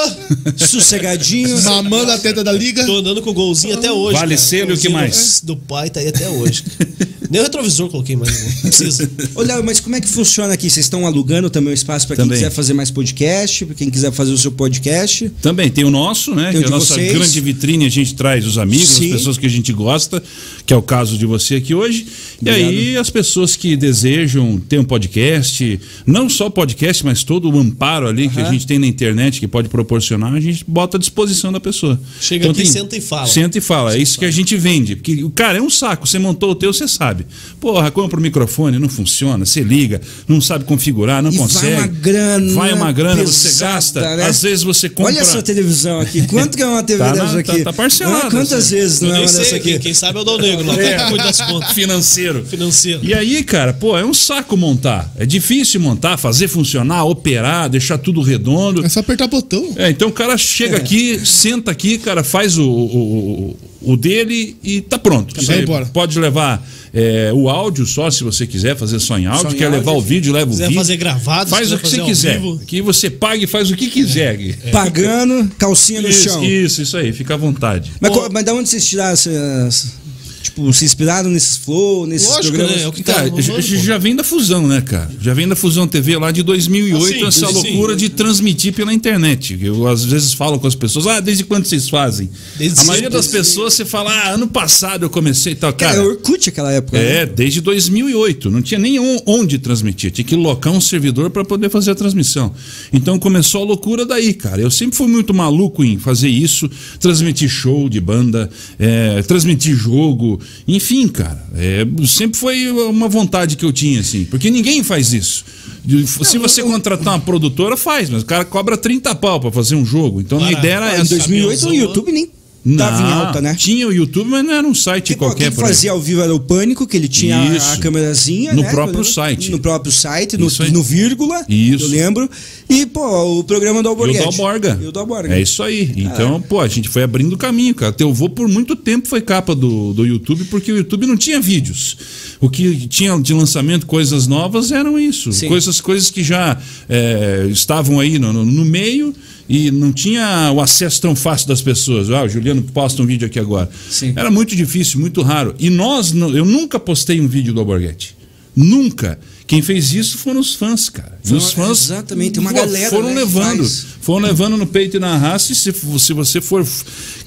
[SPEAKER 4] Sossegadinho.
[SPEAKER 2] Ramando a teta da liga.
[SPEAKER 1] tô andando com o golzinho até hoje.
[SPEAKER 3] Vale
[SPEAKER 1] cara.
[SPEAKER 3] selo e o que
[SPEAKER 1] Golzinho
[SPEAKER 3] mais?
[SPEAKER 1] Do, do pai tá aí até hoje. cara. Nem o retrovisor coloquei mais, né? não precisa.
[SPEAKER 4] Ô, Léo, mas como é que funciona aqui? Vocês estão alugando também o espaço para quem
[SPEAKER 3] Também.
[SPEAKER 4] quiser fazer mais podcast, para quem quiser fazer o seu podcast.
[SPEAKER 3] Também tem o nosso, né? que
[SPEAKER 4] Tem o
[SPEAKER 3] é a
[SPEAKER 4] de
[SPEAKER 3] nossa
[SPEAKER 4] vocês.
[SPEAKER 3] grande vitrine, a gente traz os amigos,
[SPEAKER 4] Sim.
[SPEAKER 3] as pessoas que a gente gosta, que é o caso de você aqui hoje. E aí as pessoas que desejam ter um podcast, não só podcast, mas todo o amparo ali que a gente tem na internet que pode proporcionar, a gente bota à disposição da pessoa. Então
[SPEAKER 1] Chega aqui, senta e fala.
[SPEAKER 3] Senta e fala. É isso que a gente vende. Porque, o cara, é um saco. Você montou o teu, você sabe. Porra, compra o microfone, não funciona, você liga, não sabe configurar, não
[SPEAKER 4] E vai
[SPEAKER 3] consegue.
[SPEAKER 4] uma grana
[SPEAKER 3] Vai uma grana, você
[SPEAKER 4] pesada,
[SPEAKER 3] gasta.
[SPEAKER 4] né?
[SPEAKER 3] Às vezes você compra.
[SPEAKER 4] Olha essa televisão aqui. Quanto que é uma TV
[SPEAKER 3] Tá
[SPEAKER 4] dessa
[SPEAKER 3] na- tá-
[SPEAKER 4] aqui?
[SPEAKER 3] tá parcelado,
[SPEAKER 4] Ah, quantas
[SPEAKER 3] assim.
[SPEAKER 4] vezes
[SPEAKER 1] Eu
[SPEAKER 4] não é
[SPEAKER 1] nem
[SPEAKER 4] uma
[SPEAKER 1] sei,
[SPEAKER 4] dessa
[SPEAKER 1] aqui.
[SPEAKER 4] aqui?
[SPEAKER 1] quem sabe é o Dal Negro, lá
[SPEAKER 3] <laughs>
[SPEAKER 1] é. cuida das contas
[SPEAKER 3] financeiro.
[SPEAKER 1] financeiras.
[SPEAKER 3] E aí, cara, pô, é um saco montar. É difícil montar, fazer funcionar, operar, deixar tudo redondo.
[SPEAKER 2] É só apertar botão.
[SPEAKER 3] É, então o cara chega aqui, senta aqui, cara, faz o, o, o- o dele e tá pronto.
[SPEAKER 2] Vai embora.
[SPEAKER 3] Pode levar é, o áudio só, se você quiser fazer só em áudio.
[SPEAKER 4] Só em
[SPEAKER 3] quer levar o
[SPEAKER 4] áudio,
[SPEAKER 3] vídeo, leva o
[SPEAKER 1] quiser
[SPEAKER 3] vídeo.
[SPEAKER 1] fazer gravado, se
[SPEAKER 3] faz
[SPEAKER 1] quiser
[SPEAKER 3] o que você
[SPEAKER 1] fazer ao
[SPEAKER 3] quiser.
[SPEAKER 1] vivo.
[SPEAKER 3] Que você pague e faz o que quiser. Gui.
[SPEAKER 4] Pagando, calcinha no
[SPEAKER 3] é. Isso,
[SPEAKER 4] chão.
[SPEAKER 3] isso, isso aí, fica à vontade.
[SPEAKER 4] Mas, co- mas da onde vocês tiraram essas. Tipo, se inspiraram nesses flow, nesses
[SPEAKER 1] Lógico,
[SPEAKER 4] programas?
[SPEAKER 1] né? É o que tá
[SPEAKER 3] Cara,
[SPEAKER 1] rolando,
[SPEAKER 3] já,
[SPEAKER 1] pô.
[SPEAKER 3] já vem da fusão, né, cara? Já vem da fusão TV lá de 2008,
[SPEAKER 1] Ah, sim,
[SPEAKER 3] essa
[SPEAKER 1] sim.
[SPEAKER 3] loucura de transmitir pela internet. Eu às vezes falo com as pessoas, ah, desde quando vocês fazem?
[SPEAKER 1] Desde
[SPEAKER 3] a maioria
[SPEAKER 1] sempre,
[SPEAKER 3] das
[SPEAKER 1] sim.
[SPEAKER 3] pessoas você fala, ah, ano passado eu comecei e tal.
[SPEAKER 4] Cara,
[SPEAKER 3] Cara,
[SPEAKER 4] é Orkut aquela época. né?
[SPEAKER 3] é, desde 2008. Não tinha nem on- onde transmitir. Tinha que locar um servidor para poder fazer a transmissão. Então começou a loucura daí, cara. Eu sempre fui muito maluco em fazer isso, transmitir show de banda, é, transmitir jogo. Enfim, cara. é, sempre foi uma vontade que eu tinha, assim. Porque ninguém faz isso. De- Se você contratar uma produtora, faz, mas o cara cobra 30 pau para fazer um jogo. Então a
[SPEAKER 1] Para-
[SPEAKER 3] ideia era
[SPEAKER 1] para
[SPEAKER 4] Em
[SPEAKER 3] essa.
[SPEAKER 4] 2008 o
[SPEAKER 1] Caminhãozão.
[SPEAKER 4] YouTube nem
[SPEAKER 3] Não,
[SPEAKER 4] tava em alta, né?
[SPEAKER 3] Tinha o YouTube, mas não era um site
[SPEAKER 4] Tipo,
[SPEAKER 3] qualquer.
[SPEAKER 4] quem
[SPEAKER 3] por aí.
[SPEAKER 4] fazia ao vivo era o Pânico, que ele tinha a
[SPEAKER 3] Isso.
[SPEAKER 4] câmerazinha. né,
[SPEAKER 3] No próprio site.
[SPEAKER 4] No próprio site, no,
[SPEAKER 3] Isso aí.
[SPEAKER 4] no vírgula,
[SPEAKER 3] Isso.
[SPEAKER 4] eu lembro. E, pô, o programa do
[SPEAKER 3] E o
[SPEAKER 4] Alborguete.
[SPEAKER 3] da Borga.
[SPEAKER 4] E o da Borga.
[SPEAKER 3] É isso aí. Então, pô, a gente foi abrindo o caminho, cara. Teu vô por muito tempo foi capa do, do YouTube, porque o YouTube não tinha vídeos. O que tinha de lançamento, coisas novas, eram isso.
[SPEAKER 4] Sim.
[SPEAKER 3] Coisas, coisas que já é, estavam aí no, no- no meio e não tinha o acesso tão fácil das pessoas. Ah, o Juliano posta um vídeo aqui agora.
[SPEAKER 4] Sim.
[SPEAKER 3] Era muito difícil, muito raro. E nós, não- eu nunca postei um vídeo do Alborguete. Nunca. Quem fez isso foram os fãs, cara. E
[SPEAKER 4] Foi
[SPEAKER 3] os
[SPEAKER 4] uma-
[SPEAKER 3] fãs
[SPEAKER 4] exatamente, tem uma galera,
[SPEAKER 3] foram
[SPEAKER 4] né, que
[SPEAKER 3] levando.
[SPEAKER 4] faz.
[SPEAKER 3] Foram levando no peito e na raça, e se, se você for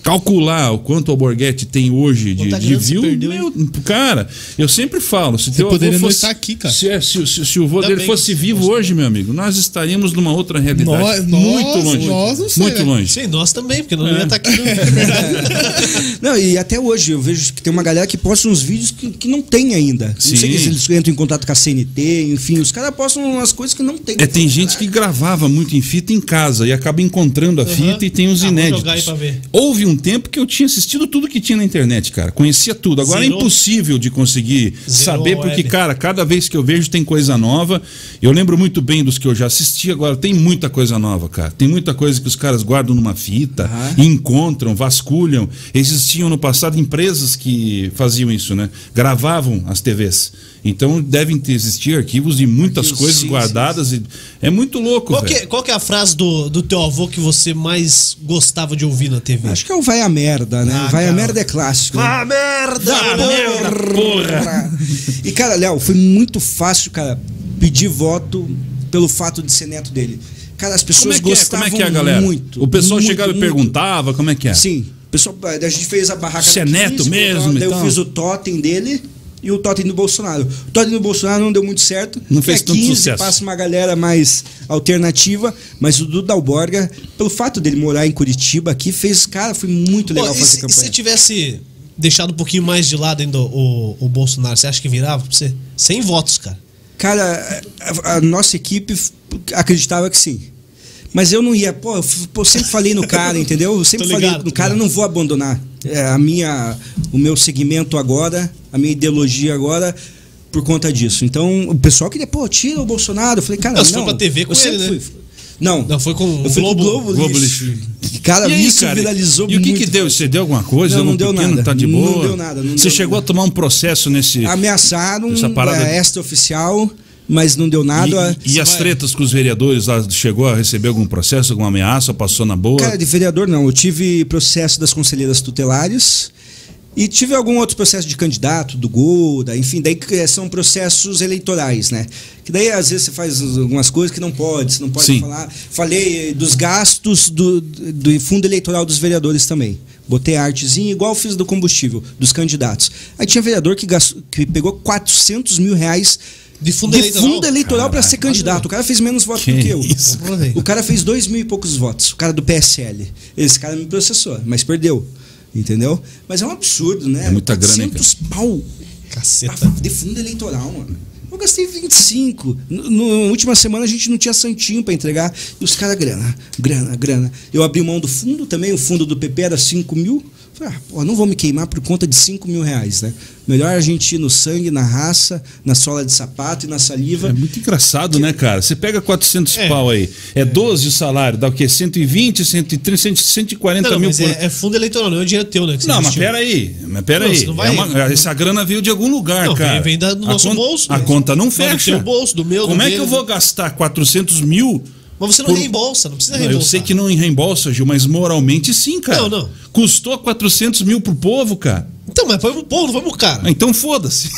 [SPEAKER 3] calcular o quanto o Borghetti tem hoje de,
[SPEAKER 1] Quanta
[SPEAKER 3] de
[SPEAKER 1] grana se
[SPEAKER 3] view,
[SPEAKER 1] perdeu,
[SPEAKER 3] meu, cara, eu sempre falo, se teu avô
[SPEAKER 2] poderia não
[SPEAKER 3] fosse-
[SPEAKER 2] estar aqui, cara.
[SPEAKER 3] Se, é, se- se- se o avô
[SPEAKER 1] Ainda
[SPEAKER 3] dele
[SPEAKER 1] bem
[SPEAKER 3] fosse
[SPEAKER 1] que-
[SPEAKER 3] vivo hoje, meu amigo, nós estaríamos numa outra realidade.
[SPEAKER 2] Nós-
[SPEAKER 3] muito
[SPEAKER 2] nós-
[SPEAKER 3] longe.
[SPEAKER 2] nós não sei,
[SPEAKER 3] muito
[SPEAKER 2] né?
[SPEAKER 3] longe.
[SPEAKER 1] Sim, nós também, porque nós não ia estar aqui. Não. É
[SPEAKER 3] <laughs>
[SPEAKER 1] verdade.
[SPEAKER 4] <laughs> Não, e até hoje eu vejo que tem uma galera que posta uns vídeos que, que não tem ainda.
[SPEAKER 3] Sim.
[SPEAKER 4] Não sei se eles entram em contato com a CNT, enfim, os caras postam umas coisas que não tem.
[SPEAKER 3] É, tem gente que gravava muito em fita em casa e acaba encontrando a fita e tem uns
[SPEAKER 1] Ah, vou
[SPEAKER 3] inéditos.
[SPEAKER 1] jogar aí pra ver.
[SPEAKER 3] Houve um tempo que eu tinha assistido tudo que tinha na internet, cara. Conhecia tudo. Agora
[SPEAKER 1] Zerou.
[SPEAKER 3] é impossível de conseguir
[SPEAKER 1] Zerou é.
[SPEAKER 3] saber,
[SPEAKER 1] a
[SPEAKER 3] porque,
[SPEAKER 1] web.
[SPEAKER 3] cara, cada vez que eu vejo tem coisa nova. Eu lembro muito bem dos que eu já assisti, agora tem muita coisa nova, cara. Tem muita coisa que os caras guardam numa fita,
[SPEAKER 4] Aham.
[SPEAKER 3] encontram, vasculham. Existiam no passado empresas que faziam isso, né? Gravavam as TVs. Então devem ter- existir arquivos de muitas
[SPEAKER 4] Arquivos,
[SPEAKER 3] coisas
[SPEAKER 4] sim,
[SPEAKER 3] guardadas. e- É muito louco,
[SPEAKER 1] Qual, que,
[SPEAKER 3] velho.
[SPEAKER 1] é- qual que é a frase do, do teu avô que você mais gostava de ouvir na TV?
[SPEAKER 4] Acho que é o Vai a Merda, né?
[SPEAKER 1] Ah,
[SPEAKER 4] vai a
[SPEAKER 1] cara.
[SPEAKER 4] Merda é clássico. né?
[SPEAKER 1] Ah, merda!
[SPEAKER 4] Porra. E, cara, Léo, foi muito fácil, cara, pedir voto pelo fato de ser neto dele. Cara, as
[SPEAKER 3] Como
[SPEAKER 4] pessoas
[SPEAKER 3] é que é? Como
[SPEAKER 4] gostavam
[SPEAKER 3] é que é, galera?
[SPEAKER 4] muito.
[SPEAKER 3] o pessoal
[SPEAKER 4] muito,
[SPEAKER 3] chegava e
[SPEAKER 4] muito.
[SPEAKER 3] perguntava como é que é.
[SPEAKER 4] Sim. O pessoal, a gente fez a barraca
[SPEAKER 3] Você é
[SPEAKER 4] daqui,
[SPEAKER 3] neto
[SPEAKER 4] se
[SPEAKER 3] mesmo então?
[SPEAKER 4] colocava,
[SPEAKER 3] e
[SPEAKER 4] Daí eu
[SPEAKER 3] tal?
[SPEAKER 4] fiz o totem dele. e o Totem do Bolsonaro. O Totem do Bolsonaro não deu muito certo.
[SPEAKER 3] Não fez
[SPEAKER 4] é
[SPEAKER 3] tanto
[SPEAKER 4] 15,
[SPEAKER 3] sucesso.
[SPEAKER 4] Passa uma galera mais alternativa, mas o Duda Alborga, pelo fato dele morar em Curitiba aqui, fez, cara, foi muito legal
[SPEAKER 1] Pô, e,
[SPEAKER 4] fazer
[SPEAKER 1] se, e
[SPEAKER 4] campanha.
[SPEAKER 1] se tivesse deixado um pouquinho mais de lado ainda o, o Bolsonaro, você acha que virava pra você? 100 votos, cara.
[SPEAKER 4] Cara, a, a nossa equipe f- acreditava que sim. Mas eu não ia, pô, eu f- pô, sempre falei no cara, entendeu? Eu sempre
[SPEAKER 1] Tô
[SPEAKER 4] falei
[SPEAKER 1] ligado,
[SPEAKER 4] no
[SPEAKER 1] tô
[SPEAKER 4] cara, eu
[SPEAKER 1] ligado.
[SPEAKER 4] não vou abandonar. É, a minha, o meu segmento agora, a minha ideologia agora, por conta disso. Então, o pessoal queria, pô, tira o Bolsonaro. Eu falei, cara,
[SPEAKER 1] Não,
[SPEAKER 4] não.
[SPEAKER 1] você foi pra TV com
[SPEAKER 4] eu
[SPEAKER 1] ele,
[SPEAKER 4] sempre
[SPEAKER 1] né?
[SPEAKER 4] fui. Não,
[SPEAKER 1] Não, foi com o
[SPEAKER 4] eu fui
[SPEAKER 1] Globo-
[SPEAKER 4] com o Globo,
[SPEAKER 3] Globo
[SPEAKER 4] Lixo. Cara,
[SPEAKER 3] E aí,
[SPEAKER 4] isso
[SPEAKER 3] cara,
[SPEAKER 4] viralizou
[SPEAKER 3] E o que
[SPEAKER 4] muito.
[SPEAKER 3] que deu? Você deu alguma coisa?
[SPEAKER 4] Não, não
[SPEAKER 3] Um
[SPEAKER 4] deu
[SPEAKER 3] pequeno,
[SPEAKER 4] nada.
[SPEAKER 3] Tá de
[SPEAKER 4] Não
[SPEAKER 3] boa?
[SPEAKER 4] deu nada, não
[SPEAKER 3] Você
[SPEAKER 4] deu
[SPEAKER 3] chegou
[SPEAKER 4] nada. Tá
[SPEAKER 3] a tomar um processo nesse...
[SPEAKER 4] Ameaçaram
[SPEAKER 3] Essa parada-
[SPEAKER 4] é, extra-oficial, mas não deu
[SPEAKER 3] E-
[SPEAKER 4] nada.
[SPEAKER 3] E, e as
[SPEAKER 1] vai-
[SPEAKER 3] tretas com os vereadores lá, chegou a receber algum processo, alguma ameaça, passou na boa?
[SPEAKER 4] Cara, de vereador não. Eu tive processo das conselheiras tutelares e tive algum outro processo de candidato, do Gol, da, enfim, daí que eh, são processos eleitorais, né? Que daí às vezes você faz algumas coisas que não pode, você não pode
[SPEAKER 3] Sim.
[SPEAKER 4] falar. Falei eh, dos gastos do, do fundo eleitoral dos vereadores também. Botei artezinha, igual fiz do combustível, dos candidatos. Aí tinha vereador que, gastou, que pegou 400 mil reais
[SPEAKER 1] De fundo eleitoral?
[SPEAKER 4] para ser
[SPEAKER 1] Caraca.
[SPEAKER 4] candidato. O cara fez menos votos
[SPEAKER 3] Que
[SPEAKER 4] do que eu.
[SPEAKER 3] isso,
[SPEAKER 1] Pô, velho.
[SPEAKER 4] O cara fez dois mil e poucos votos, o cara do PSL. Esse cara me processou, mas perdeu. Entendeu? Mas é um absurdo, né?
[SPEAKER 3] É muita grana, hein,
[SPEAKER 4] 400 pau
[SPEAKER 1] Caceta.
[SPEAKER 4] pra- de fundo eleitoral, mano. Eu gastei 25. No, no- na última semana a gente não tinha santinho pra entregar. E os caras, grana, grana, grana. Eu abri mão do fundo também, o fundo do PP era 5 mil. Falei, ah, pô, não vou me queimar por conta de 5 mil reais, né? Melhor a gente ir no sangue, na raça, na sola de sapato e na saliva.
[SPEAKER 3] É muito engraçado, né, cara? Você pega 400
[SPEAKER 1] É.
[SPEAKER 3] pau aí, é 12 o salário, dá o quê? 120, 130, 100, 140
[SPEAKER 1] Não, não,
[SPEAKER 3] mil
[SPEAKER 1] mas
[SPEAKER 3] por
[SPEAKER 1] é, é fundo eleitoral, não é o dinheiro teu, né? que você
[SPEAKER 3] Não, mas
[SPEAKER 1] investiu.
[SPEAKER 3] peraí, mas
[SPEAKER 1] Não,
[SPEAKER 3] peraí.
[SPEAKER 1] você não vai-
[SPEAKER 3] É uma- essa grana veio de algum lugar,
[SPEAKER 1] Não, vem-
[SPEAKER 3] cara.
[SPEAKER 1] vem da- do
[SPEAKER 3] A
[SPEAKER 1] nosso
[SPEAKER 3] conta-
[SPEAKER 1] bolso,
[SPEAKER 3] A
[SPEAKER 1] né?
[SPEAKER 3] conta não
[SPEAKER 1] Não, do
[SPEAKER 3] fecha.
[SPEAKER 1] teu bolso, do meu, do
[SPEAKER 3] Como é
[SPEAKER 1] dele,
[SPEAKER 3] que eu
[SPEAKER 1] né?
[SPEAKER 3] vou gastar 400 mil?
[SPEAKER 1] Mas você não
[SPEAKER 3] por-
[SPEAKER 1] reembolsa, não precisa
[SPEAKER 3] Não, eu
[SPEAKER 1] reembolsar.
[SPEAKER 3] sei que não em reembolsa, Gil, mas moralmente sim, cara.
[SPEAKER 1] Não, não.
[SPEAKER 3] Custou 400 mil pro povo, cara.
[SPEAKER 1] Então, mas foi pro povo, não foi pro
[SPEAKER 3] Ah,
[SPEAKER 1] cara.
[SPEAKER 3] Então foda-se.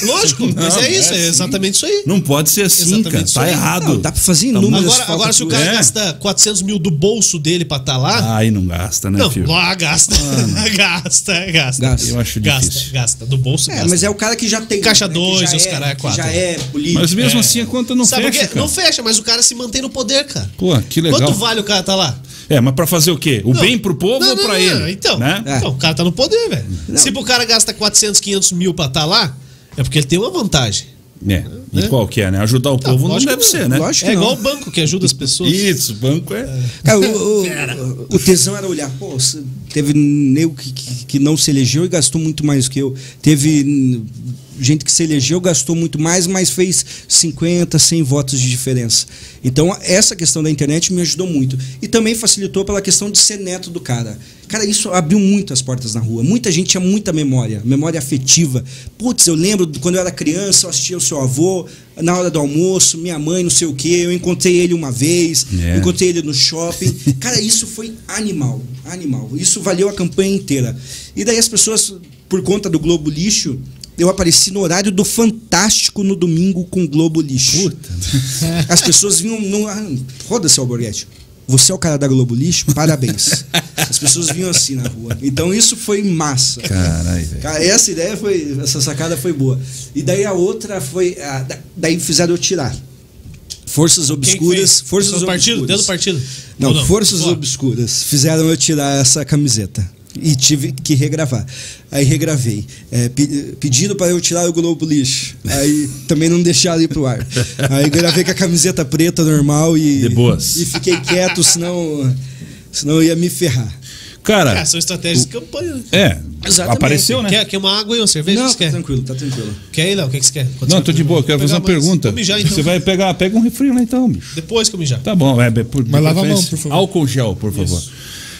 [SPEAKER 1] Lógico,
[SPEAKER 3] <laughs>
[SPEAKER 1] mas
[SPEAKER 3] Não,
[SPEAKER 1] é isso, é,
[SPEAKER 3] assim.
[SPEAKER 1] exatamente isso aí.
[SPEAKER 3] Não pode ser assim,
[SPEAKER 1] Exatamente
[SPEAKER 3] cara.
[SPEAKER 1] isso
[SPEAKER 3] Tá
[SPEAKER 1] aí.
[SPEAKER 3] errado.
[SPEAKER 4] Não, dá pra fazer
[SPEAKER 3] Tá
[SPEAKER 4] inúmeras
[SPEAKER 1] Agora, agora se o cara
[SPEAKER 3] É.
[SPEAKER 1] gasta 400 mil do bolso dele pra estar tá lá.
[SPEAKER 3] Aí não gasta, né,
[SPEAKER 1] não,
[SPEAKER 3] filho?
[SPEAKER 1] lá gasta, <laughs> gasta, gasta.
[SPEAKER 4] Gasta.
[SPEAKER 3] Eu acho
[SPEAKER 1] Gasta,
[SPEAKER 3] difícil.
[SPEAKER 1] gasta. Do bolso
[SPEAKER 4] É,
[SPEAKER 1] gasta.
[SPEAKER 3] um
[SPEAKER 4] mas é o cara que já tem.
[SPEAKER 1] Caixa
[SPEAKER 4] né, que
[SPEAKER 1] dois,
[SPEAKER 4] já
[SPEAKER 1] os cara é
[SPEAKER 4] que
[SPEAKER 1] quatro.
[SPEAKER 4] Já é político.
[SPEAKER 3] Mas mesmo assim a conta não
[SPEAKER 1] Sabe o
[SPEAKER 3] fecha,
[SPEAKER 1] quê?
[SPEAKER 3] cara.
[SPEAKER 1] Não fecha, mas o cara se mantém no poder, cara.
[SPEAKER 3] Pô, que legal.
[SPEAKER 1] Quanto vale o cara tá lá?
[SPEAKER 3] É, mas pra fazer o quê? O
[SPEAKER 1] Não.
[SPEAKER 3] bem pro povo
[SPEAKER 1] Não,
[SPEAKER 3] ou
[SPEAKER 1] não,
[SPEAKER 3] pra
[SPEAKER 1] não,
[SPEAKER 3] ele?
[SPEAKER 1] não, Então,
[SPEAKER 3] né?
[SPEAKER 1] então, o cara tá no poder, velho.
[SPEAKER 4] É. Não.
[SPEAKER 1] Se o cara gasta 400, 500 mil pra estar tá lá, é porque ele tem uma vantagem.
[SPEAKER 3] É, e
[SPEAKER 1] Né?
[SPEAKER 3] qual que é, né? Ajudar o povo não
[SPEAKER 1] lógico
[SPEAKER 3] deve
[SPEAKER 1] que
[SPEAKER 3] ser, né?
[SPEAKER 4] Lógico
[SPEAKER 1] é
[SPEAKER 4] que não.
[SPEAKER 1] igual o banco que ajuda as pessoas.
[SPEAKER 3] Isso, banco é.
[SPEAKER 4] Cara, o, o- o tesão era olhar, pô, se- teve nego que, que, que não se elegeu e gastou muito mais que eu. Teve hum, gente que se elegeu, gastou muito mais, mas fez 50, 100 votos de diferença. Então, essa questão da internet me ajudou muito. E também facilitou pela questão de ser neto do cara. Cara, isso abriu muito as portas na rua. Muita gente tinha muita memória, memória afetiva. Putz, eu lembro de quando eu era criança, eu assistia o seu avô na hora do almoço, minha mãe, não sei o quê. Eu encontrei ele uma vez,
[SPEAKER 3] É.
[SPEAKER 4] encontrei encontrei ele no shopping. Cara, isso foi animal, animal. Isso valeu a campanha inteira. E daí as pessoas, por conta do Globo Lixo, eu apareci no horário do Fantástico no domingo com o Globo Lixo. <laughs> As pessoas vinham. No... ah, Foda-se, Alborguete. Você é o cara da Globo Lixo? Parabéns. As pessoas vinham assim na rua. Então isso foi massa.
[SPEAKER 3] Caralho,
[SPEAKER 1] É.
[SPEAKER 3] velho.
[SPEAKER 4] Cara, essa ideia foi. Essa sacada foi boa. E daí a outra foi. a- da- daí fizeram eu tirar. Forças
[SPEAKER 1] Quem que
[SPEAKER 4] obscuras.
[SPEAKER 1] fez?
[SPEAKER 4] Forças
[SPEAKER 1] Dentro do partido,
[SPEAKER 4] obscuras.
[SPEAKER 1] dentro do partido.
[SPEAKER 4] Não,
[SPEAKER 1] Ou
[SPEAKER 4] forças
[SPEAKER 1] Fora.
[SPEAKER 4] obscuras fizeram eu tirar essa camiseta. E tive que regravar. Aí regravei. É, pe- pediram para eu tirar o Globo Lixo. Aí também não deixaram ir pro ar. Aí gravei com a camiseta preta normal e.
[SPEAKER 3] De boas.
[SPEAKER 4] E fiquei quieto, senão. Senão eu ia me ferrar.
[SPEAKER 3] Cara,
[SPEAKER 1] É, são estratégias de campanha. né?
[SPEAKER 3] é.
[SPEAKER 4] Exatamente.
[SPEAKER 3] Apareceu, né?
[SPEAKER 1] Quer, quer uma água e uma cerveja?
[SPEAKER 4] não,
[SPEAKER 1] que você
[SPEAKER 4] tá
[SPEAKER 1] quer?
[SPEAKER 4] tranquilo, tá tranquilo.
[SPEAKER 1] Quer ir, Léo? O que que você quer? Quando
[SPEAKER 3] Não,
[SPEAKER 1] você
[SPEAKER 3] tô
[SPEAKER 1] vai-
[SPEAKER 3] de boa, quero
[SPEAKER 1] Vou
[SPEAKER 3] fazer uma
[SPEAKER 1] pegar mais.
[SPEAKER 3] pergunta.
[SPEAKER 1] Vou mijar, então.
[SPEAKER 3] Você vai pegar, pega um refri lá então, bicho.
[SPEAKER 1] Depois que eu mijar.
[SPEAKER 3] Tá bom, é, be- por,
[SPEAKER 2] Mas
[SPEAKER 3] de
[SPEAKER 2] lava a mão,
[SPEAKER 3] preferência.
[SPEAKER 2] por favor.
[SPEAKER 3] Álcool gel, por favor.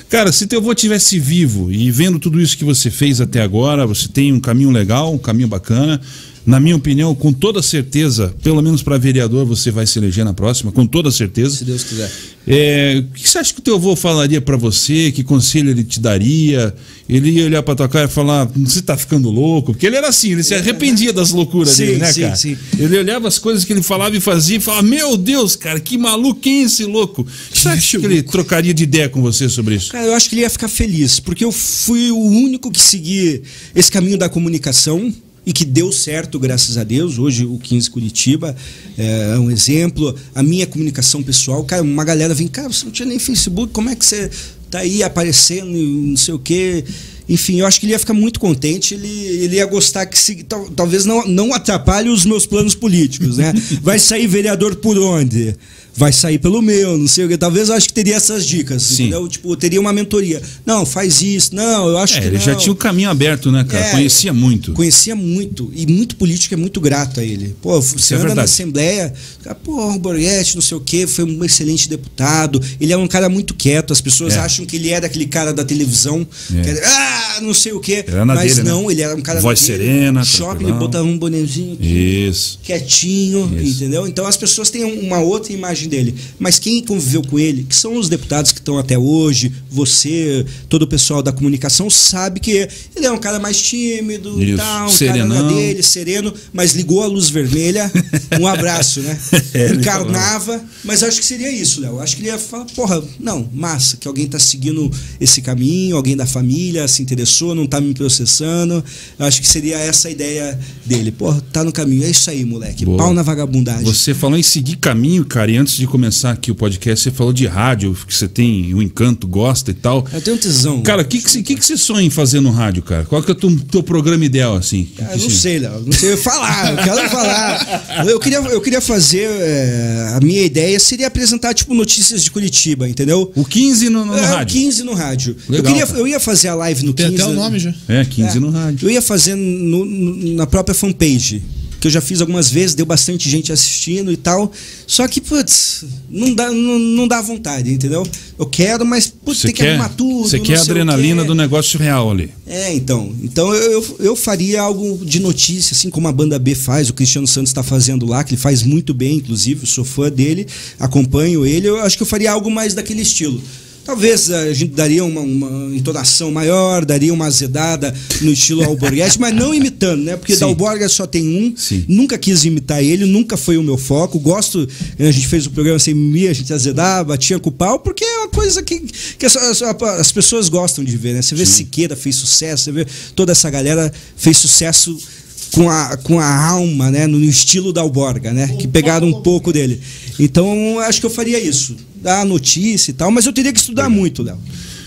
[SPEAKER 3] Cara, se teu avô tivesse vivo e vendo tudo isso que você fez até agora, você tem um caminho legal, um caminho bacana. Na minha opinião, com toda certeza, pelo menos para vereador, você vai se eleger na próxima, com toda certeza.
[SPEAKER 4] Se Deus quiser.
[SPEAKER 3] É, o que você acha que o teu avô falaria pra você? Que conselho ele te daria? Ele ia olhar pra tua cara e falar: você tá ficando louco? Porque ele era assim, ele se arrependia das loucuras
[SPEAKER 4] Sim,
[SPEAKER 3] dele, né,
[SPEAKER 4] sim,
[SPEAKER 3] cara?
[SPEAKER 4] sim.
[SPEAKER 3] Ele olhava as coisas que ele falava e fazia e falava: Meu Deus, cara, que maluco, quem é esse louco? Você acha que ele trocaria de ideia com você sobre isso?
[SPEAKER 4] Cara, eu acho que ele ia ficar feliz, porque eu fui o único que segui esse caminho da comunicação. e que deu certo, graças a Deus. Hoje o 15 Curitiba é um exemplo. A minha comunicação pessoal, cara, uma galera vem, cara, você não tinha nem Facebook, como é que você tá aí aparecendo e não sei o quê? Enfim, eu acho que ele ia ficar muito contente, ele, ele ia gostar que se, tal- talvez não, não atrapalhe os meus planos políticos, né? Vai sair vereador por onde? Vai sair pelo meu, não sei o quê. Talvez eu acho que teria essas dicas,
[SPEAKER 3] Sim.
[SPEAKER 4] entendeu? Tipo, eu teria uma mentoria. Não, faz isso. Não, eu acho
[SPEAKER 3] É,
[SPEAKER 4] que
[SPEAKER 3] ele já
[SPEAKER 4] não.
[SPEAKER 3] tinha o caminho aberto, né, cara?
[SPEAKER 4] É,
[SPEAKER 3] Conhecia muito.
[SPEAKER 4] Conhecia muito. E muito político é muito grato a ele. Pô, você
[SPEAKER 3] é
[SPEAKER 4] anda na
[SPEAKER 3] verdade.
[SPEAKER 4] Assembleia, ah, pô, o Borghetti, não sei o quê, foi um excelente deputado. Ele é um cara muito quieto. As pessoas
[SPEAKER 3] É.
[SPEAKER 4] acham que ele era aquele cara da televisão.
[SPEAKER 3] É.
[SPEAKER 4] que era, ah, não sei o quê.
[SPEAKER 3] Era na
[SPEAKER 4] Mas
[SPEAKER 3] dele, né?
[SPEAKER 4] não, ele era um cara...
[SPEAKER 3] Voz
[SPEAKER 4] na dele,
[SPEAKER 3] serena,
[SPEAKER 4] Shopping, ele
[SPEAKER 3] tranquilão.
[SPEAKER 4] botava um bonezinho aqui
[SPEAKER 3] Isso.
[SPEAKER 4] quietinho,
[SPEAKER 3] Isso.
[SPEAKER 4] entendeu? Então as pessoas têm uma outra imagem dele. Mas quem conviveu com ele, que são os deputados que estão até hoje, você, todo o pessoal da comunicação, sabe que ele é um cara mais tímido,
[SPEAKER 3] Isso.
[SPEAKER 4] tal, um cara
[SPEAKER 3] Serenão.
[SPEAKER 4] na dele, sereno, mas ligou a luz vermelha, um abraço, né?
[SPEAKER 3] <laughs> É, ele
[SPEAKER 4] Encarnava, mas acho que seria isso, Léo. Acho que ele ia falar, porra, não, massa, que alguém tá seguindo esse caminho, alguém da família se interessou, não tá me processando. Acho que seria essa a ideia dele. Porra, tá no caminho, é isso aí, moleque.
[SPEAKER 3] Boa.
[SPEAKER 4] Pau na vagabundagem.
[SPEAKER 3] Você falou em seguir caminho, cara, e antes de começar aqui o podcast, você falou de rádio, que você tem um encanto, gosta e tal.
[SPEAKER 4] Eu tenho um tesão.
[SPEAKER 3] Cara, o que, que, você- que, que você sonha em fazer no rádio, cara? Qual que é o teu, teu programa ideal, assim?
[SPEAKER 4] Cara,
[SPEAKER 3] Que
[SPEAKER 4] eu não
[SPEAKER 3] você-
[SPEAKER 4] sei, Léo. Não sei falar, eu quero falar. Eu queria, eu queria fazer. eh, a minha ideia seria apresentar, tipo, notícias de Curitiba, entendeu?
[SPEAKER 3] O 15 Tá no, no
[SPEAKER 4] É, o
[SPEAKER 3] rádio.
[SPEAKER 4] 15 no rádio.
[SPEAKER 3] Legal,
[SPEAKER 4] eu, queria,
[SPEAKER 3] cara.
[SPEAKER 4] eu ia fazer a live no
[SPEAKER 2] Tem
[SPEAKER 4] 15.
[SPEAKER 2] até o nome já.
[SPEAKER 3] É, 15
[SPEAKER 4] É.
[SPEAKER 3] no rádio.
[SPEAKER 4] Eu ia fazer no- no- na própria fanpage. Que eu já fiz algumas vezes, deu bastante gente assistindo e tal. Só que, putz, não dá, não, não dá vontade, entendeu? Eu quero, mas, putz,
[SPEAKER 3] Você
[SPEAKER 4] tem que
[SPEAKER 3] quer,
[SPEAKER 4] arrumar tudo.
[SPEAKER 3] você
[SPEAKER 4] não
[SPEAKER 3] quer a
[SPEAKER 4] sei o
[SPEAKER 3] adrenalina
[SPEAKER 4] quê.
[SPEAKER 3] do negócio real ali.
[SPEAKER 4] É, então. Então eu, eu, eu faria algo de notícia, assim como a banda B faz, o Cristiano Santos está fazendo lá, que ele faz muito bem, inclusive, eu sou fã dele, acompanho ele, eu acho que eu faria algo mais daquele estilo. Talvez eh, a gente daria uma, uma entonação maior, daria uma azedada no estilo Alborguete, mas não imitando, né? Porque
[SPEAKER 3] Sim.
[SPEAKER 4] da Alborga só tem um,
[SPEAKER 3] Sim.
[SPEAKER 4] nunca quis imitar ele, nunca foi o meu foco. Gosto, a gente fez o programa sem mimimi, a gente azedava, batia com o pau, porque é uma coisa que, que as, as- as pessoas gostam de ver, né? Você vê Siqueira fez sucesso, você vê toda essa galera fez sucesso com a, com a alma, né? No estilo da Alborga, né? Que pegaram um pouco dele. Então, acho que eu faria isso. Dar a notícia e tal, mas eu teria que estudar muito, Léo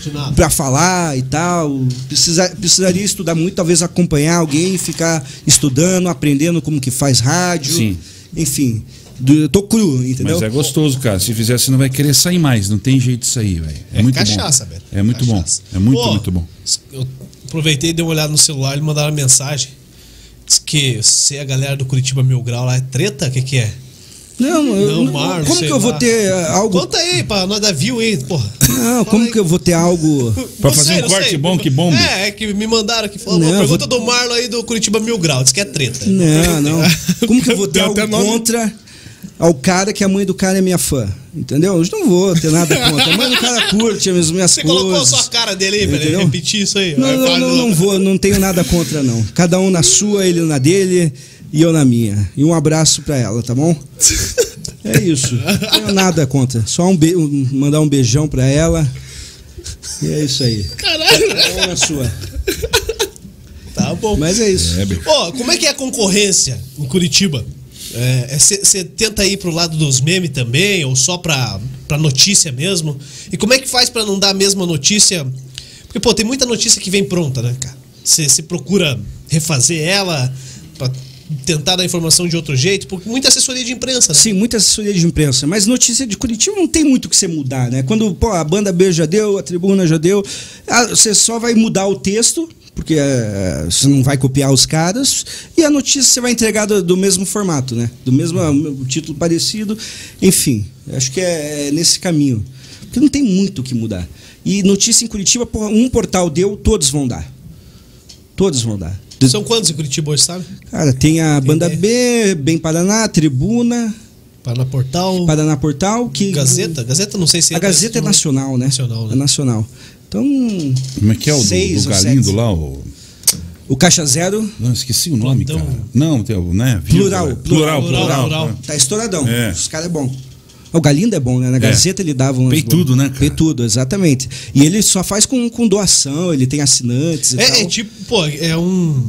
[SPEAKER 2] De nada.
[SPEAKER 4] para falar e tal. Precisa- precisaria estudar muito, talvez acompanhar alguém, ficar estudando, aprendendo como que faz rádio.
[SPEAKER 3] Sim.
[SPEAKER 4] Enfim, do, eu tô cru, entendeu?
[SPEAKER 3] Mas é gostoso, cara. Se fizer, você não vai querer sair mais. Não tem jeito de sair, velho. É, muito
[SPEAKER 1] cachaça,
[SPEAKER 3] bom.
[SPEAKER 1] Beto.
[SPEAKER 3] É muito
[SPEAKER 1] Cachaça.
[SPEAKER 3] bom. É muito,
[SPEAKER 1] Pô,
[SPEAKER 3] muito bom.
[SPEAKER 1] Eu aproveitei e dei uma olhada no celular e mandaram uma mensagem. Diz que se a galera do Curitiba Mil Grau lá é treta, o que, que é?
[SPEAKER 4] Não, eu,
[SPEAKER 1] Não,
[SPEAKER 4] não-
[SPEAKER 1] Mar,
[SPEAKER 4] como
[SPEAKER 1] sei
[SPEAKER 4] que eu vou
[SPEAKER 1] lá.
[SPEAKER 4] ter ah, algo?
[SPEAKER 1] Conta aí, pra nós dar view aí, porra.
[SPEAKER 4] Não, como que eu vou ter algo?
[SPEAKER 3] <laughs> Pra fazer um corte bom que bombe.
[SPEAKER 1] É, é que me mandaram aqui. Falou,
[SPEAKER 4] Não,
[SPEAKER 1] pergunta do Marlon aí do Curitiba Mil Grau. Diz que é treta.
[SPEAKER 4] Não,
[SPEAKER 1] <laughs>
[SPEAKER 4] não. Como que eu vou ter
[SPEAKER 2] Deu
[SPEAKER 4] algo
[SPEAKER 2] até nome.
[SPEAKER 4] contra ao cara que a mãe do cara é minha fã? Entendeu? Eu não vou ter nada contra. A mãe do cara curte as minhas, minhas
[SPEAKER 1] Você
[SPEAKER 4] coisas.
[SPEAKER 1] colocou a sua cara dele aí, velho.
[SPEAKER 4] Entendeu?
[SPEAKER 1] Repetir isso aí.
[SPEAKER 4] Não,
[SPEAKER 1] Vai,
[SPEAKER 4] não,
[SPEAKER 1] fala,
[SPEAKER 4] não, não vou, não tenho nada contra, não. Cada um na sua, ele na dele e eu na minha. E um abraço pra ela,
[SPEAKER 1] <laughs>
[SPEAKER 4] tá bom? É isso. Não tenho nada contra. Só um be- um- mandar um beijão pra ela. E é isso aí.
[SPEAKER 1] Caralho.
[SPEAKER 4] Cada um na sua.
[SPEAKER 1] Tá bom.
[SPEAKER 4] Mas é isso.
[SPEAKER 3] É, Beto.
[SPEAKER 1] Ó, como é que é a concorrência em Curitiba? É, Você tenta ir pro lado dos memes também, ou só pra, pra notícia mesmo? E como é que faz pra não dar a mesma notícia? Porque, pô, tem muita notícia que vem pronta, né, cara? Você procura refazer ela pra tentar dar informação de outro jeito, porque muita assessoria de imprensa, né?
[SPEAKER 4] Sim, muita assessoria de imprensa. Mas notícia de Curitiba não tem muito o que você mudar, né? Quando pô, a banda B já deu, a tribuna já deu, ah, você só vai mudar o texto, porque eh, você não vai copiar os caras, e a notícia você vai entregar do, do mesmo formato, né? Do mesmo ah, um título parecido. Enfim, acho que é nesse caminho. Porque não tem muito o que mudar. E notícia em Curitiba, pô, um portal deu, todos vão dar. Todos vão dar.
[SPEAKER 1] São quantos em Curitiba hoje, sabe?
[SPEAKER 4] Cara, tem a banda B, Bem Paraná, Tribuna,
[SPEAKER 1] Paraná Portal,
[SPEAKER 4] Paraná Portal, que.
[SPEAKER 1] Gazeta? Gazeta não sei se...
[SPEAKER 4] A Gazeta é nacional, né?
[SPEAKER 1] Nacional, né?
[SPEAKER 4] É nacional. Então,
[SPEAKER 3] Como é que é o do,
[SPEAKER 4] Seis
[SPEAKER 3] do
[SPEAKER 4] ou
[SPEAKER 3] Galindo
[SPEAKER 4] sete.
[SPEAKER 3] lá? O...
[SPEAKER 4] o Caixa Zero
[SPEAKER 3] Não, esqueci o nome,
[SPEAKER 1] Plantão.
[SPEAKER 3] cara. Não, tem o- né?
[SPEAKER 4] Plural,
[SPEAKER 3] Vírgula.
[SPEAKER 4] plural,
[SPEAKER 3] Plural, plural.
[SPEAKER 1] plural.
[SPEAKER 3] cara.
[SPEAKER 4] tá estouradão.
[SPEAKER 3] É.
[SPEAKER 4] Os caras é bom. O Galindo é bom, né? Na Gazeta ele dava um.
[SPEAKER 3] Peitudo, né, cara?
[SPEAKER 4] Peitudo, exatamente. E ele só faz com, com doação, ele tem assinantes e
[SPEAKER 1] né? É,
[SPEAKER 4] tal.
[SPEAKER 1] é tipo, pô, é um.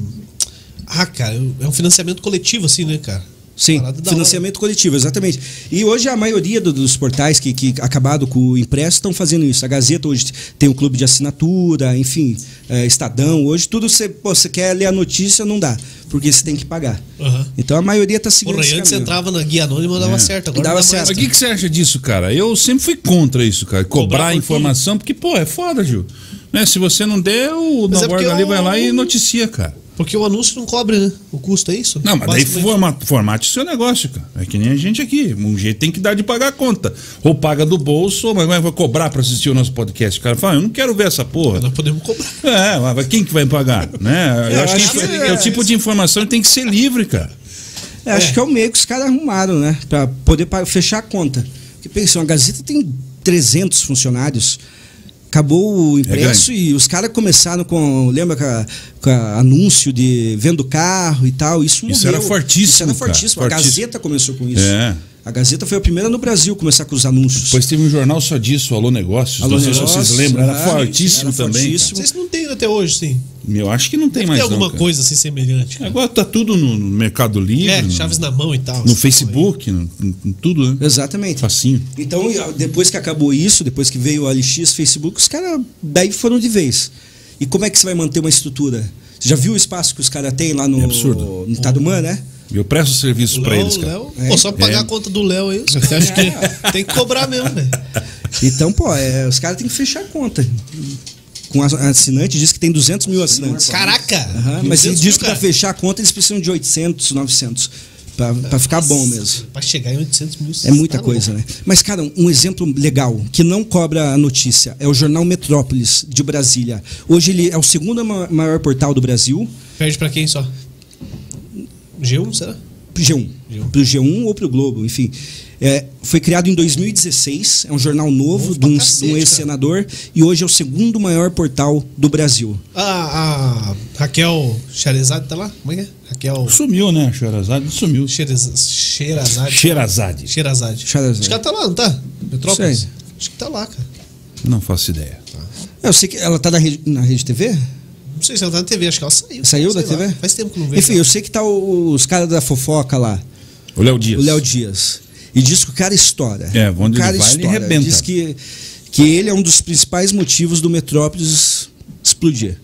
[SPEAKER 1] Ah, cara, é um financiamento coletivo, assim, né, cara?
[SPEAKER 4] Sim,
[SPEAKER 1] Parada da
[SPEAKER 4] financiamento coletivo, exatamente. E hoje a maioria do- dos portais que, que acabaram com o impresso estão fazendo isso. A Gazeta hoje tem um clube de assinatura, enfim, é, Estadão, hoje tudo você, pô, você quer ler a notícia, não dá, porque você tem que pagar.
[SPEAKER 1] Aham.
[SPEAKER 4] Então a maioria está seguindo
[SPEAKER 1] Porra,
[SPEAKER 4] esse
[SPEAKER 1] antes você
[SPEAKER 4] caminho.
[SPEAKER 1] entrava na guia anônima e dava
[SPEAKER 3] É.
[SPEAKER 1] certo. Agora
[SPEAKER 4] Dava
[SPEAKER 1] não dá
[SPEAKER 4] certo.
[SPEAKER 3] Mas o
[SPEAKER 1] Mais.
[SPEAKER 3] que, que você acha disso, cara? Eu sempre fui contra isso, cara. Cobrar
[SPEAKER 1] Cobrar por quê?
[SPEAKER 3] informação, porque, pô, é foda, Gil. Né? Se você não der, o
[SPEAKER 1] Mas
[SPEAKER 3] da
[SPEAKER 1] é porque
[SPEAKER 3] guarda ali
[SPEAKER 1] o-
[SPEAKER 3] vai lá e noticia, cara.
[SPEAKER 1] Porque o anúncio não cobre, né? O custo é isso?
[SPEAKER 3] Não, mas daí
[SPEAKER 1] Basicamente.
[SPEAKER 3] formate, formate o seu negócio, cara. É que nem a gente aqui. Um jeito tem que dar de pagar a conta. Ou paga do bolso, ou mas vai cobrar pra assistir o nosso podcast. O cara fala, "Ah, eu não quero ver essa porra.
[SPEAKER 1] Nós podemos cobrar.
[SPEAKER 3] É, mas quem que vai pagar? Né? Eu
[SPEAKER 4] É,
[SPEAKER 3] acho que,
[SPEAKER 4] acho que
[SPEAKER 3] é, o tipo de informação que tem que ser livre, cara.
[SPEAKER 4] É, acho que é o meio que os caras arrumaram, né? Pra poder pa- fechar a conta. Porque pensa, uma Gazeta tem 300 funcionários. Acabou o
[SPEAKER 3] É
[SPEAKER 4] impresso e os caras começaram com. Lembra com, a- com a anúncio de vendo carro e tal? Isso morreu.
[SPEAKER 3] Isso era fortíssimo,
[SPEAKER 4] Isso era
[SPEAKER 3] cara,
[SPEAKER 4] fortíssimo.
[SPEAKER 3] fortíssimo.
[SPEAKER 4] A Gazeta começou com isso.
[SPEAKER 3] É.
[SPEAKER 4] A Gazeta foi a primeira no Brasil a começar com os anúncios.
[SPEAKER 3] Depois teve um jornal só disso, Alô Negócios.
[SPEAKER 4] Alô
[SPEAKER 3] não sei se vocês
[SPEAKER 4] Negócios,
[SPEAKER 3] lembram, era
[SPEAKER 4] é,
[SPEAKER 3] fortíssimo
[SPEAKER 4] era
[SPEAKER 3] também.
[SPEAKER 4] fortíssimo.
[SPEAKER 1] Vocês não têm até hoje, sim.
[SPEAKER 3] cara. Eu acho que não
[SPEAKER 1] Tem,
[SPEAKER 3] tem Tipo, mais não,
[SPEAKER 1] alguma
[SPEAKER 3] cara.
[SPEAKER 1] coisa assim semelhante. Cara.
[SPEAKER 3] Agora tá tudo no no Mercado Livre,
[SPEAKER 1] É,
[SPEAKER 3] no-
[SPEAKER 1] chaves na mão e tal.
[SPEAKER 3] no
[SPEAKER 1] assim,
[SPEAKER 3] Facebook, no, em- em tudo, né?
[SPEAKER 4] Exatamente.
[SPEAKER 3] Facinho.
[SPEAKER 4] Então, e, ah, depois que acabou isso, depois que veio o LX, Facebook, os caras daí foram de vez. E como é que você vai manter uma estrutura? Você já viu o espaço que os caras têm lá no,
[SPEAKER 3] É absurdo.
[SPEAKER 4] no Tarumã, né?
[SPEAKER 3] Eu presto serviço
[SPEAKER 1] O
[SPEAKER 3] pra
[SPEAKER 1] Léo,
[SPEAKER 3] eles, cara.
[SPEAKER 1] Léo- Pô, só pra pagar
[SPEAKER 3] É.
[SPEAKER 1] a conta do Léo aí. os
[SPEAKER 2] Você acha que
[SPEAKER 1] caras- <laughs> Tem que cobrar mesmo, né? velho.
[SPEAKER 4] Então, pô, é, os caras têm que fechar a conta. Com as- assinante, diz que tem 200 mil assinantes.
[SPEAKER 1] Caraca!
[SPEAKER 4] Aham,
[SPEAKER 1] 200
[SPEAKER 4] mas ele
[SPEAKER 1] mil,
[SPEAKER 4] diz que para
[SPEAKER 1] cara.
[SPEAKER 4] fechar a conta eles precisam de 800, 900. Pra, pra ficar bom mesmo.
[SPEAKER 1] Pra chegar em 800 mil.
[SPEAKER 4] É muita
[SPEAKER 1] tá
[SPEAKER 4] coisa,
[SPEAKER 1] louco.
[SPEAKER 4] né? Mas, cara, um exemplo legal, que não cobra a notícia, é o jornal Metrópolis, de Brasília. Hoje ele é o segundo ma- maior portal do Brasil,
[SPEAKER 1] Perde pra quem só? G1, será?
[SPEAKER 4] pro G1.
[SPEAKER 1] G1.
[SPEAKER 4] Pro G1 ou pro Globo, enfim. É, foi criado em 2016, é um jornal novo,
[SPEAKER 1] Novo
[SPEAKER 4] de um,
[SPEAKER 1] pra cacete,
[SPEAKER 4] de um
[SPEAKER 1] cara.
[SPEAKER 4] ex-senador, e hoje é o segundo maior portal do Brasil.
[SPEAKER 1] Ah, A, a Raquel Xerezade tá lá? Como é que é? Raquel
[SPEAKER 3] Sumiu, né? Xerazade sumiu.
[SPEAKER 1] Xerez- Xerazade.
[SPEAKER 3] Xerazade.
[SPEAKER 1] Xerazade.
[SPEAKER 4] Xerazade.
[SPEAKER 1] Acho que ela tá lá, não tá? Metrópolis?
[SPEAKER 4] Sei.
[SPEAKER 1] Acho que tá lá, cara.
[SPEAKER 3] Não faço ideia.
[SPEAKER 4] Eu sei que ela tá na rede, na rede TV?
[SPEAKER 1] Não sei se ela tá na TV, acho que ela saiu.
[SPEAKER 4] Saiu
[SPEAKER 1] Sei
[SPEAKER 4] da
[SPEAKER 1] lá.
[SPEAKER 4] TV?
[SPEAKER 1] Faz tempo que não vejo.
[SPEAKER 4] Enfim, eu sei que tá o- os caras da fofoca lá.
[SPEAKER 3] O Léo Dias.
[SPEAKER 4] O Léo Dias. E diz que o cara estoura.
[SPEAKER 3] É, onde
[SPEAKER 4] o cara
[SPEAKER 3] ele vai, ele arrebenta.
[SPEAKER 4] Diz que, que ele é um dos principais motivos do Metrópolis explodir.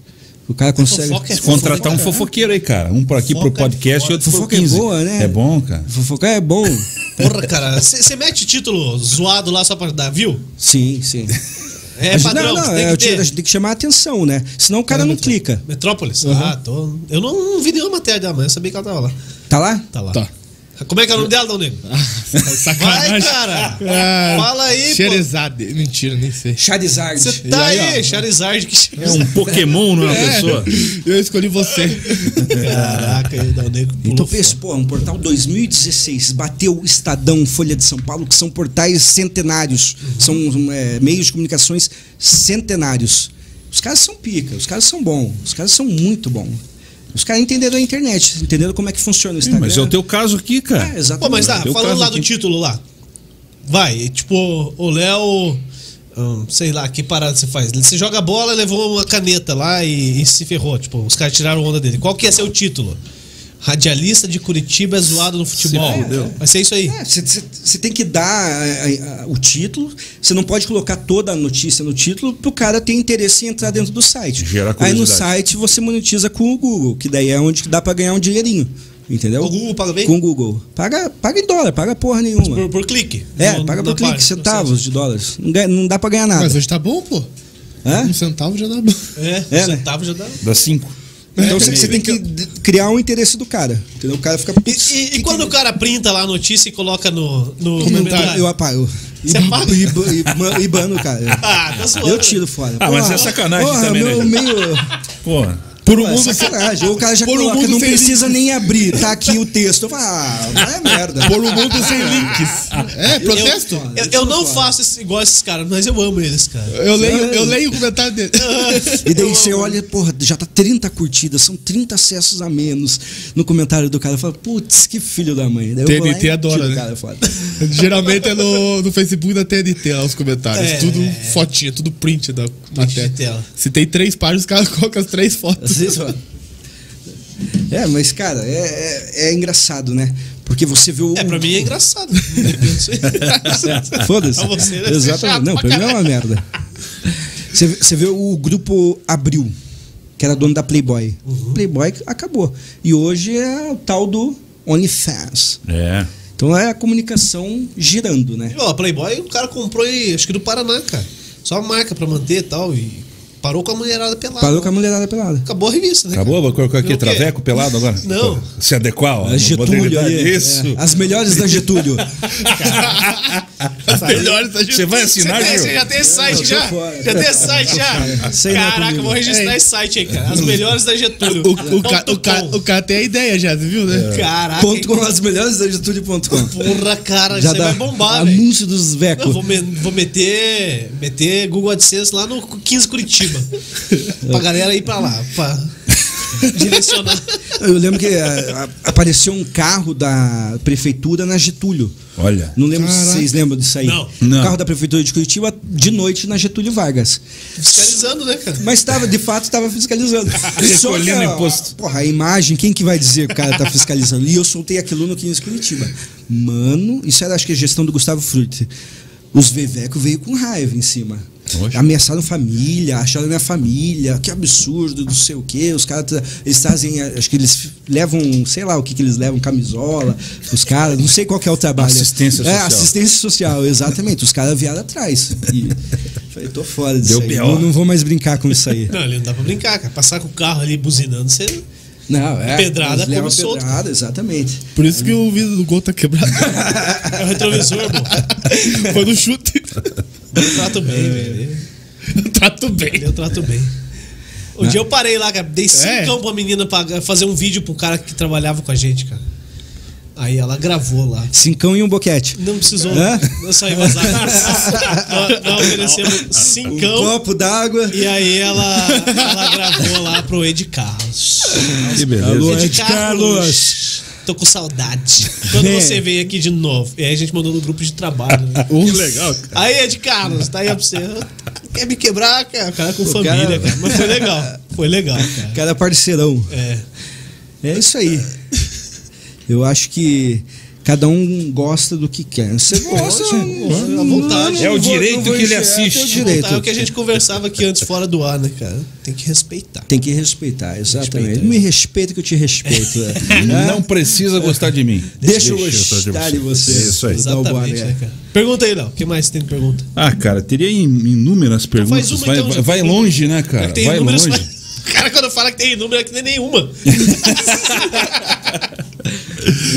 [SPEAKER 4] O cara consegue.
[SPEAKER 1] fofoca é-
[SPEAKER 3] Contratar um
[SPEAKER 1] Fofoca, né?
[SPEAKER 3] fofoqueiro aí, cara. Um por aqui
[SPEAKER 1] Fofoca
[SPEAKER 3] pro podcast
[SPEAKER 1] é
[SPEAKER 3] e outro pro
[SPEAKER 4] fofoca é
[SPEAKER 3] 15.
[SPEAKER 4] boa, né?
[SPEAKER 3] É bom, cara.
[SPEAKER 4] Fofocar é
[SPEAKER 3] <laughs>
[SPEAKER 4] bom.
[SPEAKER 1] Porra, cara, você mete título zoado lá só pra dar, viu?
[SPEAKER 4] Sim, sim.
[SPEAKER 1] É
[SPEAKER 4] A gente-
[SPEAKER 1] padrão,
[SPEAKER 4] não, não,
[SPEAKER 1] tem
[SPEAKER 4] é,
[SPEAKER 1] que
[SPEAKER 4] eu tiro-
[SPEAKER 1] ter.
[SPEAKER 4] a gente tem que chamar a atenção, né? Senão o cara não clica.
[SPEAKER 1] Metrópolis?
[SPEAKER 2] Uhum.
[SPEAKER 1] Ah, tô. Eu não, não vi nenhuma matéria dela, mas eu sabia que ela tava lá.
[SPEAKER 4] Tá lá?
[SPEAKER 1] Tá lá.
[SPEAKER 2] Tá. Ah,
[SPEAKER 1] Como é que é o nome dela, Dão Negro?
[SPEAKER 2] É
[SPEAKER 1] Vai, cara. Fala aí, pô.
[SPEAKER 2] Xerezade. É, Mentira, nem sei.
[SPEAKER 4] Charizard.
[SPEAKER 1] Você tá
[SPEAKER 2] E aí,
[SPEAKER 1] aí,
[SPEAKER 2] ó?
[SPEAKER 1] Charizard. Que...
[SPEAKER 4] <laughs>
[SPEAKER 3] É um <laughs> Pokémon, não é uma pessoa?
[SPEAKER 2] Eu escolhi você.
[SPEAKER 1] Caraca, aí o Dão Negro pulou
[SPEAKER 4] Então
[SPEAKER 1] fora.
[SPEAKER 4] pensa, pô, um portal 2016 bateu Estadão, Folha de São Paulo, que são portais centenários,
[SPEAKER 1] Uhum.
[SPEAKER 4] são é, meios de comunicações centenários. Os caras são pica, os caras são bons, os caras são muito bons. Os caras entenderam a internet, entenderam como é que funciona o Instagram.
[SPEAKER 3] Mas é o teu caso aqui, cara.
[SPEAKER 4] É,
[SPEAKER 1] Pô,
[SPEAKER 4] exatamente.
[SPEAKER 1] mas tá,
[SPEAKER 3] Deu
[SPEAKER 1] falando
[SPEAKER 3] caso
[SPEAKER 1] lá do
[SPEAKER 3] aqui.
[SPEAKER 1] título lá. Vai, tipo, o Léo. hum, sei lá, que parada você faz? Você joga bola, levou uma caneta lá e, e se ferrou. Tipo, os caras tiraram onda dele. Qual que ia ser o título? Radialista de Curitiba é zoado no futebol.
[SPEAKER 3] fudeu.
[SPEAKER 1] Vai ser isso aí.
[SPEAKER 4] É, Você tem que dar é, é, o título, você não pode colocar toda a notícia no título pro cara ter interesse em entrar dentro do site.
[SPEAKER 3] Gerar
[SPEAKER 4] Aí no
[SPEAKER 3] curiosidade.
[SPEAKER 4] site você monetiza com o Google, que daí é onde dá pra ganhar um dinheirinho. Entendeu?
[SPEAKER 1] O Google paga bem?
[SPEAKER 4] Com o Google. Paga, paga em dólar, paga porra nenhuma.
[SPEAKER 1] Por, por clique.
[SPEAKER 4] É,
[SPEAKER 1] No-
[SPEAKER 4] paga
[SPEAKER 1] na
[SPEAKER 4] por clique,
[SPEAKER 1] página,
[SPEAKER 4] centavos
[SPEAKER 1] é assim.
[SPEAKER 4] de dólares. Não, ganha- não dá pra
[SPEAKER 1] Ah.
[SPEAKER 4] ganhar nada.
[SPEAKER 2] Mas hoje tá bom, pô.
[SPEAKER 4] Hã?
[SPEAKER 2] Um centavo já dá bom.
[SPEAKER 1] É,
[SPEAKER 4] É, né?
[SPEAKER 1] centavos já dá.
[SPEAKER 3] Dá cinco.
[SPEAKER 4] Então você tem que d- criar um interesse do cara. Entendeu? O cara fica.
[SPEAKER 1] né, E, e- e quando o cara printa lá a notícia e coloca no, no comentário?
[SPEAKER 4] Eu apago.
[SPEAKER 1] Você
[SPEAKER 4] E-
[SPEAKER 1] apaga?
[SPEAKER 4] E, e, e, e bano,
[SPEAKER 1] <laughs>
[SPEAKER 4] o cara.
[SPEAKER 1] Ah, tá zoando.
[SPEAKER 4] Eu tiro fora.
[SPEAKER 3] Ah, mas é sacanagem
[SPEAKER 4] porra,
[SPEAKER 3] também,
[SPEAKER 4] meu,
[SPEAKER 3] né?
[SPEAKER 4] Meio,
[SPEAKER 3] Pô,
[SPEAKER 2] Por um
[SPEAKER 4] Pô, é
[SPEAKER 2] mundo,
[SPEAKER 4] sacanagem. Ou o cara já
[SPEAKER 2] Por um
[SPEAKER 4] coloca,
[SPEAKER 2] mundo
[SPEAKER 4] não
[SPEAKER 2] feliz.
[SPEAKER 4] precisa nem abrir, tá aqui o texto. Eu falo, ah, vai a merda.
[SPEAKER 2] por um mundo sem links. É, protesto?
[SPEAKER 1] Eu, eu, eu não faço esse- igual esses caras, mas eu amo eles, cara.
[SPEAKER 2] Eu, leio, eu leio o comentário dele.
[SPEAKER 4] E daí
[SPEAKER 1] Eu
[SPEAKER 4] você
[SPEAKER 1] amo.
[SPEAKER 4] olha, porra, já tá 30 curtidas, são 30 acessos a menos no comentário do cara. Eu falo, putz, que filho da mãe. Daí eu vou lá
[SPEAKER 2] TNT
[SPEAKER 4] e
[SPEAKER 2] adora,
[SPEAKER 4] tiro o
[SPEAKER 2] né?
[SPEAKER 4] cara fora.
[SPEAKER 2] Geralmente é no, no Facebook da TNT lá os comentários.
[SPEAKER 1] É.
[SPEAKER 2] Tudo fotinha, tudo print da matéria.
[SPEAKER 1] de tela.
[SPEAKER 2] Se tem três páginas, os caras colocam as três fotos.
[SPEAKER 4] Às vezes, ó, É, mas, cara, é, é, é engraçado, né? Porque você vê o.
[SPEAKER 1] É, pra mim é engraçado. Depende aí.
[SPEAKER 4] <laughs> Foda-se.
[SPEAKER 1] Pra você deve ser chato
[SPEAKER 4] Exatamente. Não,
[SPEAKER 1] pra
[SPEAKER 4] pra mim é uma merda. Você, vê- você vê o grupo Abril, que era dono da Playboy.
[SPEAKER 1] Uhum.
[SPEAKER 4] Playboy acabou. E hoje é o tal do OnlyFans.
[SPEAKER 3] É.
[SPEAKER 4] Então é a comunicação girando, né?
[SPEAKER 1] E, ó, a Playboy o cara comprou aí, acho que do Paraná, cara. Só a marca pra manter e tal. E parou com a mulherada pelada.
[SPEAKER 4] Parou com a mulherada pelada.
[SPEAKER 1] Acabou a revista, né?
[SPEAKER 3] Acabou? Vou colocar aqui
[SPEAKER 1] O quê? <laughs>
[SPEAKER 3] traveco pelado agora?
[SPEAKER 1] Ah, Não.
[SPEAKER 3] Pô, Se adequar, ó.
[SPEAKER 4] A Getúlio
[SPEAKER 3] modernidade.
[SPEAKER 4] ali. é.
[SPEAKER 3] Isso.
[SPEAKER 4] As melhores da
[SPEAKER 1] <laughs>
[SPEAKER 4] Getúlio. <laughs>
[SPEAKER 1] As melhores da
[SPEAKER 3] Você vai assinar,
[SPEAKER 1] Você tem-
[SPEAKER 3] Gil?
[SPEAKER 1] Você já tem tá esse site
[SPEAKER 4] tô
[SPEAKER 1] já?
[SPEAKER 4] fora.
[SPEAKER 1] Já tem esse site já?
[SPEAKER 4] Sei lá
[SPEAKER 1] Caraca,
[SPEAKER 4] comigo.
[SPEAKER 1] vou registrar esse site aí, cara. As melhores da Getúlio.
[SPEAKER 2] O, o, ca- o, ca-
[SPEAKER 1] Ponto É.
[SPEAKER 2] o cara tem a ideia já, você viu,
[SPEAKER 1] com.
[SPEAKER 2] né?
[SPEAKER 1] Caraca.
[SPEAKER 4] ponto com, as melhores da Getúlio.com.
[SPEAKER 1] Porra, cara, isso
[SPEAKER 4] Já
[SPEAKER 1] aí
[SPEAKER 4] dá
[SPEAKER 1] vai bombar, velho.
[SPEAKER 4] anúncio dos
[SPEAKER 1] Não, vou,
[SPEAKER 4] Veco.
[SPEAKER 1] me- vou meter, meter Google AdSense lá no 15 Curitiba. pra galera ir pra lá, pra direcionar.
[SPEAKER 4] Eu lembro que é, a- a- apareceu um carro da prefeitura na Getúlio.
[SPEAKER 3] Olha.
[SPEAKER 4] Não lembro se
[SPEAKER 2] Caraca.
[SPEAKER 4] vocês lembram disso aí.
[SPEAKER 1] Não.
[SPEAKER 3] Não.
[SPEAKER 4] O carro da prefeitura de Curitiba de noite na Getúlio Vargas.
[SPEAKER 1] Fiscalizando, né, cara?
[SPEAKER 4] Mas estava, de fato,
[SPEAKER 3] <laughs>
[SPEAKER 4] estava fiscalizando. Só que,
[SPEAKER 3] Recolhendo
[SPEAKER 4] ó,
[SPEAKER 3] imposto.
[SPEAKER 4] Porra, a imagem, quem que vai dizer que o cara tá fiscalizando? E eu soltei aquilo no 15 Curitiba. Mano, isso era acho que a gestão do Gustavo Frutti. Os Veveco veio com raiva em cima.
[SPEAKER 3] Oxe.
[SPEAKER 4] Ameaçaram família, acharam minha família, que absurdo, não sei o quê. Os caras, tra- eles trazem, acho que eles levam, sei lá o que que eles levam, camisola, os caras, não sei qual que é o trabalho.
[SPEAKER 3] Assistência
[SPEAKER 4] É,
[SPEAKER 3] social.
[SPEAKER 4] assistência social, exatamente. Os caras vieram atrás.
[SPEAKER 3] <laughs>
[SPEAKER 4] E falei, tô fora disso
[SPEAKER 3] Deu
[SPEAKER 4] aí.
[SPEAKER 3] B.O..
[SPEAKER 4] Não, não vou mais brincar com isso
[SPEAKER 1] <laughs>
[SPEAKER 4] aí.
[SPEAKER 1] Não, ele não dá pra brincar, cara. Passar com o carro ali buzinando, você.
[SPEAKER 4] Não, é.
[SPEAKER 1] Pedrada
[SPEAKER 4] eles levam
[SPEAKER 1] come solto.
[SPEAKER 4] pedrada, exatamente.
[SPEAKER 2] Por isso que o vidro do gol tá
[SPEAKER 1] <laughs>
[SPEAKER 2] quebrado.
[SPEAKER 1] É o retrovisor, irmão.
[SPEAKER 2] Foi no chute.
[SPEAKER 1] Eu trato bem, velho.
[SPEAKER 4] Tá
[SPEAKER 2] Trato bem.
[SPEAKER 1] Eu trato bem. Um dia eu parei lá, cara. Dei cinco
[SPEAKER 2] É?
[SPEAKER 1] pra menina pra fazer um vídeo pro cara que trabalhava com a gente, cara. Aí ela gravou lá.
[SPEAKER 4] Cincão e um boquete.
[SPEAKER 1] Não precisou.
[SPEAKER 4] Hã?
[SPEAKER 1] Eu só ia vazar. Nós- Nós oferecemos
[SPEAKER 4] Um
[SPEAKER 1] cincão.
[SPEAKER 4] copo d'água.
[SPEAKER 1] E aí ela, ela gravou lá pro Ed Carlos.
[SPEAKER 3] Que beleza.
[SPEAKER 4] Alô,
[SPEAKER 3] gente.
[SPEAKER 4] Ed Carlos.
[SPEAKER 1] Tô com saudade. Quando
[SPEAKER 4] É.
[SPEAKER 1] você vem aqui de novo. E aí a gente mandou no grupo de trabalho. Né?
[SPEAKER 2] Que legal,
[SPEAKER 1] Aí, Ed Carlos, tá aí pra você. Quer me quebrar, cara? O cara com família,
[SPEAKER 4] cara-
[SPEAKER 1] cara. Mas foi legal. Foi legal, cara.
[SPEAKER 4] Cara parceirão.
[SPEAKER 1] É.
[SPEAKER 4] É isso
[SPEAKER 1] <laughs>
[SPEAKER 4] aí. Eu acho que cada um gosta do que quer. Você gosta?
[SPEAKER 1] À vontade.
[SPEAKER 3] É o direito que ele
[SPEAKER 4] encher,
[SPEAKER 3] assiste.
[SPEAKER 4] É o
[SPEAKER 1] Tá,
[SPEAKER 4] direito.
[SPEAKER 1] é o que a gente conversava aqui antes fora do ar, né, cara? Tem que respeitar.
[SPEAKER 4] Tem que respeitar, exatamente.
[SPEAKER 1] Respeita. é.
[SPEAKER 4] Me respeita que eu te respeito. é.
[SPEAKER 1] <laughs>
[SPEAKER 3] Não precisa gostar de mim.
[SPEAKER 4] Deixa eu
[SPEAKER 3] gostar
[SPEAKER 4] gostar de você.
[SPEAKER 3] Isso aí.
[SPEAKER 4] Exato. Dá o boa,
[SPEAKER 1] Exatamente,
[SPEAKER 4] né?
[SPEAKER 1] né, cara? Pergunta aí, Léo. O que mais tem de pergunta?
[SPEAKER 3] Ah, cara, teria in- inúmeras perguntas.
[SPEAKER 1] faz uma,
[SPEAKER 3] vai,
[SPEAKER 1] então,
[SPEAKER 3] vai-
[SPEAKER 1] já.
[SPEAKER 3] vai longe, né, cara?
[SPEAKER 1] Tem
[SPEAKER 3] Vai
[SPEAKER 1] inúmeros,
[SPEAKER 3] longe.
[SPEAKER 1] mas- <laughs> Cara, quando fala que tem número, é que nem nenhuma.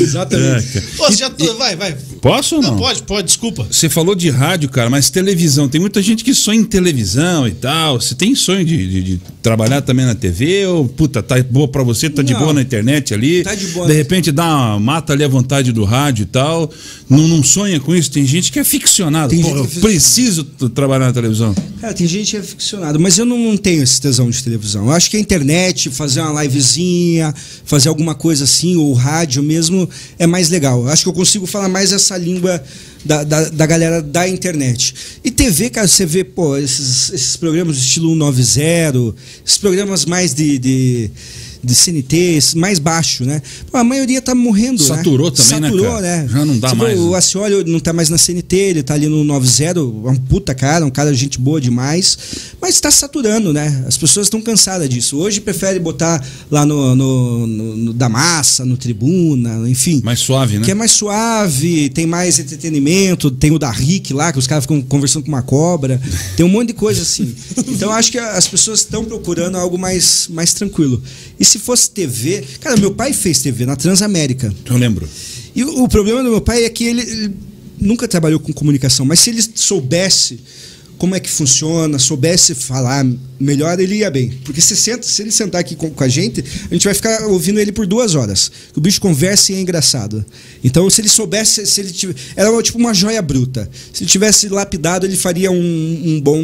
[SPEAKER 4] Exatamente.
[SPEAKER 3] É, cara.
[SPEAKER 1] Pô, você já tô- Vai, vai.
[SPEAKER 3] Posso ou
[SPEAKER 1] Não,
[SPEAKER 3] não?
[SPEAKER 1] pode, pode, desculpa.
[SPEAKER 3] Você falou de rádio, cara, mas televisão. Tem muita gente que sonha em televisão e tal. Você tem sonho de, de- de trabalhar também na TV? Ou, puta, tá boa pra você, tá de
[SPEAKER 4] Não.
[SPEAKER 3] boa na internet ali.
[SPEAKER 4] Tá de boa.
[SPEAKER 3] repente dá uma, mata ali a vontade do rádio e tal. Não, não sonha com isso? Tem gente que é ficcionado.
[SPEAKER 4] Tem
[SPEAKER 3] Pô,
[SPEAKER 4] gente que é
[SPEAKER 3] eu
[SPEAKER 4] ficcionado.
[SPEAKER 3] preciso t- trabalhar na televisão.
[SPEAKER 4] Cara, tem gente que é ficcionado, mas eu não tenho esse tesão de televisão. Eu acho que a internet, fazer uma livezinha, fazer alguma coisa assim, ou rádio mesmo, é mais legal. Eu acho que eu consigo falar mais essa língua da, da, da galera da internet. E TV, cara, você vê, pô, esses, esses programas do estilo 190, esses programas mais de. de de CNT, esse mais baixo, né? Pô, a maioria tá morrendo,
[SPEAKER 3] Saturou
[SPEAKER 4] né?
[SPEAKER 3] também, né,
[SPEAKER 4] Saturou,
[SPEAKER 3] cara?
[SPEAKER 4] né?
[SPEAKER 3] Já não dá
[SPEAKER 4] Você vê
[SPEAKER 3] mais,
[SPEAKER 4] O
[SPEAKER 3] né?
[SPEAKER 4] a senhora não tá mais na CNT, ele tá ali no 90, é um puta cara, um cara de gente boa demais, mas tá saturando, né? As pessoas estão cansadas disso. Hoje prefere botar lá no, no, no- no da massa, no tribuna, enfim.
[SPEAKER 3] Mais suave, né?
[SPEAKER 4] Que é mais suave, tem mais entretenimento, tem o da Rick lá, que os caras ficam conversando com uma cobra, tem um monte de
[SPEAKER 3] <laughs>
[SPEAKER 4] coisa assim. Então acho que as pessoas estão procurando algo mais, mais tranquilo. E se fosse TV, cara, meu pai fez TV na Transamérica.
[SPEAKER 3] Eu lembro.
[SPEAKER 4] E o o problema do meu pai é que ele, ele nunca trabalhou com comunicação, mas se ele soubesse como é que funciona, soubesse falar melhor, ele ia bem. Porque se, senta, se ele sentar aqui com, com a gente, a gente vai ficar ouvindo ele por duas horas. O bicho conversa e é engraçado. Então, se ele soubesse, se ele tivesse, era uma- tipo uma joia bruta. Se ele tivesse lapidado, ele faria um, um bom.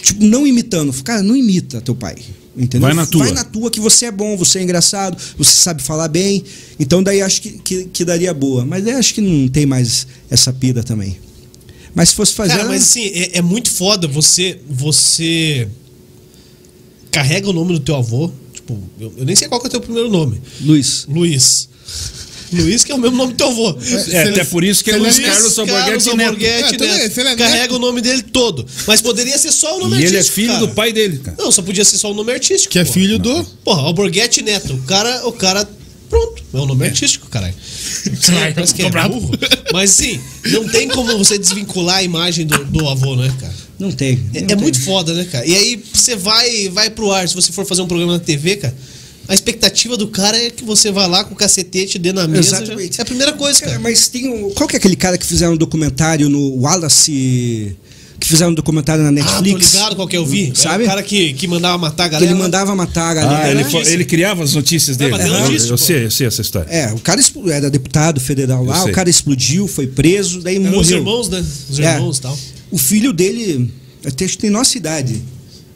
[SPEAKER 4] Tipo, não imitando. Cara, não imita teu pai. Entendeu?
[SPEAKER 3] Vai na tua.
[SPEAKER 4] Vai na tua que você é bom, você é engraçado, você sabe falar bem. Então daí acho que, que, que daria boa. Mas daí acho que não tem mais essa pira também. Mas se fosse fazer. ah,
[SPEAKER 1] Cara, mas assim, é, é muito foda você. Você. Carrega o nome do teu avô. Tipo, tipo, eu, eu nem sei qual que é o teu primeiro nome.
[SPEAKER 4] Luiz.
[SPEAKER 1] Luiz. Luiz, que é o mesmo nome do teu avô.
[SPEAKER 3] É, até por isso que é Luiz
[SPEAKER 1] Luiz
[SPEAKER 3] Carlos Alborguete Neto.
[SPEAKER 1] Alborguete
[SPEAKER 2] É, tudo
[SPEAKER 1] Neto.
[SPEAKER 2] bem, se ele é
[SPEAKER 1] Carrega o nome dele todo. Mas poderia ser só o nome
[SPEAKER 3] E ele é
[SPEAKER 1] artístico.
[SPEAKER 3] filho
[SPEAKER 1] cara.
[SPEAKER 3] do pai dele, cara.
[SPEAKER 1] Não, só podia ser só o nome artístico.
[SPEAKER 2] Que é
[SPEAKER 1] pô.
[SPEAKER 2] filho do.
[SPEAKER 1] Porra, Alborguete Neto. O cara, o cara. Pronto, é um nome artístico, caralho.
[SPEAKER 2] Caralho,
[SPEAKER 1] Parece que é
[SPEAKER 2] tô bravo.
[SPEAKER 1] burro. Mas sim, não tem como você desvincular a imagem do, do avô, né, cara?
[SPEAKER 4] Não tem.
[SPEAKER 1] É,
[SPEAKER 4] Não
[SPEAKER 1] é
[SPEAKER 4] tem.
[SPEAKER 1] muito foda, né, cara? E aí você vai, vai pro ar, se você for fazer um programa na TV, cara, a expectativa do cara é que você vá lá com o cacetete, dê na mesa.
[SPEAKER 4] Exatamente.
[SPEAKER 1] já- É a primeira coisa,
[SPEAKER 4] Cara,
[SPEAKER 1] cara.
[SPEAKER 4] mas tem um. Qual que é aquele cara que fizeram um documentário no Wallace? Que fizeram um documentário na
[SPEAKER 1] Ah, tô
[SPEAKER 4] Netflix?
[SPEAKER 1] ligado qual que eu vi.
[SPEAKER 4] Sabe?
[SPEAKER 1] É o cara que, que mandava matar a
[SPEAKER 4] Que
[SPEAKER 1] galera. né?
[SPEAKER 4] ele mandava matar a galera.
[SPEAKER 3] Ah, ele,
[SPEAKER 1] notícia.
[SPEAKER 3] fa- ele criava as notícias dele.
[SPEAKER 1] mas tem
[SPEAKER 3] Eu-
[SPEAKER 1] notícia,
[SPEAKER 3] eu,
[SPEAKER 1] pô.
[SPEAKER 3] sei, eu sei essa história.
[SPEAKER 4] É, o cara expl- era deputado federal
[SPEAKER 3] Eu
[SPEAKER 4] lá,
[SPEAKER 3] sei.
[SPEAKER 4] o cara explodiu, foi preso, daí
[SPEAKER 1] Eram
[SPEAKER 4] morreu.
[SPEAKER 1] Os irmãos, né? Os
[SPEAKER 4] É.
[SPEAKER 1] irmãos e tal.
[SPEAKER 4] O filho dele, até acho que tem nossa idade.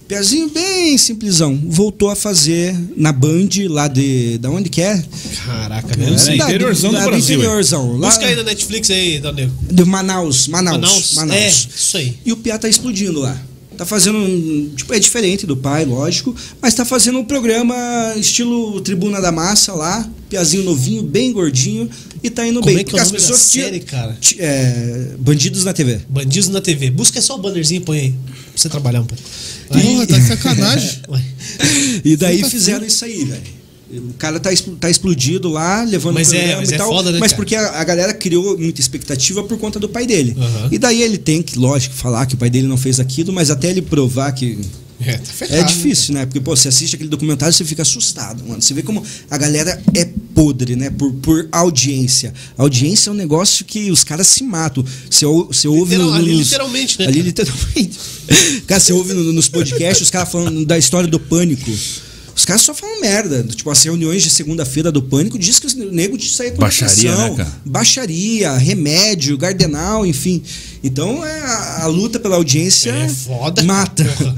[SPEAKER 4] Pezinho bem simplesão. Voltou a fazer na Band, lá de. Da onde que é?
[SPEAKER 1] Caraca, velho.
[SPEAKER 3] sei.
[SPEAKER 4] Da-
[SPEAKER 3] É, interiorzão do
[SPEAKER 4] da-
[SPEAKER 3] Brasil, é.
[SPEAKER 4] Interiorzão. Lá
[SPEAKER 1] Busca aí na Netflix aí, Dal Negro.
[SPEAKER 4] de Manaus. Manaus.
[SPEAKER 1] Manaus.
[SPEAKER 4] Manaus.
[SPEAKER 1] É, isso aí.
[SPEAKER 4] E o Piá tá explodindo lá. Tá fazendo um. Tipo, é diferente do pai, lógico, mas tá fazendo um programa estilo Tribuna da Massa lá. Piazinho novinho, bem gordinho, e tá indo
[SPEAKER 1] Como
[SPEAKER 4] bem.
[SPEAKER 1] é que é o
[SPEAKER 4] as
[SPEAKER 1] nome da
[SPEAKER 4] pessoas tiram-
[SPEAKER 1] série, cara?
[SPEAKER 4] ti- é, Bandidos na TV.
[SPEAKER 1] Bandidos na TV. Busca só o bannerzinho e põe aí. Pra você trabalhar um pouco. Vai.
[SPEAKER 2] Porra, tá de
[SPEAKER 1] <laughs>
[SPEAKER 2] sacanagem.
[SPEAKER 1] Ué.
[SPEAKER 4] E daí
[SPEAKER 2] Puta
[SPEAKER 4] fizeram isso aí, velho. O cara tá, expl- tá explodido lá, levando
[SPEAKER 1] Mas é- mas é foda, né,
[SPEAKER 4] mas
[SPEAKER 1] cara?
[SPEAKER 4] porque a, a galera criou muita expectativa por conta do pai dele.
[SPEAKER 1] Aham.
[SPEAKER 4] E daí ele tem que, lógico, falar que o pai dele não fez aquilo, mas até ele provar que.
[SPEAKER 1] É, tá ferrado.
[SPEAKER 4] É difícil, né? Porque, pô, você assiste aquele documentário e você fica assustado, mano. Você vê como a galera é podre, né? Por, por audiência. Audiência é um negócio que os caras se matam. Você, ou- você ouve
[SPEAKER 1] Literal-
[SPEAKER 4] no-
[SPEAKER 1] ali
[SPEAKER 4] nos-
[SPEAKER 1] literalmente, né,
[SPEAKER 4] Ali
[SPEAKER 1] cara?
[SPEAKER 4] literalmente. <laughs> cara, você ouve no- nos podcasts os caras falando da história do pânico. Os caras só falam merda. Tipo, as reuniões de segunda-feira do pânico diz que o nego te sair com
[SPEAKER 3] Baixaria,
[SPEAKER 4] depressão,
[SPEAKER 3] né, cara?
[SPEAKER 4] Baixaria, remédio, gardenal, enfim. Então, é, a, a luta pela audiência
[SPEAKER 1] É foda.
[SPEAKER 4] né? mata. É.
[SPEAKER 1] Porra.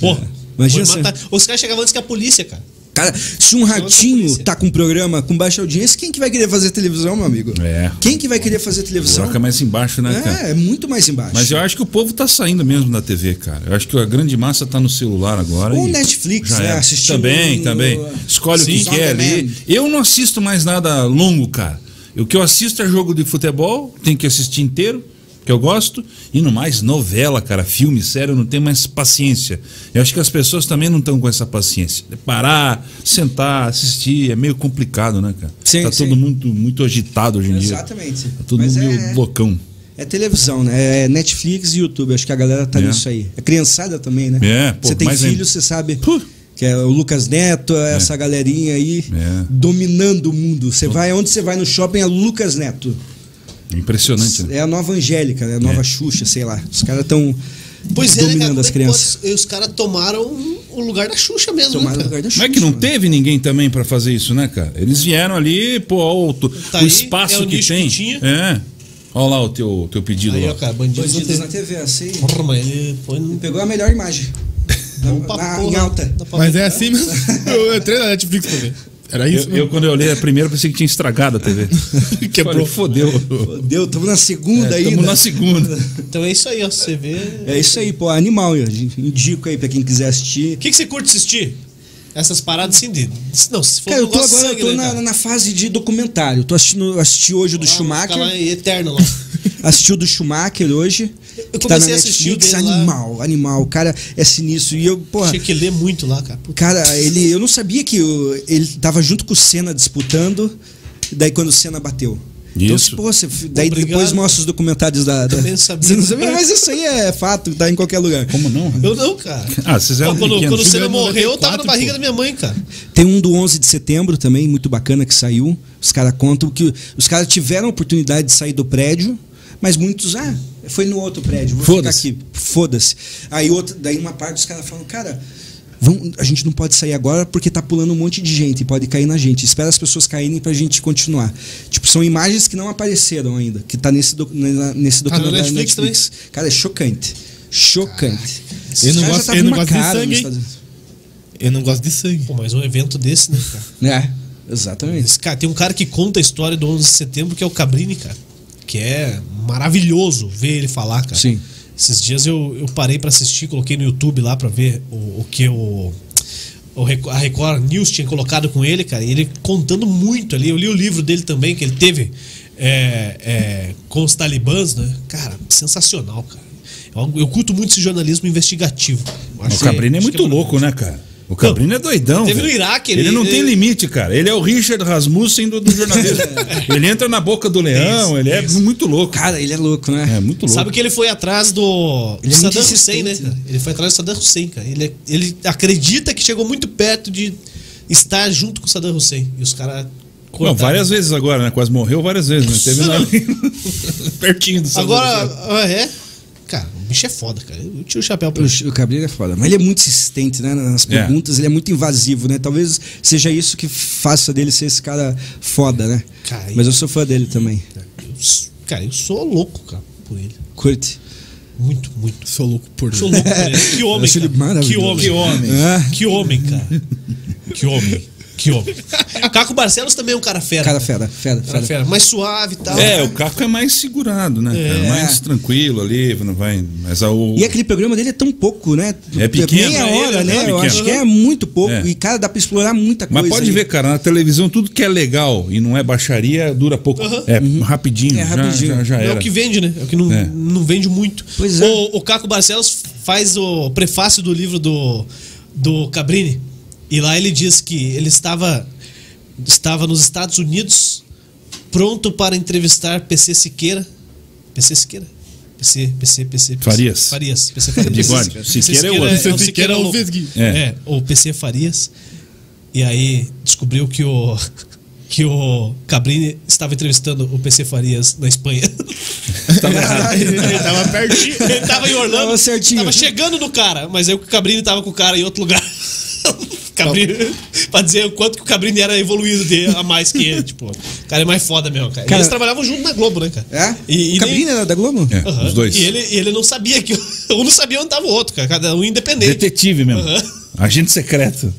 [SPEAKER 1] Porra.
[SPEAKER 4] Imagina
[SPEAKER 1] Foi
[SPEAKER 4] você-
[SPEAKER 1] matar- Os caras chegavam antes que a polícia, cara.
[SPEAKER 4] Cara, se um ratinho tá com um programa com baixa audiência, quem que vai querer fazer televisão, meu amigo?
[SPEAKER 3] É.
[SPEAKER 4] Quem que vai querer fazer televisão?
[SPEAKER 3] Troca mais embaixo, né, cara?
[SPEAKER 4] é, é muito mais embaixo.
[SPEAKER 3] Mas eu acho que o povo tá saindo mesmo da TV, cara. Eu acho que a grande massa tá no celular agora.
[SPEAKER 4] Ou
[SPEAKER 3] e
[SPEAKER 4] Netflix, né,
[SPEAKER 3] era.
[SPEAKER 4] assistindo
[SPEAKER 3] Também,
[SPEAKER 4] no-
[SPEAKER 3] também. Escolhe
[SPEAKER 4] Sim.
[SPEAKER 3] o que quer ali. Eu não assisto mais nada longo, cara. O que eu assisto é jogo de futebol, tem que assistir inteiro, que eu gosto. E no mais, novela, cara, filme, sério, eu não tenho mais paciência. Eu acho que as pessoas também não estão com essa paciência. É Parar, sentar, assistir, é meio complicado, né, cara?
[SPEAKER 4] Sim,
[SPEAKER 3] tá
[SPEAKER 4] sim.
[SPEAKER 3] todo mundo muito agitado hoje em dia.
[SPEAKER 4] Exatamente.
[SPEAKER 3] Tá todo
[SPEAKER 4] Mas
[SPEAKER 3] mundo
[SPEAKER 4] é-
[SPEAKER 3] meio loucão.
[SPEAKER 4] É televisão, né? É Netflix e YouTube. Acho que a galera tá
[SPEAKER 3] É.
[SPEAKER 4] nisso aí. É criançada também, né?
[SPEAKER 3] É, pô,
[SPEAKER 4] Você tem
[SPEAKER 3] mais ainda.
[SPEAKER 4] filho, você sabe.
[SPEAKER 3] Puh.
[SPEAKER 4] Que é o Lucas Neto, é essa galerinha aí
[SPEAKER 3] É.
[SPEAKER 4] dominando o mundo. Você vai, onde você vai no shopping é Lucas Neto.
[SPEAKER 3] Impressionante, né?
[SPEAKER 4] É a nova Angélica, né? A
[SPEAKER 3] É.
[SPEAKER 4] nova Xuxa, sei lá. Os caras estão
[SPEAKER 1] Pois é, né, cara?
[SPEAKER 4] dominando
[SPEAKER 1] Como
[SPEAKER 4] as
[SPEAKER 1] é que
[SPEAKER 4] crianças.
[SPEAKER 1] pode- os caras tomaram o lugar da Xuxa mesmo. né,
[SPEAKER 4] Tomaram o
[SPEAKER 1] cara?
[SPEAKER 4] lugar da Xuxa.
[SPEAKER 3] Mas é que não
[SPEAKER 4] mano.
[SPEAKER 3] teve ninguém também pra fazer isso, né, cara? Eles vieram ali, pô, ó, o, tu-
[SPEAKER 1] Tá
[SPEAKER 3] o
[SPEAKER 1] aí,
[SPEAKER 3] espaço
[SPEAKER 1] é o
[SPEAKER 3] que
[SPEAKER 1] nicho que
[SPEAKER 3] tem.
[SPEAKER 1] tinha.
[SPEAKER 3] é. Olha lá o teu, teu pedido
[SPEAKER 1] Aí,
[SPEAKER 3] lá.
[SPEAKER 1] ó, cara, bandidos,
[SPEAKER 4] Bandidos
[SPEAKER 1] na
[SPEAKER 4] na TV, assim.
[SPEAKER 1] TV. Porra, mas ele foi no
[SPEAKER 4] Pegou a melhor <laughs> imagem.
[SPEAKER 1] Bom pra porra.
[SPEAKER 4] Na- Ah, em alta.
[SPEAKER 1] Dá pra
[SPEAKER 2] Mas
[SPEAKER 1] ver.
[SPEAKER 2] é assim mesmo. Eu entrei na Netflix pra ver. Era isso?
[SPEAKER 3] Eu, eu, quando eu olhei a primeira, pensei que tinha estragado a TV. <laughs>
[SPEAKER 2] Quebrou.
[SPEAKER 3] Falei, fodeu.
[SPEAKER 1] <laughs>
[SPEAKER 4] Deu, estamos É, na segunda aí.
[SPEAKER 3] Estamos
[SPEAKER 1] né?
[SPEAKER 3] na segunda.
[SPEAKER 1] Então é isso aí, ó. Você vê.
[SPEAKER 4] É isso aí, pô, animal. eu Indico aí pra quem quiser assistir.
[SPEAKER 1] O que, que você curte assistir? Essas paradas assim de. Não, se for
[SPEAKER 4] Cara, eu tô
[SPEAKER 1] negócio
[SPEAKER 4] agora eu
[SPEAKER 1] sangue,
[SPEAKER 4] tô
[SPEAKER 1] né,
[SPEAKER 4] na,
[SPEAKER 1] cara?
[SPEAKER 4] na fase de documentário. Tô assistindo, eu assisti hoje o do
[SPEAKER 1] Lá,
[SPEAKER 4] Schumacher.
[SPEAKER 1] fica lá em eterno lá.
[SPEAKER 4] Assisti o do Schumacher hoje.
[SPEAKER 1] Eu
[SPEAKER 4] que tá na
[SPEAKER 1] comecei a assistir o
[SPEAKER 4] Netflix.
[SPEAKER 1] dele lá.
[SPEAKER 4] Animal, animal. O cara é sinistro. E eu, <laughs> porra.
[SPEAKER 1] Tinha que ler muito lá, cara. Puta,
[SPEAKER 4] Cara, ele, eu não sabia que o- ele tava junto com o Senna disputando. Daí quando o Senna bateu.
[SPEAKER 3] Isso.
[SPEAKER 4] Então, pô, você, daí
[SPEAKER 1] Obrigado.
[SPEAKER 4] depois mostra os documentários da. da
[SPEAKER 1] Também não sabia.
[SPEAKER 4] Você não sabia, mas isso aí é fato, tá em qualquer lugar.
[SPEAKER 3] Como não?
[SPEAKER 1] Eu não,
[SPEAKER 4] <laughs>
[SPEAKER 1] cara.
[SPEAKER 3] Ah, vocês eram
[SPEAKER 1] Pô, quando,
[SPEAKER 3] pequenos.
[SPEAKER 1] quando o Senna
[SPEAKER 4] é
[SPEAKER 2] Tiveram
[SPEAKER 1] morreu, eu tava na
[SPEAKER 2] 94,
[SPEAKER 1] barriga
[SPEAKER 2] pô.
[SPEAKER 1] da minha mãe, cara.
[SPEAKER 4] Tem um do 11 de setembro também, muito bacana, que saiu. Os caras contam que os caras tiveram a oportunidade de sair do prédio, mas muitos, ah, foi no outro prédio, vou
[SPEAKER 3] Foda-se.
[SPEAKER 4] ficar aqui. Foda-se. Aí outra, daí uma parte dos caras falam, cara, vamos, a gente não pode sair agora porque tá pulando um monte de gente, pode cair na gente. Espera as pessoas caírem pra gente continuar. Tipo, são imagens que não apareceram ainda, que tá nesse, docu- na- nesse
[SPEAKER 1] Tá no
[SPEAKER 4] documentário da
[SPEAKER 1] Netflix
[SPEAKER 4] Netflix. Cara, é chocante. Chocante.
[SPEAKER 2] Eu não
[SPEAKER 4] Os caras
[SPEAKER 2] gosto-
[SPEAKER 4] já tavam
[SPEAKER 2] eu não
[SPEAKER 4] uma
[SPEAKER 2] gosto de
[SPEAKER 4] cara nos
[SPEAKER 2] sangue, hein?
[SPEAKER 4] Estados Unidos.
[SPEAKER 2] Eu não gosto de sangue.
[SPEAKER 1] Pô, mas um evento desse, né, cara?
[SPEAKER 4] É, exatamente.
[SPEAKER 1] Esse cara, tem um cara que conta a história do 11 de setembro, que é o Cabrini, cara. Que é maravilhoso ver ele falar, cara.
[SPEAKER 4] Sim.
[SPEAKER 1] Esses dias eu, eu parei pra assistir, coloquei no YouTube lá pra ver o, o que o, o Record, a Record News tinha colocado com ele, cara, e ele contando muito ali. Eu li o livro dele também, que ele teve é, é, com os talibãs, né? Cara, sensacional, cara. Eu, eu curto muito esse jornalismo investigativo. Eu acho
[SPEAKER 3] O
[SPEAKER 1] que-
[SPEAKER 3] Cabrini é
[SPEAKER 1] acho que
[SPEAKER 3] muito louco,
[SPEAKER 1] maravilhoso.
[SPEAKER 3] né, cara? O Cabrini é doidão.
[SPEAKER 1] teve
[SPEAKER 3] velho.
[SPEAKER 1] no Iraque,
[SPEAKER 3] ele,
[SPEAKER 1] ele-
[SPEAKER 3] não tem
[SPEAKER 1] ele-
[SPEAKER 3] limite, cara. Ele é o Richard Rasmussen do, do
[SPEAKER 1] <laughs>
[SPEAKER 3] jornalismo. ele entra na boca do leão,
[SPEAKER 1] Isso,
[SPEAKER 3] ele é
[SPEAKER 1] isso.
[SPEAKER 3] muito louco.
[SPEAKER 4] Cara, ele é louco, né?
[SPEAKER 3] É muito louco.
[SPEAKER 1] Sabe que ele foi atrás do, do
[SPEAKER 4] Ele é muito
[SPEAKER 1] Saddam Hussein, né?
[SPEAKER 4] insistente,
[SPEAKER 1] cara? Ele foi atrás do Saddam Hussein, cara. Ele, é, ele acredita que chegou muito perto de estar junto com o Saddam Hussein. E os caras
[SPEAKER 3] Não,
[SPEAKER 1] cortaram.
[SPEAKER 3] várias vezes agora, né? Quase morreu várias vezes, né? Teve lá <laughs> pertinho do Saddam
[SPEAKER 1] Agora,
[SPEAKER 3] Hussein.
[SPEAKER 1] ah, é. Cara, o bicho é foda, cara. Eu tiro o chapéu pra
[SPEAKER 4] O Ch- O Cabrini é foda, mas ele é muito insistente né, nas
[SPEAKER 3] É.
[SPEAKER 4] perguntas, ele é muito invasivo, né? Talvez seja isso que faça dele ser esse cara foda, né?
[SPEAKER 1] Cara,
[SPEAKER 4] Mas eu sou fã dele também.
[SPEAKER 1] eu s- Cara, eu sou louco, cara, por ele.
[SPEAKER 4] Curte.
[SPEAKER 1] Muito, muito.
[SPEAKER 2] Sou louco por
[SPEAKER 1] Sou louco por ele. Que homem,
[SPEAKER 4] acho ele
[SPEAKER 1] cara. Que
[SPEAKER 4] maravilhoso.
[SPEAKER 1] homem.
[SPEAKER 3] Que homem.
[SPEAKER 4] É.
[SPEAKER 1] Que homem, cara. Que homem. Que homem. Caco Barcelos também é um cara fera.
[SPEAKER 4] Cara
[SPEAKER 1] cara.
[SPEAKER 4] fera, fera,
[SPEAKER 1] Cara
[SPEAKER 4] fera.
[SPEAKER 1] fera. Mais suave e tal.
[SPEAKER 3] É, o Caco é mais segurado, né? cara?
[SPEAKER 4] É.
[SPEAKER 3] Mais tranquilo ali, não vai. Mas a- o.
[SPEAKER 4] E aquele programa dele é tão pouco, né?
[SPEAKER 3] É pequeno,
[SPEAKER 4] Meia
[SPEAKER 3] é ele,
[SPEAKER 4] hora,
[SPEAKER 3] é
[SPEAKER 4] né? Eu
[SPEAKER 3] pequeno.
[SPEAKER 4] acho que é muito pouco.
[SPEAKER 3] É.
[SPEAKER 4] E, cara, dá pra explorar muita coisa.
[SPEAKER 3] Mas pode
[SPEAKER 4] aí.
[SPEAKER 3] ver, cara, na televisão tudo que é legal e não é baixaria dura pouco.
[SPEAKER 1] Aham.
[SPEAKER 3] É rapidinho,
[SPEAKER 4] É
[SPEAKER 3] já-
[SPEAKER 4] rapidinho.
[SPEAKER 3] já, já
[SPEAKER 1] Não
[SPEAKER 3] era.
[SPEAKER 1] É o que vende, né? É o que não,
[SPEAKER 3] É.
[SPEAKER 1] não vende muito.
[SPEAKER 4] Pois é.
[SPEAKER 1] O, o Caco Barcelos faz o prefácio do livro do, do Cabrini. E lá ele diz que ele estava, estava nos Estados Unidos pronto para entrevistar PC Siqueira. PC Siqueira? PC, PC, PC. PC
[SPEAKER 3] Farias.
[SPEAKER 1] Farias. PC Farias.
[SPEAKER 3] Bigode.
[SPEAKER 1] PC
[SPEAKER 3] Siqueira é outro.
[SPEAKER 1] o
[SPEAKER 2] Siqueira é o
[SPEAKER 1] louco.
[SPEAKER 2] Vesgui.
[SPEAKER 3] É.
[SPEAKER 1] É, o PC Farias. E aí descobriu que o <laughs> que o Cabrini estava entrevistando o PC Farias na Espanha. <laughs>
[SPEAKER 3] tá
[SPEAKER 4] <laughs>
[SPEAKER 2] Ele tava pertinho.
[SPEAKER 1] Ele tava em Orlando.
[SPEAKER 4] Tava certinho.
[SPEAKER 1] Tava chegando no cara, mas aí o Cabrini tava com o cara em outro lugar. <laughs> Cabrini,
[SPEAKER 4] Tá.
[SPEAKER 1] pra dizer o quanto que o Cabrini era evoluído de, a mais que ele, tipo. O cara é mais foda mesmo, cara. E
[SPEAKER 4] Cara-
[SPEAKER 1] eles trabalhavam junto na Globo, né, cara?
[SPEAKER 4] É?
[SPEAKER 1] E, e
[SPEAKER 4] Cabrini
[SPEAKER 1] nem-
[SPEAKER 4] era da Globo?
[SPEAKER 3] É,
[SPEAKER 1] Aham.
[SPEAKER 3] os dois.
[SPEAKER 1] E ele, e ele não sabia que. <laughs> Um não sabia onde tava o outro, cara. Cada um independente.
[SPEAKER 3] Detetive mesmo. Agente secreto.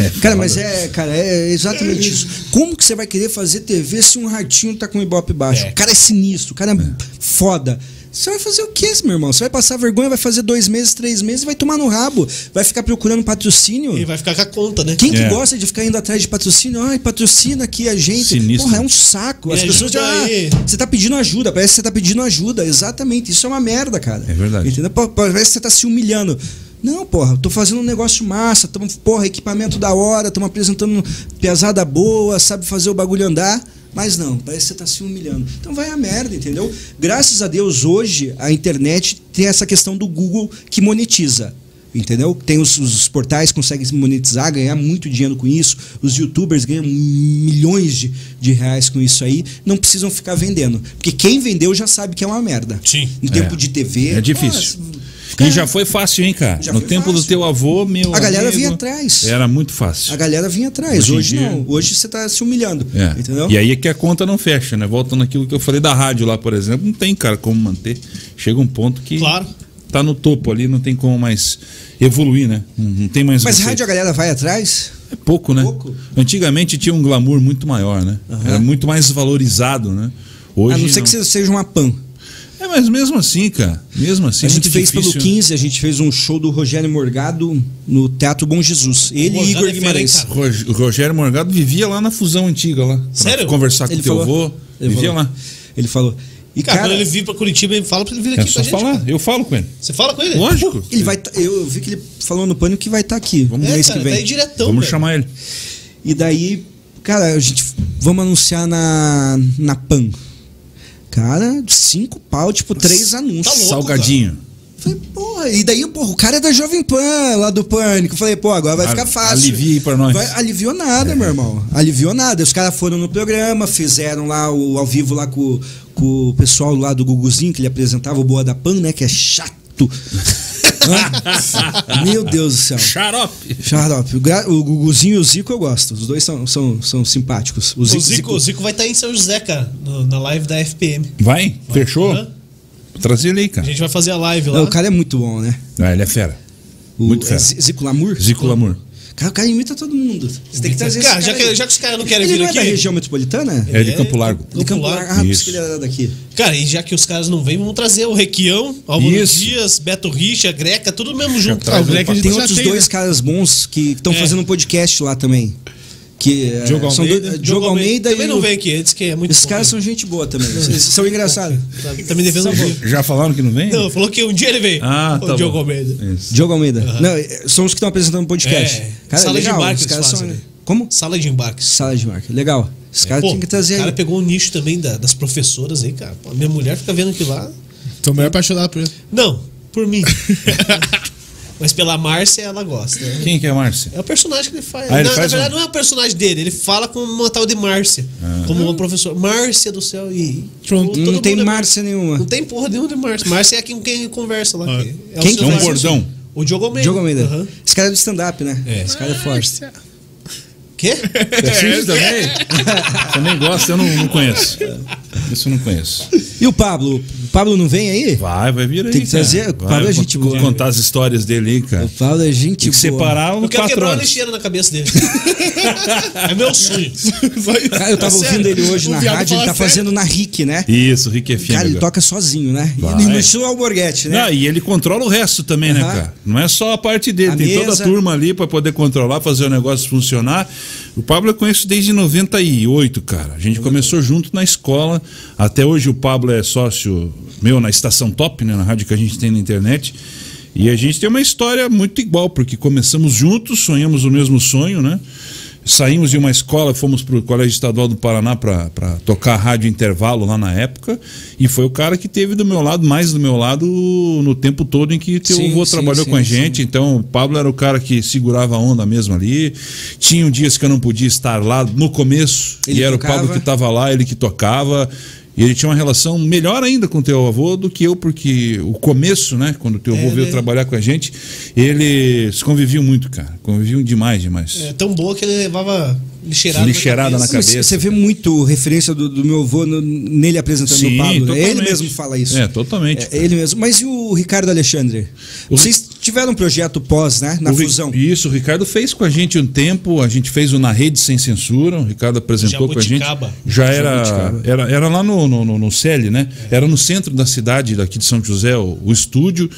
[SPEAKER 3] É,
[SPEAKER 4] <laughs> Cara,
[SPEAKER 3] foda.
[SPEAKER 4] mas é, cara, é exatamente isso. Como que você vai querer fazer TV se um ratinho tá com o Ibope baixo?
[SPEAKER 1] É.
[SPEAKER 4] O cara é sinistro, o cara é, foda. Você vai fazer o que, meu irmão? Você vai passar vergonha, vai fazer dois meses, três meses e vai tomar no rabo. Vai ficar procurando patrocínio.
[SPEAKER 1] E vai ficar com a conta, né?
[SPEAKER 4] Quem que
[SPEAKER 3] É.
[SPEAKER 4] gosta de ficar indo atrás de patrocínio? Ai, patrocina aqui a gente.
[SPEAKER 3] Sinistro.
[SPEAKER 4] Porra, é um saco. As
[SPEAKER 1] Me
[SPEAKER 4] pessoas
[SPEAKER 1] ajuda
[SPEAKER 4] já.
[SPEAKER 1] aí.
[SPEAKER 4] Você tá pedindo ajuda, parece que você tá pedindo ajuda. Exatamente. Isso é uma merda, cara.
[SPEAKER 3] É verdade.
[SPEAKER 4] Entendeu? Pa- Parece que você tá se humilhando. Não, porra, tô fazendo um negócio massa, tamo, porra, equipamento da hora, tamo apresentando pesada boa, sabe fazer o bagulho andar. Mas não, parece que você tá se humilhando. Então vai a merda, entendeu? Graças a Deus, hoje, a internet tem essa questão do Google que monetiza. Entendeu? Tem os, os portais que conseguem se monetizar, ganhar muito dinheiro com isso. Os youtubers ganham milhões de, de reais com isso aí. Não precisam ficar vendendo. Porque quem vendeu já sabe que é uma merda.
[SPEAKER 1] Sim.
[SPEAKER 4] Em tempo de TV.
[SPEAKER 3] É difícil.
[SPEAKER 4] cara,
[SPEAKER 3] e já foi fácil, hein, cara?
[SPEAKER 4] Já
[SPEAKER 3] no
[SPEAKER 4] foi
[SPEAKER 3] tempo do
[SPEAKER 4] fácil.
[SPEAKER 3] teu avô, meu.
[SPEAKER 4] A galera
[SPEAKER 3] amigo,
[SPEAKER 4] vinha atrás.
[SPEAKER 3] Era muito fácil.
[SPEAKER 4] A galera vinha atrás.
[SPEAKER 3] Hoje em
[SPEAKER 4] Hoje,
[SPEAKER 3] dia-
[SPEAKER 4] não. Hoje você tá se humilhando.
[SPEAKER 3] É.
[SPEAKER 4] Entendeu?
[SPEAKER 3] E aí é que a conta não fecha, né? Voltando àquilo que eu falei da rádio lá, por exemplo, não tem, cara, como manter. Chega um ponto que
[SPEAKER 1] Claro.
[SPEAKER 3] tá no topo ali, não tem como mais evoluir, né? Não, não tem mais.
[SPEAKER 4] Mas
[SPEAKER 3] você-
[SPEAKER 4] rádio a galera vai atrás?
[SPEAKER 3] É pouco, né?
[SPEAKER 4] Pouco.
[SPEAKER 3] Antigamente tinha um glamour muito maior, né? Era muito mais valorizado, né? Hoje.
[SPEAKER 4] a não ser que você seja uma PAN.
[SPEAKER 3] É, mas mesmo assim, cara. Mesmo assim.
[SPEAKER 4] a
[SPEAKER 3] é
[SPEAKER 4] gente
[SPEAKER 3] muito
[SPEAKER 4] fez
[SPEAKER 3] difícil,
[SPEAKER 4] pelo
[SPEAKER 3] né?
[SPEAKER 4] 15, a gente fez um show do Rogério Morgado no Teatro Bom Jesus. Ele
[SPEAKER 1] Morgado
[SPEAKER 4] e Igor
[SPEAKER 1] é fera, hein,
[SPEAKER 4] Guimarães.
[SPEAKER 1] cara?
[SPEAKER 3] Rog- O Rogério Morgado vivia lá na fusão antiga lá. Pra
[SPEAKER 1] Sério?
[SPEAKER 3] Conversar com o teu avô.
[SPEAKER 4] ele
[SPEAKER 3] Vivia
[SPEAKER 4] falou.
[SPEAKER 3] lá.
[SPEAKER 4] Ele falou. E
[SPEAKER 1] Cara,
[SPEAKER 4] cara,
[SPEAKER 1] quando ele vir pra Curitiba, ele fala pra ele vir aqui
[SPEAKER 3] É
[SPEAKER 1] pra
[SPEAKER 3] só
[SPEAKER 1] gente.
[SPEAKER 3] falar. Eu falo com ele.
[SPEAKER 1] Você fala com ele?
[SPEAKER 3] Lógico.
[SPEAKER 4] ele vai. tá- eu vi que ele falou no pânico que vai estar aqui. Vamos
[SPEAKER 1] É,
[SPEAKER 4] mês
[SPEAKER 1] cara,
[SPEAKER 4] que vem.
[SPEAKER 1] daí diretão,
[SPEAKER 3] Vamos
[SPEAKER 1] velho.
[SPEAKER 3] chamar ele.
[SPEAKER 4] E daí, cara, a gente vamos anunciar na na Pan. Cara, cinco pau, tipo três anúncios.
[SPEAKER 1] tá louco,
[SPEAKER 3] Salgadinho.
[SPEAKER 4] Falei, porra, e daí, porra, o cara é da Jovem Pan, lá do Pânico. Falei, pô, agora vai
[SPEAKER 3] A-
[SPEAKER 4] ficar fácil.
[SPEAKER 3] alivia aí pra nós.
[SPEAKER 4] Vai- aliviou nada, meu irmão. Aliviou nada. Os caras foram no programa, fizeram lá o ao vivo lá com, com o pessoal lá do Guguzinho, que ele apresentava o Boa da Pan, né? Que é chato. Hã? meu Deus do céu.
[SPEAKER 3] Xarope.
[SPEAKER 4] Xarope, o, Gra- o Guguzinho e o Zico eu gosto. Os dois são, são, são simpáticos. O
[SPEAKER 1] O
[SPEAKER 4] Zico,
[SPEAKER 1] Zico, o Zico vai estar em São José, cara, no- na live da FPM.
[SPEAKER 3] Vai? Fechou?
[SPEAKER 1] Hã?
[SPEAKER 3] Traz ele aí,
[SPEAKER 1] A
[SPEAKER 3] cara.
[SPEAKER 1] gente vai fazer a live lá.
[SPEAKER 4] Não, o cara é muito bom, né?
[SPEAKER 3] Ah, ele é fera.
[SPEAKER 4] O,
[SPEAKER 3] Muito
[SPEAKER 4] é
[SPEAKER 3] fera.
[SPEAKER 4] Z- Zico Lamour?
[SPEAKER 3] Zico Lamour.
[SPEAKER 4] Cara, o cara imita todo mundo. Você tem que trazer
[SPEAKER 1] Cara,
[SPEAKER 4] esse
[SPEAKER 1] já,
[SPEAKER 4] cara
[SPEAKER 1] que,
[SPEAKER 4] aí.
[SPEAKER 1] já que os caras não querem
[SPEAKER 4] Ele
[SPEAKER 1] vir
[SPEAKER 4] não é
[SPEAKER 1] aqui.
[SPEAKER 4] da região metropolitana?
[SPEAKER 3] É de Campo Largo.
[SPEAKER 4] Do Campo
[SPEAKER 1] Largo.
[SPEAKER 4] Largo. Ah, por isso
[SPEAKER 3] Isso.
[SPEAKER 4] que ele era daqui.
[SPEAKER 1] Cara, e já É que os caras não vêm, vamos trazer o Requião, Álvaro
[SPEAKER 3] Isso.
[SPEAKER 1] Dias, Beto Richa, Greca, tudo mesmo junto.
[SPEAKER 3] traz
[SPEAKER 1] Ah, o Greca-
[SPEAKER 2] Black a gente
[SPEAKER 4] Tem
[SPEAKER 2] já
[SPEAKER 4] outros
[SPEAKER 2] tem,
[SPEAKER 4] dois
[SPEAKER 2] né?
[SPEAKER 4] caras bons que estão
[SPEAKER 1] É.
[SPEAKER 4] fazendo um podcast lá também. Que, eh,
[SPEAKER 2] Diogo
[SPEAKER 4] são dois-
[SPEAKER 2] Almeida.
[SPEAKER 4] Diogo Almeida
[SPEAKER 1] Também
[SPEAKER 4] e
[SPEAKER 1] não
[SPEAKER 4] o-
[SPEAKER 1] vem aqui, ele disse que é muito
[SPEAKER 4] Esses
[SPEAKER 1] bom,
[SPEAKER 4] caras
[SPEAKER 1] né?
[SPEAKER 4] são gente boa
[SPEAKER 1] <laughs>
[SPEAKER 4] também. Eles são engraçados.
[SPEAKER 1] Tá, tá me devendo um dia.
[SPEAKER 3] Já falaram que não vem?
[SPEAKER 1] Não, falou que um dia ele veio.
[SPEAKER 3] Ah,
[SPEAKER 1] o
[SPEAKER 3] tá.
[SPEAKER 1] Diogo
[SPEAKER 3] bom.
[SPEAKER 1] Almeida.
[SPEAKER 3] Isso.
[SPEAKER 4] Diogo Almeida. Não, eh, são os que estão apresentando o podcast.
[SPEAKER 1] É.
[SPEAKER 4] Cara,
[SPEAKER 1] Sala de
[SPEAKER 4] legal.
[SPEAKER 1] embarque
[SPEAKER 4] Os
[SPEAKER 1] eles
[SPEAKER 4] caras são.
[SPEAKER 1] fazem, né?
[SPEAKER 4] Como?
[SPEAKER 1] Sala de embarques.
[SPEAKER 4] Sala de marca. Legal. Os caras
[SPEAKER 1] É, Pô,
[SPEAKER 4] tinham que trazer
[SPEAKER 1] o
[SPEAKER 4] aí.
[SPEAKER 1] cara pegou um nicho também da- das professoras aí, cara. Pô, a minha mulher fica vendo aquilo lá.
[SPEAKER 2] Tô meio apaixonado por ele.
[SPEAKER 1] Não, por mim. Mas pela Márcia ela gosta. né?
[SPEAKER 3] Quem que é Márcia?
[SPEAKER 1] É o personagem que ele faz.
[SPEAKER 3] Ah, ele
[SPEAKER 1] não,
[SPEAKER 3] faz
[SPEAKER 1] na verdade,
[SPEAKER 3] um-
[SPEAKER 1] não é o personagem dele. Ele fala com uma tal de Márcia. Como uma professora. Márcia do céu. E.
[SPEAKER 2] Pronto.
[SPEAKER 1] todo
[SPEAKER 4] Não tem
[SPEAKER 1] mundo é
[SPEAKER 4] Márcia nenhuma.
[SPEAKER 1] Não tem porra nenhuma de Márcia. Márcia é quem, quem conversa lá.
[SPEAKER 2] Ah.
[SPEAKER 1] que o
[SPEAKER 4] Quem
[SPEAKER 1] seu
[SPEAKER 4] que é um
[SPEAKER 1] Márcio.
[SPEAKER 3] gordão?
[SPEAKER 1] O Diogo Almeida.
[SPEAKER 4] Diogo Almeida.
[SPEAKER 1] Aham.
[SPEAKER 4] Esse cara é do stand-up, né?
[SPEAKER 1] É.
[SPEAKER 4] Esse cara é forte.
[SPEAKER 1] Quê?
[SPEAKER 3] Você
[SPEAKER 1] é.
[SPEAKER 3] assiste também? também gosta, eu não, não conheço. Isso eu não conheço.
[SPEAKER 4] E o Pablo? O Pablo não vem aí?
[SPEAKER 3] Vai, vai vir aí.
[SPEAKER 4] Tem que
[SPEAKER 3] cara.
[SPEAKER 4] trazer-
[SPEAKER 3] Vai,
[SPEAKER 4] Pablo é
[SPEAKER 3] vou
[SPEAKER 4] gente boa.
[SPEAKER 3] contar as histórias dele aí, cara.
[SPEAKER 4] O Pablo é gente
[SPEAKER 3] Tem que
[SPEAKER 4] boa.
[SPEAKER 3] separar
[SPEAKER 1] Eu
[SPEAKER 3] o
[SPEAKER 1] quero
[SPEAKER 3] quatro
[SPEAKER 1] quebrar uma
[SPEAKER 3] horas.
[SPEAKER 1] lixeira na cabeça dele. é meu sonho.
[SPEAKER 2] Só isso.
[SPEAKER 4] Cara, eu tava
[SPEAKER 3] Tá
[SPEAKER 1] É sério.
[SPEAKER 4] ouvindo ele hoje
[SPEAKER 2] Tá O
[SPEAKER 4] na
[SPEAKER 2] viado
[SPEAKER 4] rádio, ele
[SPEAKER 2] fala
[SPEAKER 4] tá
[SPEAKER 2] sério.
[SPEAKER 4] fazendo na RIC, né?
[SPEAKER 3] Isso, Rick é filho.
[SPEAKER 4] Cara, ele
[SPEAKER 3] cara.
[SPEAKER 4] toca sozinho, né?
[SPEAKER 3] Vai.
[SPEAKER 4] E no estilo Alborguete, né?
[SPEAKER 3] Não, e ele controla o resto também, né,
[SPEAKER 4] Aham.
[SPEAKER 3] cara? Não é só a parte dele,
[SPEAKER 4] A
[SPEAKER 3] tem toda
[SPEAKER 4] mesa.
[SPEAKER 3] a turma ali pra poder controlar, fazer o negócio funcionar. O Pablo eu conheço desde 98, cara. A gente começou junto na escola. Até hoje o Pablo é sócio meu na Estação Top, né, na rádio que a gente tem na internet. E a gente tem uma história muito igual, porque começamos juntos, sonhamos o mesmo sonho, né? Saímos de uma escola, fomos para o Colégio Estadual do Paraná para tocar rádio intervalo lá na época. E foi o cara que teve do meu lado, mais do meu lado, no tempo todo em que teu
[SPEAKER 4] Sim,
[SPEAKER 3] avô
[SPEAKER 4] sim,
[SPEAKER 3] trabalhou
[SPEAKER 4] sim,
[SPEAKER 3] com a
[SPEAKER 4] sim.
[SPEAKER 3] gente. Então o Pablo era o cara que segurava a onda mesmo ali. Tinham dias que eu não podia estar lá no começo.
[SPEAKER 4] Ele
[SPEAKER 3] e era
[SPEAKER 4] tocava.
[SPEAKER 3] o Pablo que estava lá, ele que tocava. E ele tinha uma relação melhor ainda com teu avô do que eu, porque o começo, né? Quando teu avô
[SPEAKER 1] É,
[SPEAKER 3] veio
[SPEAKER 1] né?
[SPEAKER 3] trabalhar com a gente, eles conviviam muito, cara. Conviviam demais, demais.
[SPEAKER 1] É tão boa que ele levava lixeirada,
[SPEAKER 3] Lixeirada na
[SPEAKER 1] na cabeça.
[SPEAKER 4] Mas
[SPEAKER 3] cabeça,
[SPEAKER 4] Você vê muito referência do, do meu avô no- nele apresentando
[SPEAKER 3] Sim,
[SPEAKER 4] o Pablo. né? Ele
[SPEAKER 3] totalmente.
[SPEAKER 4] mesmo fala isso.
[SPEAKER 3] É, totalmente.
[SPEAKER 4] É, ele mesmo. Mas e o Ricardo Alexandre? Vocês tiveram um projeto pós, né? Na
[SPEAKER 3] O Ri-
[SPEAKER 4] fusão.
[SPEAKER 3] Isso, o Ricardo fez com a gente um tempo, a gente fez o Na Rede Sem Censura, o Ricardo apresentou com a gente.
[SPEAKER 1] Jabuticaba.
[SPEAKER 3] Já era,
[SPEAKER 4] Jabuticaba.
[SPEAKER 3] era, era lá no, no, no, no CEL, né?
[SPEAKER 4] É.
[SPEAKER 3] Era no centro da cidade, daqui de São José, o, o estúdio.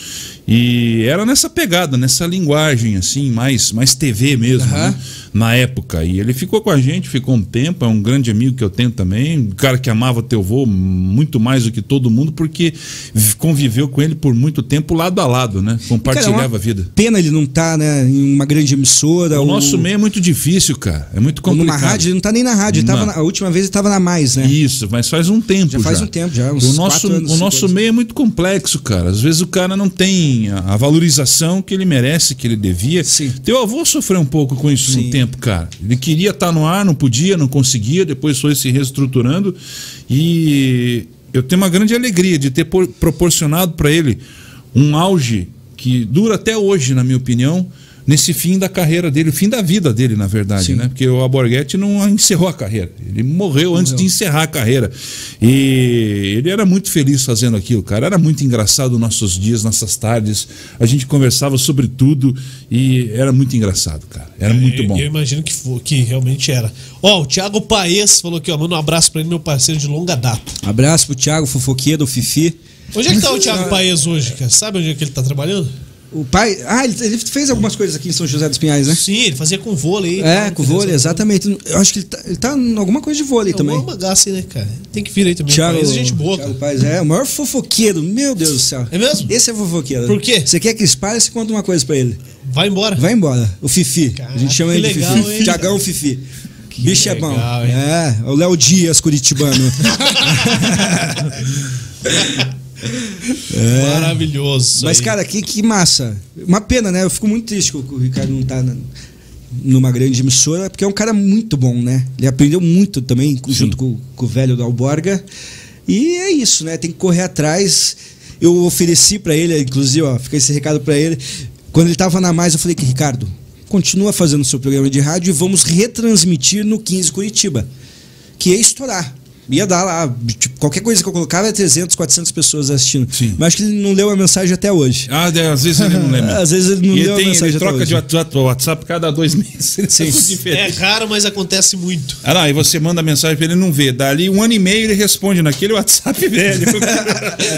[SPEAKER 3] E era nessa pegada, nessa linguagem, assim, mais, mais TV mesmo,
[SPEAKER 4] Aham.
[SPEAKER 3] né? Na época. E ele ficou com a gente, ficou um tempo, é um grande amigo que eu tenho também, um cara que amava teu vô muito mais do que todo mundo, porque vi- conviveu com ele por muito tempo lado a lado, né? Compartilhava
[SPEAKER 4] Cara, é uma
[SPEAKER 3] a vida.
[SPEAKER 4] Pena ele não tá, né, em uma grande emissora.
[SPEAKER 3] O
[SPEAKER 4] ou-
[SPEAKER 3] nosso meio é muito difícil, cara. É muito
[SPEAKER 4] ou
[SPEAKER 3] complicado.
[SPEAKER 4] numa rádio, ele não tá nem na rádio. ele tava
[SPEAKER 3] Não.
[SPEAKER 4] na- a última vez ele tava na mais, né?
[SPEAKER 3] Isso, mas faz um tempo.
[SPEAKER 4] Já faz um tempo, já, uns
[SPEAKER 3] o nosso,
[SPEAKER 4] quatro anos,
[SPEAKER 3] o
[SPEAKER 4] cinco
[SPEAKER 3] nosso
[SPEAKER 4] anos.
[SPEAKER 3] meio é muito complexo, cara. Às vezes o cara não tem a a valorização que ele merece, que ele devia.
[SPEAKER 4] Sim.
[SPEAKER 3] Teu avô sofreu um pouco com isso
[SPEAKER 4] Sim.
[SPEAKER 3] no tempo, cara. Ele queria estar no ar, não podia, não conseguia, depois foi se reestruturando. E eu tenho uma grande alegria de ter por- proporcionado para ele um auge que dura até hoje, na minha opinião. Nesse fim da carreira dele, o fim da vida dele, na verdade, né? Porque o Alborguete não encerrou a carreira. Ele morreu antes de encerrar a carreira. E ele era muito feliz fazendo aquilo, cara. Era muito engraçado nossos dias, nossas tardes. A gente conversava sobre tudo e era muito engraçado, cara.
[SPEAKER 4] É,
[SPEAKER 3] Era muito
[SPEAKER 1] Eu-
[SPEAKER 3] bom.
[SPEAKER 1] Eu imagino que, fo- que realmente era. Ó, o Thiago Paes falou aqui, ó. Manda um abraço pra ele, meu parceiro de longa data.
[SPEAKER 4] Abraço pro Thiago, fofoqueiro, o Fifi. ah,
[SPEAKER 1] Onde é que tá o Thiago Paes hoje, cara? Sabe onde é que ele tá trabalhando?
[SPEAKER 4] O pai. Ah, ele, ele fez algumas coisas aqui em São José dos Pinhais, né?
[SPEAKER 1] Sim, ele fazia com vôlei. né?
[SPEAKER 4] É,
[SPEAKER 1] tal,
[SPEAKER 4] com vôlei,
[SPEAKER 1] entendeu?
[SPEAKER 4] exatamente. Eu acho que ele tá, ele tá em alguma coisa de vôlei
[SPEAKER 1] É
[SPEAKER 4] também.
[SPEAKER 1] uma bagaça, né, cara? Tem que vir aí também.
[SPEAKER 4] Thiago,
[SPEAKER 1] Paes é gente boa,
[SPEAKER 4] Thiago
[SPEAKER 1] cara.
[SPEAKER 4] Paes é o maior fofoqueiro, meu Deus do céu.
[SPEAKER 1] É mesmo?
[SPEAKER 4] Esse é fofoqueiro.
[SPEAKER 1] Por quê?
[SPEAKER 4] Você quer que espalhe, você conta uma coisa pra ele.
[SPEAKER 1] Vai embora.
[SPEAKER 4] Vai embora. O Fifi.
[SPEAKER 1] Caraca,
[SPEAKER 4] a gente chama
[SPEAKER 1] que
[SPEAKER 4] ele de
[SPEAKER 1] legal,
[SPEAKER 4] Fifi.
[SPEAKER 1] hein?
[SPEAKER 4] Tiagão Fifi. Bicho
[SPEAKER 1] legal,
[SPEAKER 4] é bom.
[SPEAKER 1] hein?
[SPEAKER 4] É, o Léo Dias,
[SPEAKER 1] <laughs>
[SPEAKER 4] curitibano.
[SPEAKER 1] Maravilhoso.
[SPEAKER 4] Mas,
[SPEAKER 1] aí.
[SPEAKER 4] cara, que, que massa. Uma pena, né? Eu fico muito triste que o que o Ricardo não tá na- numa grande emissora, porque é um cara muito bom, né? Ele aprendeu muito também co- junto com, com o velho do Alborga. E é isso, né? Tem que correr atrás. Eu ofereci pra ele, inclusive, ó, fica esse recado pra ele. Quando ele tava na mais, eu falei que, Ricardo, continua fazendo seu programa de rádio e vamos retransmitir no 15 Curitiba. Que ia estourar. Ia dar lá, tipo, qualquer coisa que eu colocava, 300, 400 pessoas assistindo.
[SPEAKER 3] Sim.
[SPEAKER 4] Mas acho que ele não leu a mensagem
[SPEAKER 3] <laughs>
[SPEAKER 4] até hoje.
[SPEAKER 3] Ah, de- às vezes
[SPEAKER 4] <laughs>
[SPEAKER 3] ele não lembra.
[SPEAKER 4] Às vezes ele não
[SPEAKER 3] e
[SPEAKER 4] leu
[SPEAKER 3] ele,
[SPEAKER 4] a
[SPEAKER 3] tem,
[SPEAKER 4] mensagem
[SPEAKER 3] ele
[SPEAKER 4] até
[SPEAKER 3] troca
[SPEAKER 4] hoje.
[SPEAKER 3] de WhatsApp, WhatsApp cada dois <laughs> meses. Ele tá
[SPEAKER 4] Sim.
[SPEAKER 3] tudo
[SPEAKER 1] É
[SPEAKER 3] diferente.
[SPEAKER 1] raro, mas acontece muito.
[SPEAKER 3] Ah, não, e você manda mensagem pra ele não vê. Dali um ano e meio ele responde naquele WhatsApp <laughs>
[SPEAKER 4] <laughs>
[SPEAKER 3] velho.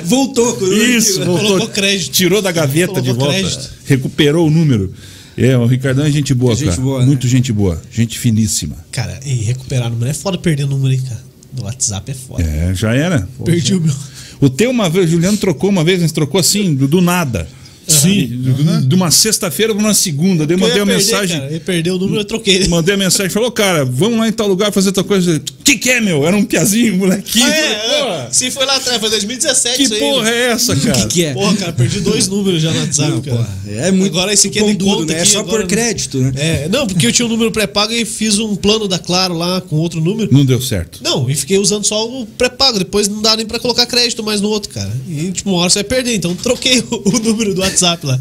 [SPEAKER 4] Voltou. quando eu
[SPEAKER 3] Isso,
[SPEAKER 4] digo.
[SPEAKER 3] voltou,
[SPEAKER 1] Colocou crédito.
[SPEAKER 3] Tirou da gaveta
[SPEAKER 1] Colocou
[SPEAKER 3] de volta.
[SPEAKER 1] crédito.
[SPEAKER 3] Recuperou o número. É, o Ricardão é gente boa,
[SPEAKER 4] É gente
[SPEAKER 3] cara.
[SPEAKER 4] boa, né?
[SPEAKER 3] Muito gente boa. Gente finíssima.
[SPEAKER 1] Cara, e recuperar número é foda perder o número, hein, cara. Do WhatsApp é foda.
[SPEAKER 3] É, já era.
[SPEAKER 1] Perdi o meu.
[SPEAKER 3] O teu uma vez, o Juliano trocou uma vez, mas trocou assim, do, do nada. Sim. De uma sexta-feira pra uma segunda. Daí eu
[SPEAKER 1] Eu
[SPEAKER 3] mandei
[SPEAKER 1] ia
[SPEAKER 3] uma
[SPEAKER 1] perder,
[SPEAKER 3] mensagem.
[SPEAKER 1] Cara, eu perdi o número, eu troquei.
[SPEAKER 3] Mandei a mensagem, falou, cara, vamos lá em tal lugar fazer tal coisa. Ele, Que que é, meu? Era um piazinho, molequinho.
[SPEAKER 1] Ah,
[SPEAKER 3] Falei,
[SPEAKER 1] é,
[SPEAKER 3] "Porra,
[SPEAKER 1] é. se foi lá atrás, foi 2017
[SPEAKER 3] que
[SPEAKER 1] isso aí. né?
[SPEAKER 3] porra é essa, cara?
[SPEAKER 4] O que, que é?
[SPEAKER 1] Porra, cara, perdi dois números já no WhatsApp,
[SPEAKER 4] Não,
[SPEAKER 1] cara.
[SPEAKER 4] porra, é muito
[SPEAKER 1] Agora esse aqui é
[SPEAKER 4] pão
[SPEAKER 1] de
[SPEAKER 4] duro,
[SPEAKER 1] conta
[SPEAKER 4] né? É
[SPEAKER 1] aqui,
[SPEAKER 4] só
[SPEAKER 1] agora-
[SPEAKER 4] por crédito, né?
[SPEAKER 1] É, não, porque eu tinha um número pré-pago e fiz um plano da Claro lá com outro número.
[SPEAKER 3] Não deu certo.
[SPEAKER 1] Não, e fiquei usando só o pré-pago. Depois não dá nem pra colocar crédito mais no outro, cara. E tipo, uma hora você vai perder. Então troquei <laughs> o, o número do WhatsApp lá.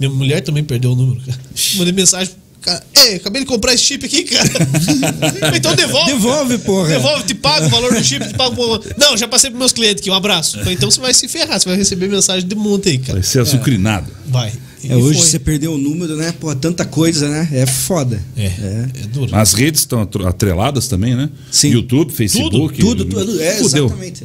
[SPEAKER 1] Minha mulher também perdeu o número, cara. Mandei mensagem pro cara. Ei, acabei de comprar esse chip aqui, cara. <laughs> então devolve.
[SPEAKER 4] É. Devolve, porra.
[SPEAKER 1] <laughs> Devolve, te pago o valor do chip, te pago. o- Não, já passei pros meus clientes aqui. Um abraço. Falei, então você vai se ferrar, você vai receber mensagem de monte aí, cara.
[SPEAKER 3] Vai ser azucrinado.
[SPEAKER 1] Vai. E
[SPEAKER 4] É, hoje
[SPEAKER 1] foi.
[SPEAKER 4] você perdeu o número, né? Pô, tanta coisa, né? É foda.
[SPEAKER 1] É, é duro.
[SPEAKER 3] As redes estão atro- atreladas também, né?
[SPEAKER 4] Sim.
[SPEAKER 3] YouTube, Facebook.
[SPEAKER 4] Tudo, tudo. É,
[SPEAKER 3] fudeu.
[SPEAKER 4] exatamente.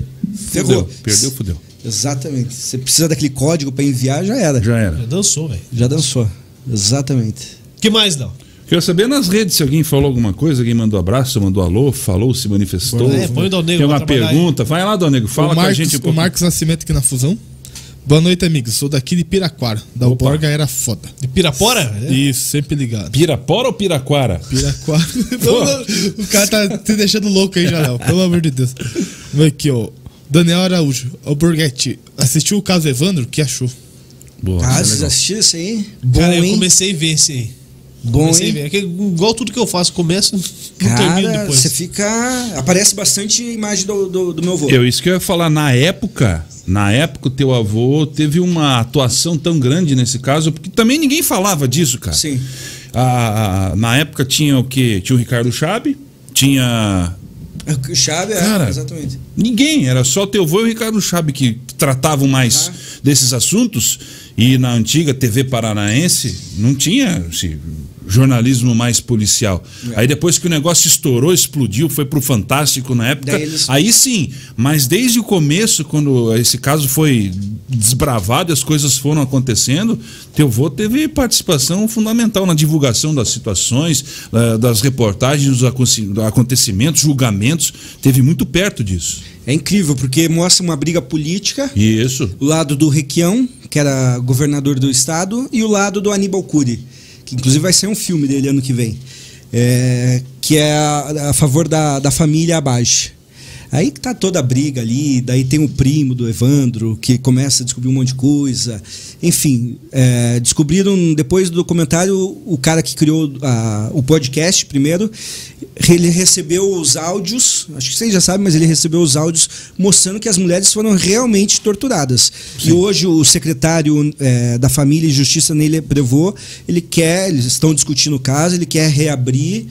[SPEAKER 3] Fudeu.
[SPEAKER 4] Ferrou.
[SPEAKER 3] Perdeu, fudeu.
[SPEAKER 4] Exatamente. Você precisa daquele código pra enviar, já era.
[SPEAKER 3] Já era.
[SPEAKER 1] Dançou, velho.
[SPEAKER 4] Já dançou. Exatamente.
[SPEAKER 1] que mais, não?
[SPEAKER 3] Quero saber nas redes se alguém falou alguma coisa, alguém mandou abraço, mandou alô, falou, se manifestou.
[SPEAKER 1] É, põe o Dal Negro
[SPEAKER 3] Tem
[SPEAKER 1] pra
[SPEAKER 3] uma
[SPEAKER 1] trabalhar aí.
[SPEAKER 3] pergunta. Vai lá, Dal Negro, fala
[SPEAKER 2] o Marcos,
[SPEAKER 3] com a gente um
[SPEAKER 2] o
[SPEAKER 3] pouco.
[SPEAKER 2] Marcos Nascimento aqui na Fusão. Boa noite, amigos. Sou daqui de Piraquara. Da Borga era foda.
[SPEAKER 1] De Pirapora?
[SPEAKER 2] Isso, sempre ligado.
[SPEAKER 3] Pirapora ou Piraquara?
[SPEAKER 1] <laughs>
[SPEAKER 2] Piraquara. Não, não, o cara tá te deixando louco aí, Janel. Pelo amor de Deus. Vamos aqui, ó. Daniel Araújo, o Borghetti. Assistiu o caso Evandro? O que achou?
[SPEAKER 3] Boa, isso
[SPEAKER 4] Ah,
[SPEAKER 3] é
[SPEAKER 4] vocês
[SPEAKER 3] legal.
[SPEAKER 4] assistiram isso aí? Bom,
[SPEAKER 1] cara, eu
[SPEAKER 4] hein?
[SPEAKER 1] comecei a ver esse aí.
[SPEAKER 4] Bom,
[SPEAKER 1] comecei a
[SPEAKER 4] hein?
[SPEAKER 1] ver. É que igual tudo que eu faço, começo e não termino
[SPEAKER 4] Cara,
[SPEAKER 1] depois.
[SPEAKER 4] você fica... Aparece bastante imagem do, do, do meu avô.
[SPEAKER 3] Eu, isso que eu ia falar, na época, na época o teu avô teve uma atuação tão grande nesse caso, porque também ninguém falava disso, cara.
[SPEAKER 4] Sim.
[SPEAKER 3] A- a- na época tinha o quê? Tinha o Ricardo Chave, tinha.
[SPEAKER 4] Chave, é,
[SPEAKER 3] Cara,
[SPEAKER 4] exatamente.
[SPEAKER 3] Ninguém, era só o teu avô e o Ricardo Chave que tratavam mais
[SPEAKER 4] Tá.
[SPEAKER 3] desses assuntos. E na antiga TV paranaense não tinha esse jornalismo mais policial.
[SPEAKER 4] É.
[SPEAKER 3] Aí depois que o negócio estourou, explodiu, foi pro Fantástico na época.
[SPEAKER 4] Daí eles-
[SPEAKER 3] Aí sim, mas desde o começo, quando esse caso foi desbravado e as coisas foram acontecendo, teu avô teve participação fundamental na divulgação das situações, eh, das reportagens, dos aconse- dos acontecimentos, julgamentos. Teve muito perto disso.
[SPEAKER 4] É incrível, porque mostra uma briga política...
[SPEAKER 3] E isso.
[SPEAKER 4] o lado do Requião, que era governador do estado, e o lado do Aníbal Cury, que inclusive vai ser um filme dele ano que vem, é, que é a, a favor da, da família Abage. Aí que tá toda a briga ali, daí tem o primo do Evandro, que começa a descobrir um monte de coisa. Enfim, é, descobriram depois do documentário o cara que criou a- o podcast primeiro, ele recebeu os áudios, acho que vocês já sabem, mas ele recebeu os áudios mostrando que as mulheres foram realmente torturadas. E hoje o secretário eh, da Família e Justiça, Nele Prevô, ele quer, eles estão discutindo o caso, ele quer reabrir,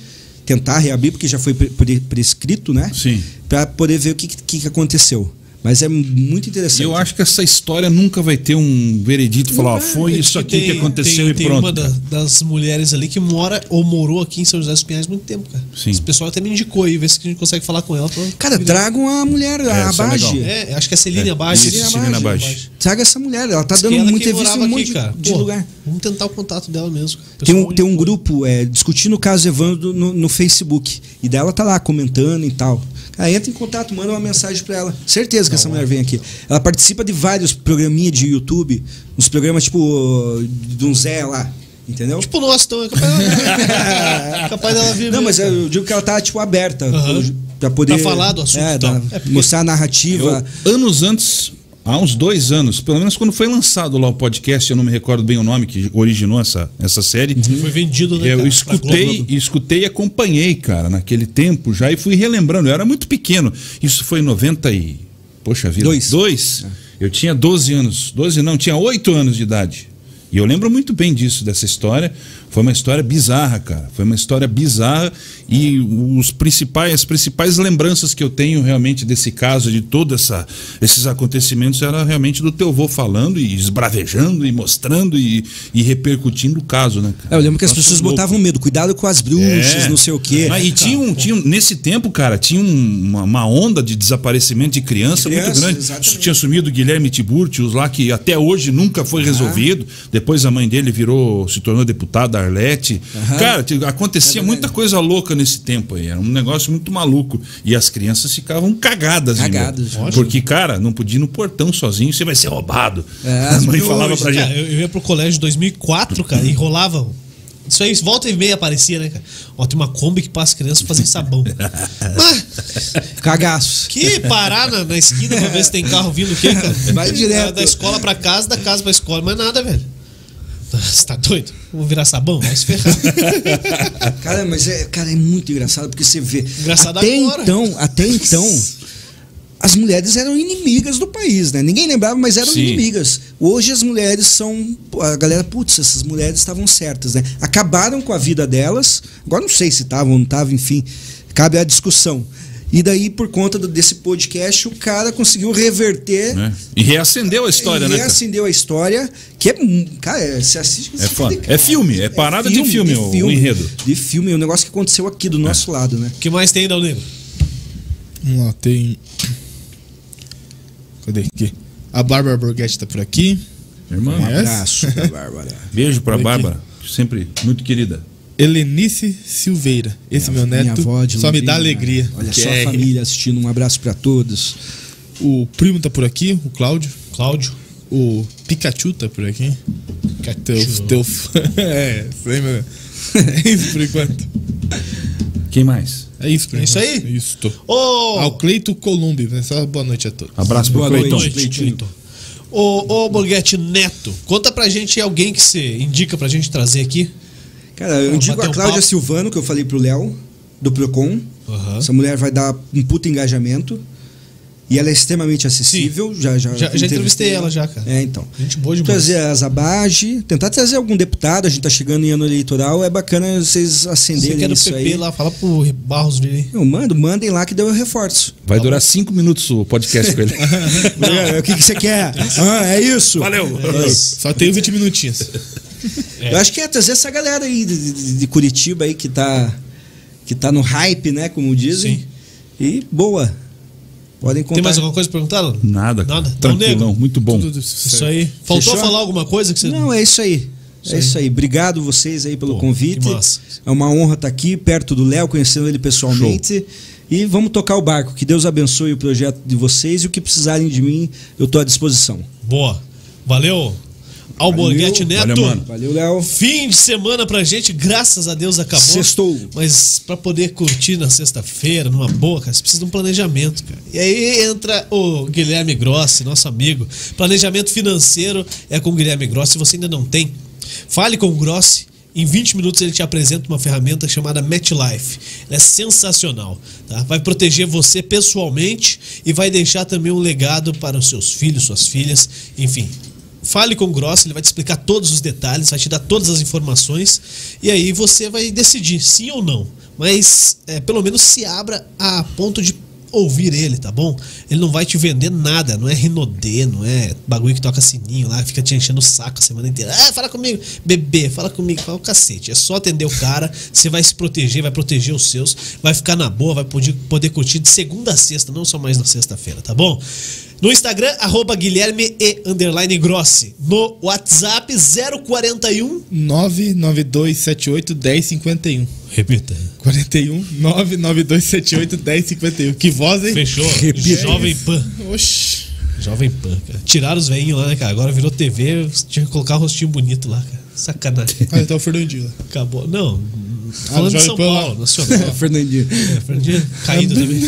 [SPEAKER 4] tentar reabrir, porque já foi pre- pre- prescrito, né?
[SPEAKER 3] Sim.
[SPEAKER 4] Para poder ver o que, que, que aconteceu. Mas é muito interessante.
[SPEAKER 3] Eu acho que essa história nunca vai ter um veredito falar, ó, foi isso aqui que aconteceu
[SPEAKER 1] é tem,
[SPEAKER 3] e
[SPEAKER 1] tem
[SPEAKER 3] pronto.
[SPEAKER 1] uma da- das mulheres ali que mora ou morou aqui em São José dos Pinhais há muito tempo, cara.
[SPEAKER 3] Sim.
[SPEAKER 1] Esse pessoal até me indicou aí, ver se a gente consegue falar com ela. pra-
[SPEAKER 4] Cara, tragam a mulher, a
[SPEAKER 3] isso é
[SPEAKER 4] Abage.
[SPEAKER 3] legal.
[SPEAKER 1] É, acho que é Celina
[SPEAKER 3] É,
[SPEAKER 1] Baixo.
[SPEAKER 3] isso, Celina Abage.
[SPEAKER 4] Traga essa mulher, ela tá
[SPEAKER 1] Diz que
[SPEAKER 4] dando
[SPEAKER 1] ela que
[SPEAKER 4] muita entrevista em
[SPEAKER 1] morava
[SPEAKER 4] um
[SPEAKER 1] aqui,
[SPEAKER 4] monte de-
[SPEAKER 1] cara.
[SPEAKER 4] de
[SPEAKER 1] Pô,
[SPEAKER 4] lugar.
[SPEAKER 1] Vamos tentar o contato dela mesmo. cara. O
[SPEAKER 4] Tem um,
[SPEAKER 1] pessoal
[SPEAKER 4] tem um
[SPEAKER 1] indicou.
[SPEAKER 4] grupo é, discutindo o caso Evandro no, no Facebook. E daí ela tá lá comentando e tal. Cara, entra em contato, manda uma mensagem pra ela. Certeza que essa
[SPEAKER 1] é.
[SPEAKER 4] mulher vem aqui. Ela participa de vários programinhas de YouTube, uns programas tipo de um Zé lá, entendeu?
[SPEAKER 1] Tipo, <laughs> nossa, então é capaz
[SPEAKER 4] <laughs>
[SPEAKER 1] dela, é capaz dela vir. né? mesmo,
[SPEAKER 4] Não, mas
[SPEAKER 1] cara.
[SPEAKER 4] eu digo que ela tá tipo aberta
[SPEAKER 1] Aham.
[SPEAKER 4] pra poder
[SPEAKER 1] Pra falar do assunto
[SPEAKER 4] é,
[SPEAKER 1] e tal.
[SPEAKER 4] pra
[SPEAKER 1] É, porque-
[SPEAKER 4] mostrar a narrativa.
[SPEAKER 3] Eu, anos antes, há uns dois anos, pelo menos quando foi lançado lá o podcast, eu não me recordo bem o nome que originou essa, essa série.
[SPEAKER 4] é-
[SPEAKER 1] Foi vendido, né?
[SPEAKER 3] Eu
[SPEAKER 1] cara, pra
[SPEAKER 3] escutei,
[SPEAKER 1] Globo.
[SPEAKER 3] escutei e acompanhei, cara, naquele tempo já e fui relembrando. Eu era muito pequeno. Isso foi em 90 e. Poxa vida.
[SPEAKER 4] Dois.
[SPEAKER 1] É.
[SPEAKER 3] Eu tinha 12 anos. 12 não, tinha 8 anos de idade. E eu lembro muito bem disso, dessa história. Foi uma história bizarra, cara. Foi uma história bizarra e os principais, as principais lembranças que eu tenho realmente desse caso, de todos esses acontecimentos, era realmente do teu vô falando e esbravejando e mostrando e, e repercutindo o caso, né,
[SPEAKER 4] É,
[SPEAKER 3] cara?
[SPEAKER 4] eu lembro que as
[SPEAKER 3] Nossa,
[SPEAKER 4] pessoas
[SPEAKER 3] louco.
[SPEAKER 4] botavam medo, cuidado com as bruxas,
[SPEAKER 3] É.
[SPEAKER 4] não sei o quê.
[SPEAKER 3] Mas, e tinha, um, tinha um- nesse tempo, cara, tinha um- uma, uma onda de desaparecimento de criança,
[SPEAKER 4] Criança,
[SPEAKER 3] muito grande.
[SPEAKER 4] exatamente.
[SPEAKER 3] Tinha sumido o Guilherme Tiburtius lá, que até hoje nunca foi resolvido. Depois a mãe dele virou, se tornou deputada, Arlete. Cara, te- acontecia
[SPEAKER 4] É verdade.
[SPEAKER 3] muita coisa louca nesse tempo aí. Era um negócio muito maluco. E as crianças ficavam cagadas. de medo.
[SPEAKER 4] Cagadas.
[SPEAKER 3] Porque, cara, não podia ir no portão sozinho, você vai ser roubado.
[SPEAKER 4] É,
[SPEAKER 3] a
[SPEAKER 4] <laughs>
[SPEAKER 3] mãe
[SPEAKER 4] as
[SPEAKER 3] falava pra gente.
[SPEAKER 1] Cara, eu, eu ia pro colégio em 2004, cara, e rolava. um. Isso aí, volta e meia aparecia, né, cara? Ó, tem uma Kombi que passa criança pra fazer
[SPEAKER 4] <laughs>
[SPEAKER 1] sabão. Mas
[SPEAKER 4] Cagaço.
[SPEAKER 1] que parar na, na esquina pra ver se tem carro vindo o quê, cara?
[SPEAKER 4] Vai direto.
[SPEAKER 1] Da, da escola pra casa, da casa pra escola, mas nada, velho. Você tá doido? Vou virar sabão? Vai se ferrar.
[SPEAKER 4] <laughs> Cara, mas é, cara, é muito engraçado porque você vê.
[SPEAKER 1] Engraçado
[SPEAKER 4] até
[SPEAKER 1] agora.
[SPEAKER 4] então, até então, as mulheres eram inimigas do país, né? Ninguém lembrava, mas eram
[SPEAKER 3] Sim.
[SPEAKER 4] inimigas. Hoje as mulheres são. A galera, putz, essas mulheres estavam certas, né? Acabaram com a vida delas. Agora não sei se estavam, não estavam, enfim. Cabe a discussão. E daí, por conta do- desse podcast, o cara conseguiu reverter.
[SPEAKER 3] né? E reacendeu a história,
[SPEAKER 4] e
[SPEAKER 3] né? cara?
[SPEAKER 4] reacendeu a história, que é. mu- Cara, é- você assiste.
[SPEAKER 3] É
[SPEAKER 4] você
[SPEAKER 3] foda.
[SPEAKER 4] fica de
[SPEAKER 3] É
[SPEAKER 4] cara.
[SPEAKER 3] filme, é parada de filme, o- o enredo. É.
[SPEAKER 4] De filme, é um negócio que aconteceu aqui do nosso lado, né?
[SPEAKER 1] O que mais tem, Dalnino?
[SPEAKER 2] Vamos lá, tem. Cadê aqui? A Bárbara Borghetti tá por aqui.
[SPEAKER 3] Irmã,
[SPEAKER 2] É. Yes.
[SPEAKER 4] Abraço da Ah, <laughs> Bárbara.
[SPEAKER 3] beijo pra
[SPEAKER 2] Aqui.
[SPEAKER 3] Bárbara, sempre muito querida.
[SPEAKER 2] Helenice Silveira. Esse meu
[SPEAKER 4] Minha
[SPEAKER 2] neto
[SPEAKER 4] avó de
[SPEAKER 2] só me
[SPEAKER 4] Londrina.
[SPEAKER 2] dá alegria.
[SPEAKER 4] Olha
[SPEAKER 2] Que
[SPEAKER 4] só
[SPEAKER 2] é-
[SPEAKER 4] a família assistindo, um abraço pra todos.
[SPEAKER 2] O primo tá por aqui, o Cláudio.
[SPEAKER 1] Cláudio.
[SPEAKER 2] O Pikachu tá por aqui. Pikachu. Teu, teu fã. <laughs> É, isso aí, meu. <laughs> É isso por enquanto.
[SPEAKER 3] Quem mais?
[SPEAKER 2] É isso por
[SPEAKER 1] É isso
[SPEAKER 2] enquanto.
[SPEAKER 1] aí?
[SPEAKER 2] Isso, tô.
[SPEAKER 1] Ô!
[SPEAKER 2] Ao Cleito Columbi, né? Só boa noite a todos.
[SPEAKER 3] Abraço pro
[SPEAKER 4] Boa
[SPEAKER 3] Cleiton.
[SPEAKER 4] noite.
[SPEAKER 1] Cleiton. Ô, ô Borghetti Neto, conta pra gente alguém que você indica pra gente trazer aqui.
[SPEAKER 4] Cara, eu
[SPEAKER 1] Vamos
[SPEAKER 4] indico
[SPEAKER 1] bater
[SPEAKER 4] a
[SPEAKER 1] um
[SPEAKER 4] Cláudia
[SPEAKER 1] papo.
[SPEAKER 4] Silvano, que eu falei pro Léo, do Procon.
[SPEAKER 1] Aham.
[SPEAKER 4] Essa mulher vai dar um puta engajamento. E ela é extremamente acessível. Já, já,
[SPEAKER 1] Já- já entrevistei ela já, cara.
[SPEAKER 4] É, então.
[SPEAKER 1] Gente boa demais.
[SPEAKER 4] Trazer a Zabage, tentar trazer algum deputado, a gente tá chegando em ano eleitoral, é bacana vocês
[SPEAKER 1] Você
[SPEAKER 4] acenderem
[SPEAKER 1] quer o
[SPEAKER 4] isso
[SPEAKER 1] PP
[SPEAKER 4] aí.
[SPEAKER 1] lá, fala pro Barros vir aí.
[SPEAKER 4] Eu mando, mandem lá que deu
[SPEAKER 1] <laughs>
[SPEAKER 4] eu reforço.
[SPEAKER 3] Vai durar cinco minutos o podcast com ele.
[SPEAKER 4] É, o que, que você quer? Ah, é isso.
[SPEAKER 3] Valeu!
[SPEAKER 2] Só tenho 20 minutinhos.
[SPEAKER 1] É.
[SPEAKER 4] Eu acho que é trazer essa galera aí de, de- de Curitiba aí que tá, que tá no hype, né? Como dizem.
[SPEAKER 1] Sim.
[SPEAKER 4] E boa. Podem contar.
[SPEAKER 1] Tem mais alguma coisa pra perguntar? Lando?
[SPEAKER 3] Nada, cara.
[SPEAKER 1] Nada. Então,
[SPEAKER 3] tranquilão,
[SPEAKER 1] nego,
[SPEAKER 3] muito bom.
[SPEAKER 2] Tudo
[SPEAKER 1] Isso aí. Faltou
[SPEAKER 4] Fechou?
[SPEAKER 1] falar alguma coisa que você.
[SPEAKER 4] Não, é isso aí. É isso aí. Obrigado vocês aí pelo
[SPEAKER 1] Pô,
[SPEAKER 4] convite.
[SPEAKER 1] que massa.
[SPEAKER 4] É uma honra estar aqui perto do Léo, conhecendo ele pessoalmente. E vamos tocar o barco. Que Deus abençoe o projeto de vocês e o que precisarem de mim, eu estou à disposição.
[SPEAKER 1] Boa. Valeu. Ao Borghetti Neto.
[SPEAKER 3] Valeu, mano.
[SPEAKER 4] Valeu, Léo.
[SPEAKER 1] um Fim de semana pra gente, graças a Deus acabou.
[SPEAKER 4] Sextou.
[SPEAKER 1] Mas pra poder curtir na sexta-feira, numa boa, cara, você precisa de um planejamento, cara. E aí entra o Guilherme Grossi, nosso amigo. Planejamento financeiro é com o Guilherme Grossi, se você ainda não tem. Fale com o Grossi. Em 20 minutos ele te apresenta uma ferramenta chamada MetLife. Ela é sensacional, tá? Vai proteger você pessoalmente e vai deixar também um legado para os seus filhos, suas filhas, enfim. Fale com o Gross, ele vai te explicar todos os detalhes, vai te dar todas as informações e aí você vai decidir sim ou não. Mas é, pelo menos se abra a ponto de ouvir ele, tá bom? Ele não vai te vender nada, não é Rinodê, não é bagulho que toca sininho lá, fica te enchendo o saco a semana inteira. Ah, fala comigo, bebê, fala comigo, fala o cacete. É só atender o cara, você vai se proteger, vai proteger os seus, vai ficar na boa, vai poder, poder curtir de segunda a sexta, não só mais na sexta-feira, tá bom? No Instagram, arroba Guilherme e underline Grossi. No WhatsApp, 041.
[SPEAKER 2] 99278 1051.
[SPEAKER 1] Repita.
[SPEAKER 2] 41 99278 1051. Que voz, hein?
[SPEAKER 1] Fechou.
[SPEAKER 2] Repita.
[SPEAKER 1] Jovem Pan.
[SPEAKER 2] Oxi.
[SPEAKER 1] Jovem Pan, cara. Tiraram os velhinhos lá, né, cara? Agora virou TV, tinha que colocar o rostinho bonito lá, cara. Sacanagem.
[SPEAKER 2] Olha, tá o Fernandinho lá.
[SPEAKER 1] Acabou. Não.
[SPEAKER 2] Ah,
[SPEAKER 1] Falando de
[SPEAKER 2] Jovem
[SPEAKER 1] São
[SPEAKER 2] Pan lá.
[SPEAKER 1] Paulo, nacional.
[SPEAKER 4] Fernandinho.
[SPEAKER 1] É, <laughs> Fernandinho caído também.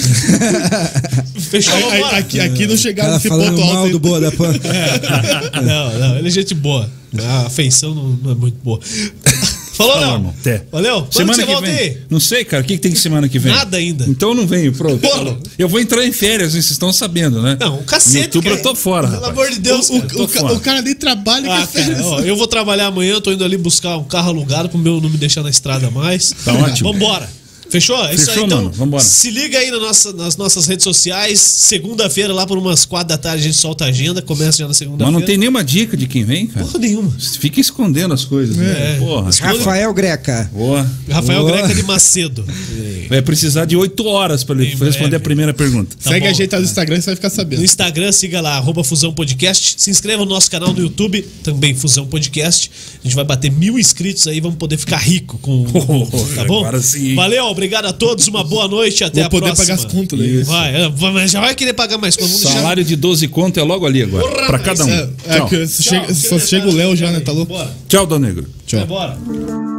[SPEAKER 1] Fechou,
[SPEAKER 2] Aí- aí-
[SPEAKER 1] vambora.
[SPEAKER 2] aqui, aqui não chegaram
[SPEAKER 4] Cara
[SPEAKER 2] nesse ponto
[SPEAKER 4] falando mal do
[SPEAKER 2] alto.
[SPEAKER 4] Boa da Pan.
[SPEAKER 1] Não, não, ele é gente boa. A afeição não, não é muito boa. Falou, Léo?
[SPEAKER 3] irmão. Até.
[SPEAKER 1] Valeu. Quando
[SPEAKER 3] semana
[SPEAKER 1] que você
[SPEAKER 3] que
[SPEAKER 1] volta
[SPEAKER 3] vem.
[SPEAKER 1] aí?
[SPEAKER 3] Não sei, cara. O que, que tem semana que vem?
[SPEAKER 1] Nada ainda.
[SPEAKER 3] Então não venho, pronto.
[SPEAKER 1] Pô.
[SPEAKER 3] Eu vou entrar em férias, vocês estão sabendo, né?
[SPEAKER 1] Não, o cacete,
[SPEAKER 3] Em outubro
[SPEAKER 1] cara.
[SPEAKER 3] eu tô fora.
[SPEAKER 1] Pelo
[SPEAKER 3] rapaz.
[SPEAKER 1] amor de Deus,
[SPEAKER 2] O,
[SPEAKER 1] cara.
[SPEAKER 3] tô
[SPEAKER 2] o ca-
[SPEAKER 3] fora.
[SPEAKER 2] o cara nem trabalha
[SPEAKER 1] Ah,
[SPEAKER 2] que férias.
[SPEAKER 1] cara, ó, eu vou trabalhar amanhã, eu tô indo ali buscar um carro alugado pro meu não me deixar na estrada mais.
[SPEAKER 3] Tá ótimo.
[SPEAKER 1] Vambora. Fechou? É isso aí,
[SPEAKER 3] Fechou,
[SPEAKER 1] então.
[SPEAKER 3] mano. Vambora.
[SPEAKER 1] Se liga aí na nossa- nas nossas redes sociais. Segunda-feira, lá por umas quatro da tarde, a gente solta a agenda. Começa já na segunda-feira.
[SPEAKER 3] Mas não tem nenhuma dica de quem vem, cara.
[SPEAKER 1] porra nenhuma.
[SPEAKER 3] Fica escondendo as coisas, né?
[SPEAKER 1] É.
[SPEAKER 3] Porra.
[SPEAKER 4] Rafael Greca.
[SPEAKER 3] Boa.
[SPEAKER 1] Rafael
[SPEAKER 4] Boa.
[SPEAKER 1] Greca de Macedo.
[SPEAKER 3] Vai precisar de oito horas pra ele
[SPEAKER 1] Em
[SPEAKER 3] responder
[SPEAKER 1] breve.
[SPEAKER 3] a primeira pergunta.
[SPEAKER 1] Tá
[SPEAKER 2] Segue
[SPEAKER 1] bom.
[SPEAKER 2] a gente lá no Instagram e você vai ficar sabendo.
[SPEAKER 1] No Instagram, siga lá, arroba Fusão Podcast. Se inscreva no nosso canal no YouTube, também Fusão Podcast. A gente vai bater mil inscritos aí, vamos poder ficar rico
[SPEAKER 2] <laughs>
[SPEAKER 1] com. tá bom?
[SPEAKER 3] agora sim.
[SPEAKER 1] Valeu, obrigado a todos, uma boa noite, até
[SPEAKER 2] Vou
[SPEAKER 1] a
[SPEAKER 2] poder
[SPEAKER 1] próxima.
[SPEAKER 2] pagar as contas né? daí.
[SPEAKER 3] Isso.
[SPEAKER 1] Vai, é, vai, mas já vai querer pagar mais contas. Vamos deixar-
[SPEAKER 3] Salário de 12 conto é logo ali agora.
[SPEAKER 1] Porra,
[SPEAKER 3] pra cada um.
[SPEAKER 2] É, é
[SPEAKER 3] Tchau.
[SPEAKER 2] que
[SPEAKER 1] Tchau,
[SPEAKER 2] só chega, só
[SPEAKER 1] aquele
[SPEAKER 2] chega o
[SPEAKER 1] detalhe,
[SPEAKER 2] Léo já, né? Tá louco?
[SPEAKER 1] Bora,
[SPEAKER 3] Tchau, Dal Negro.
[SPEAKER 2] Tchau.
[SPEAKER 1] bora.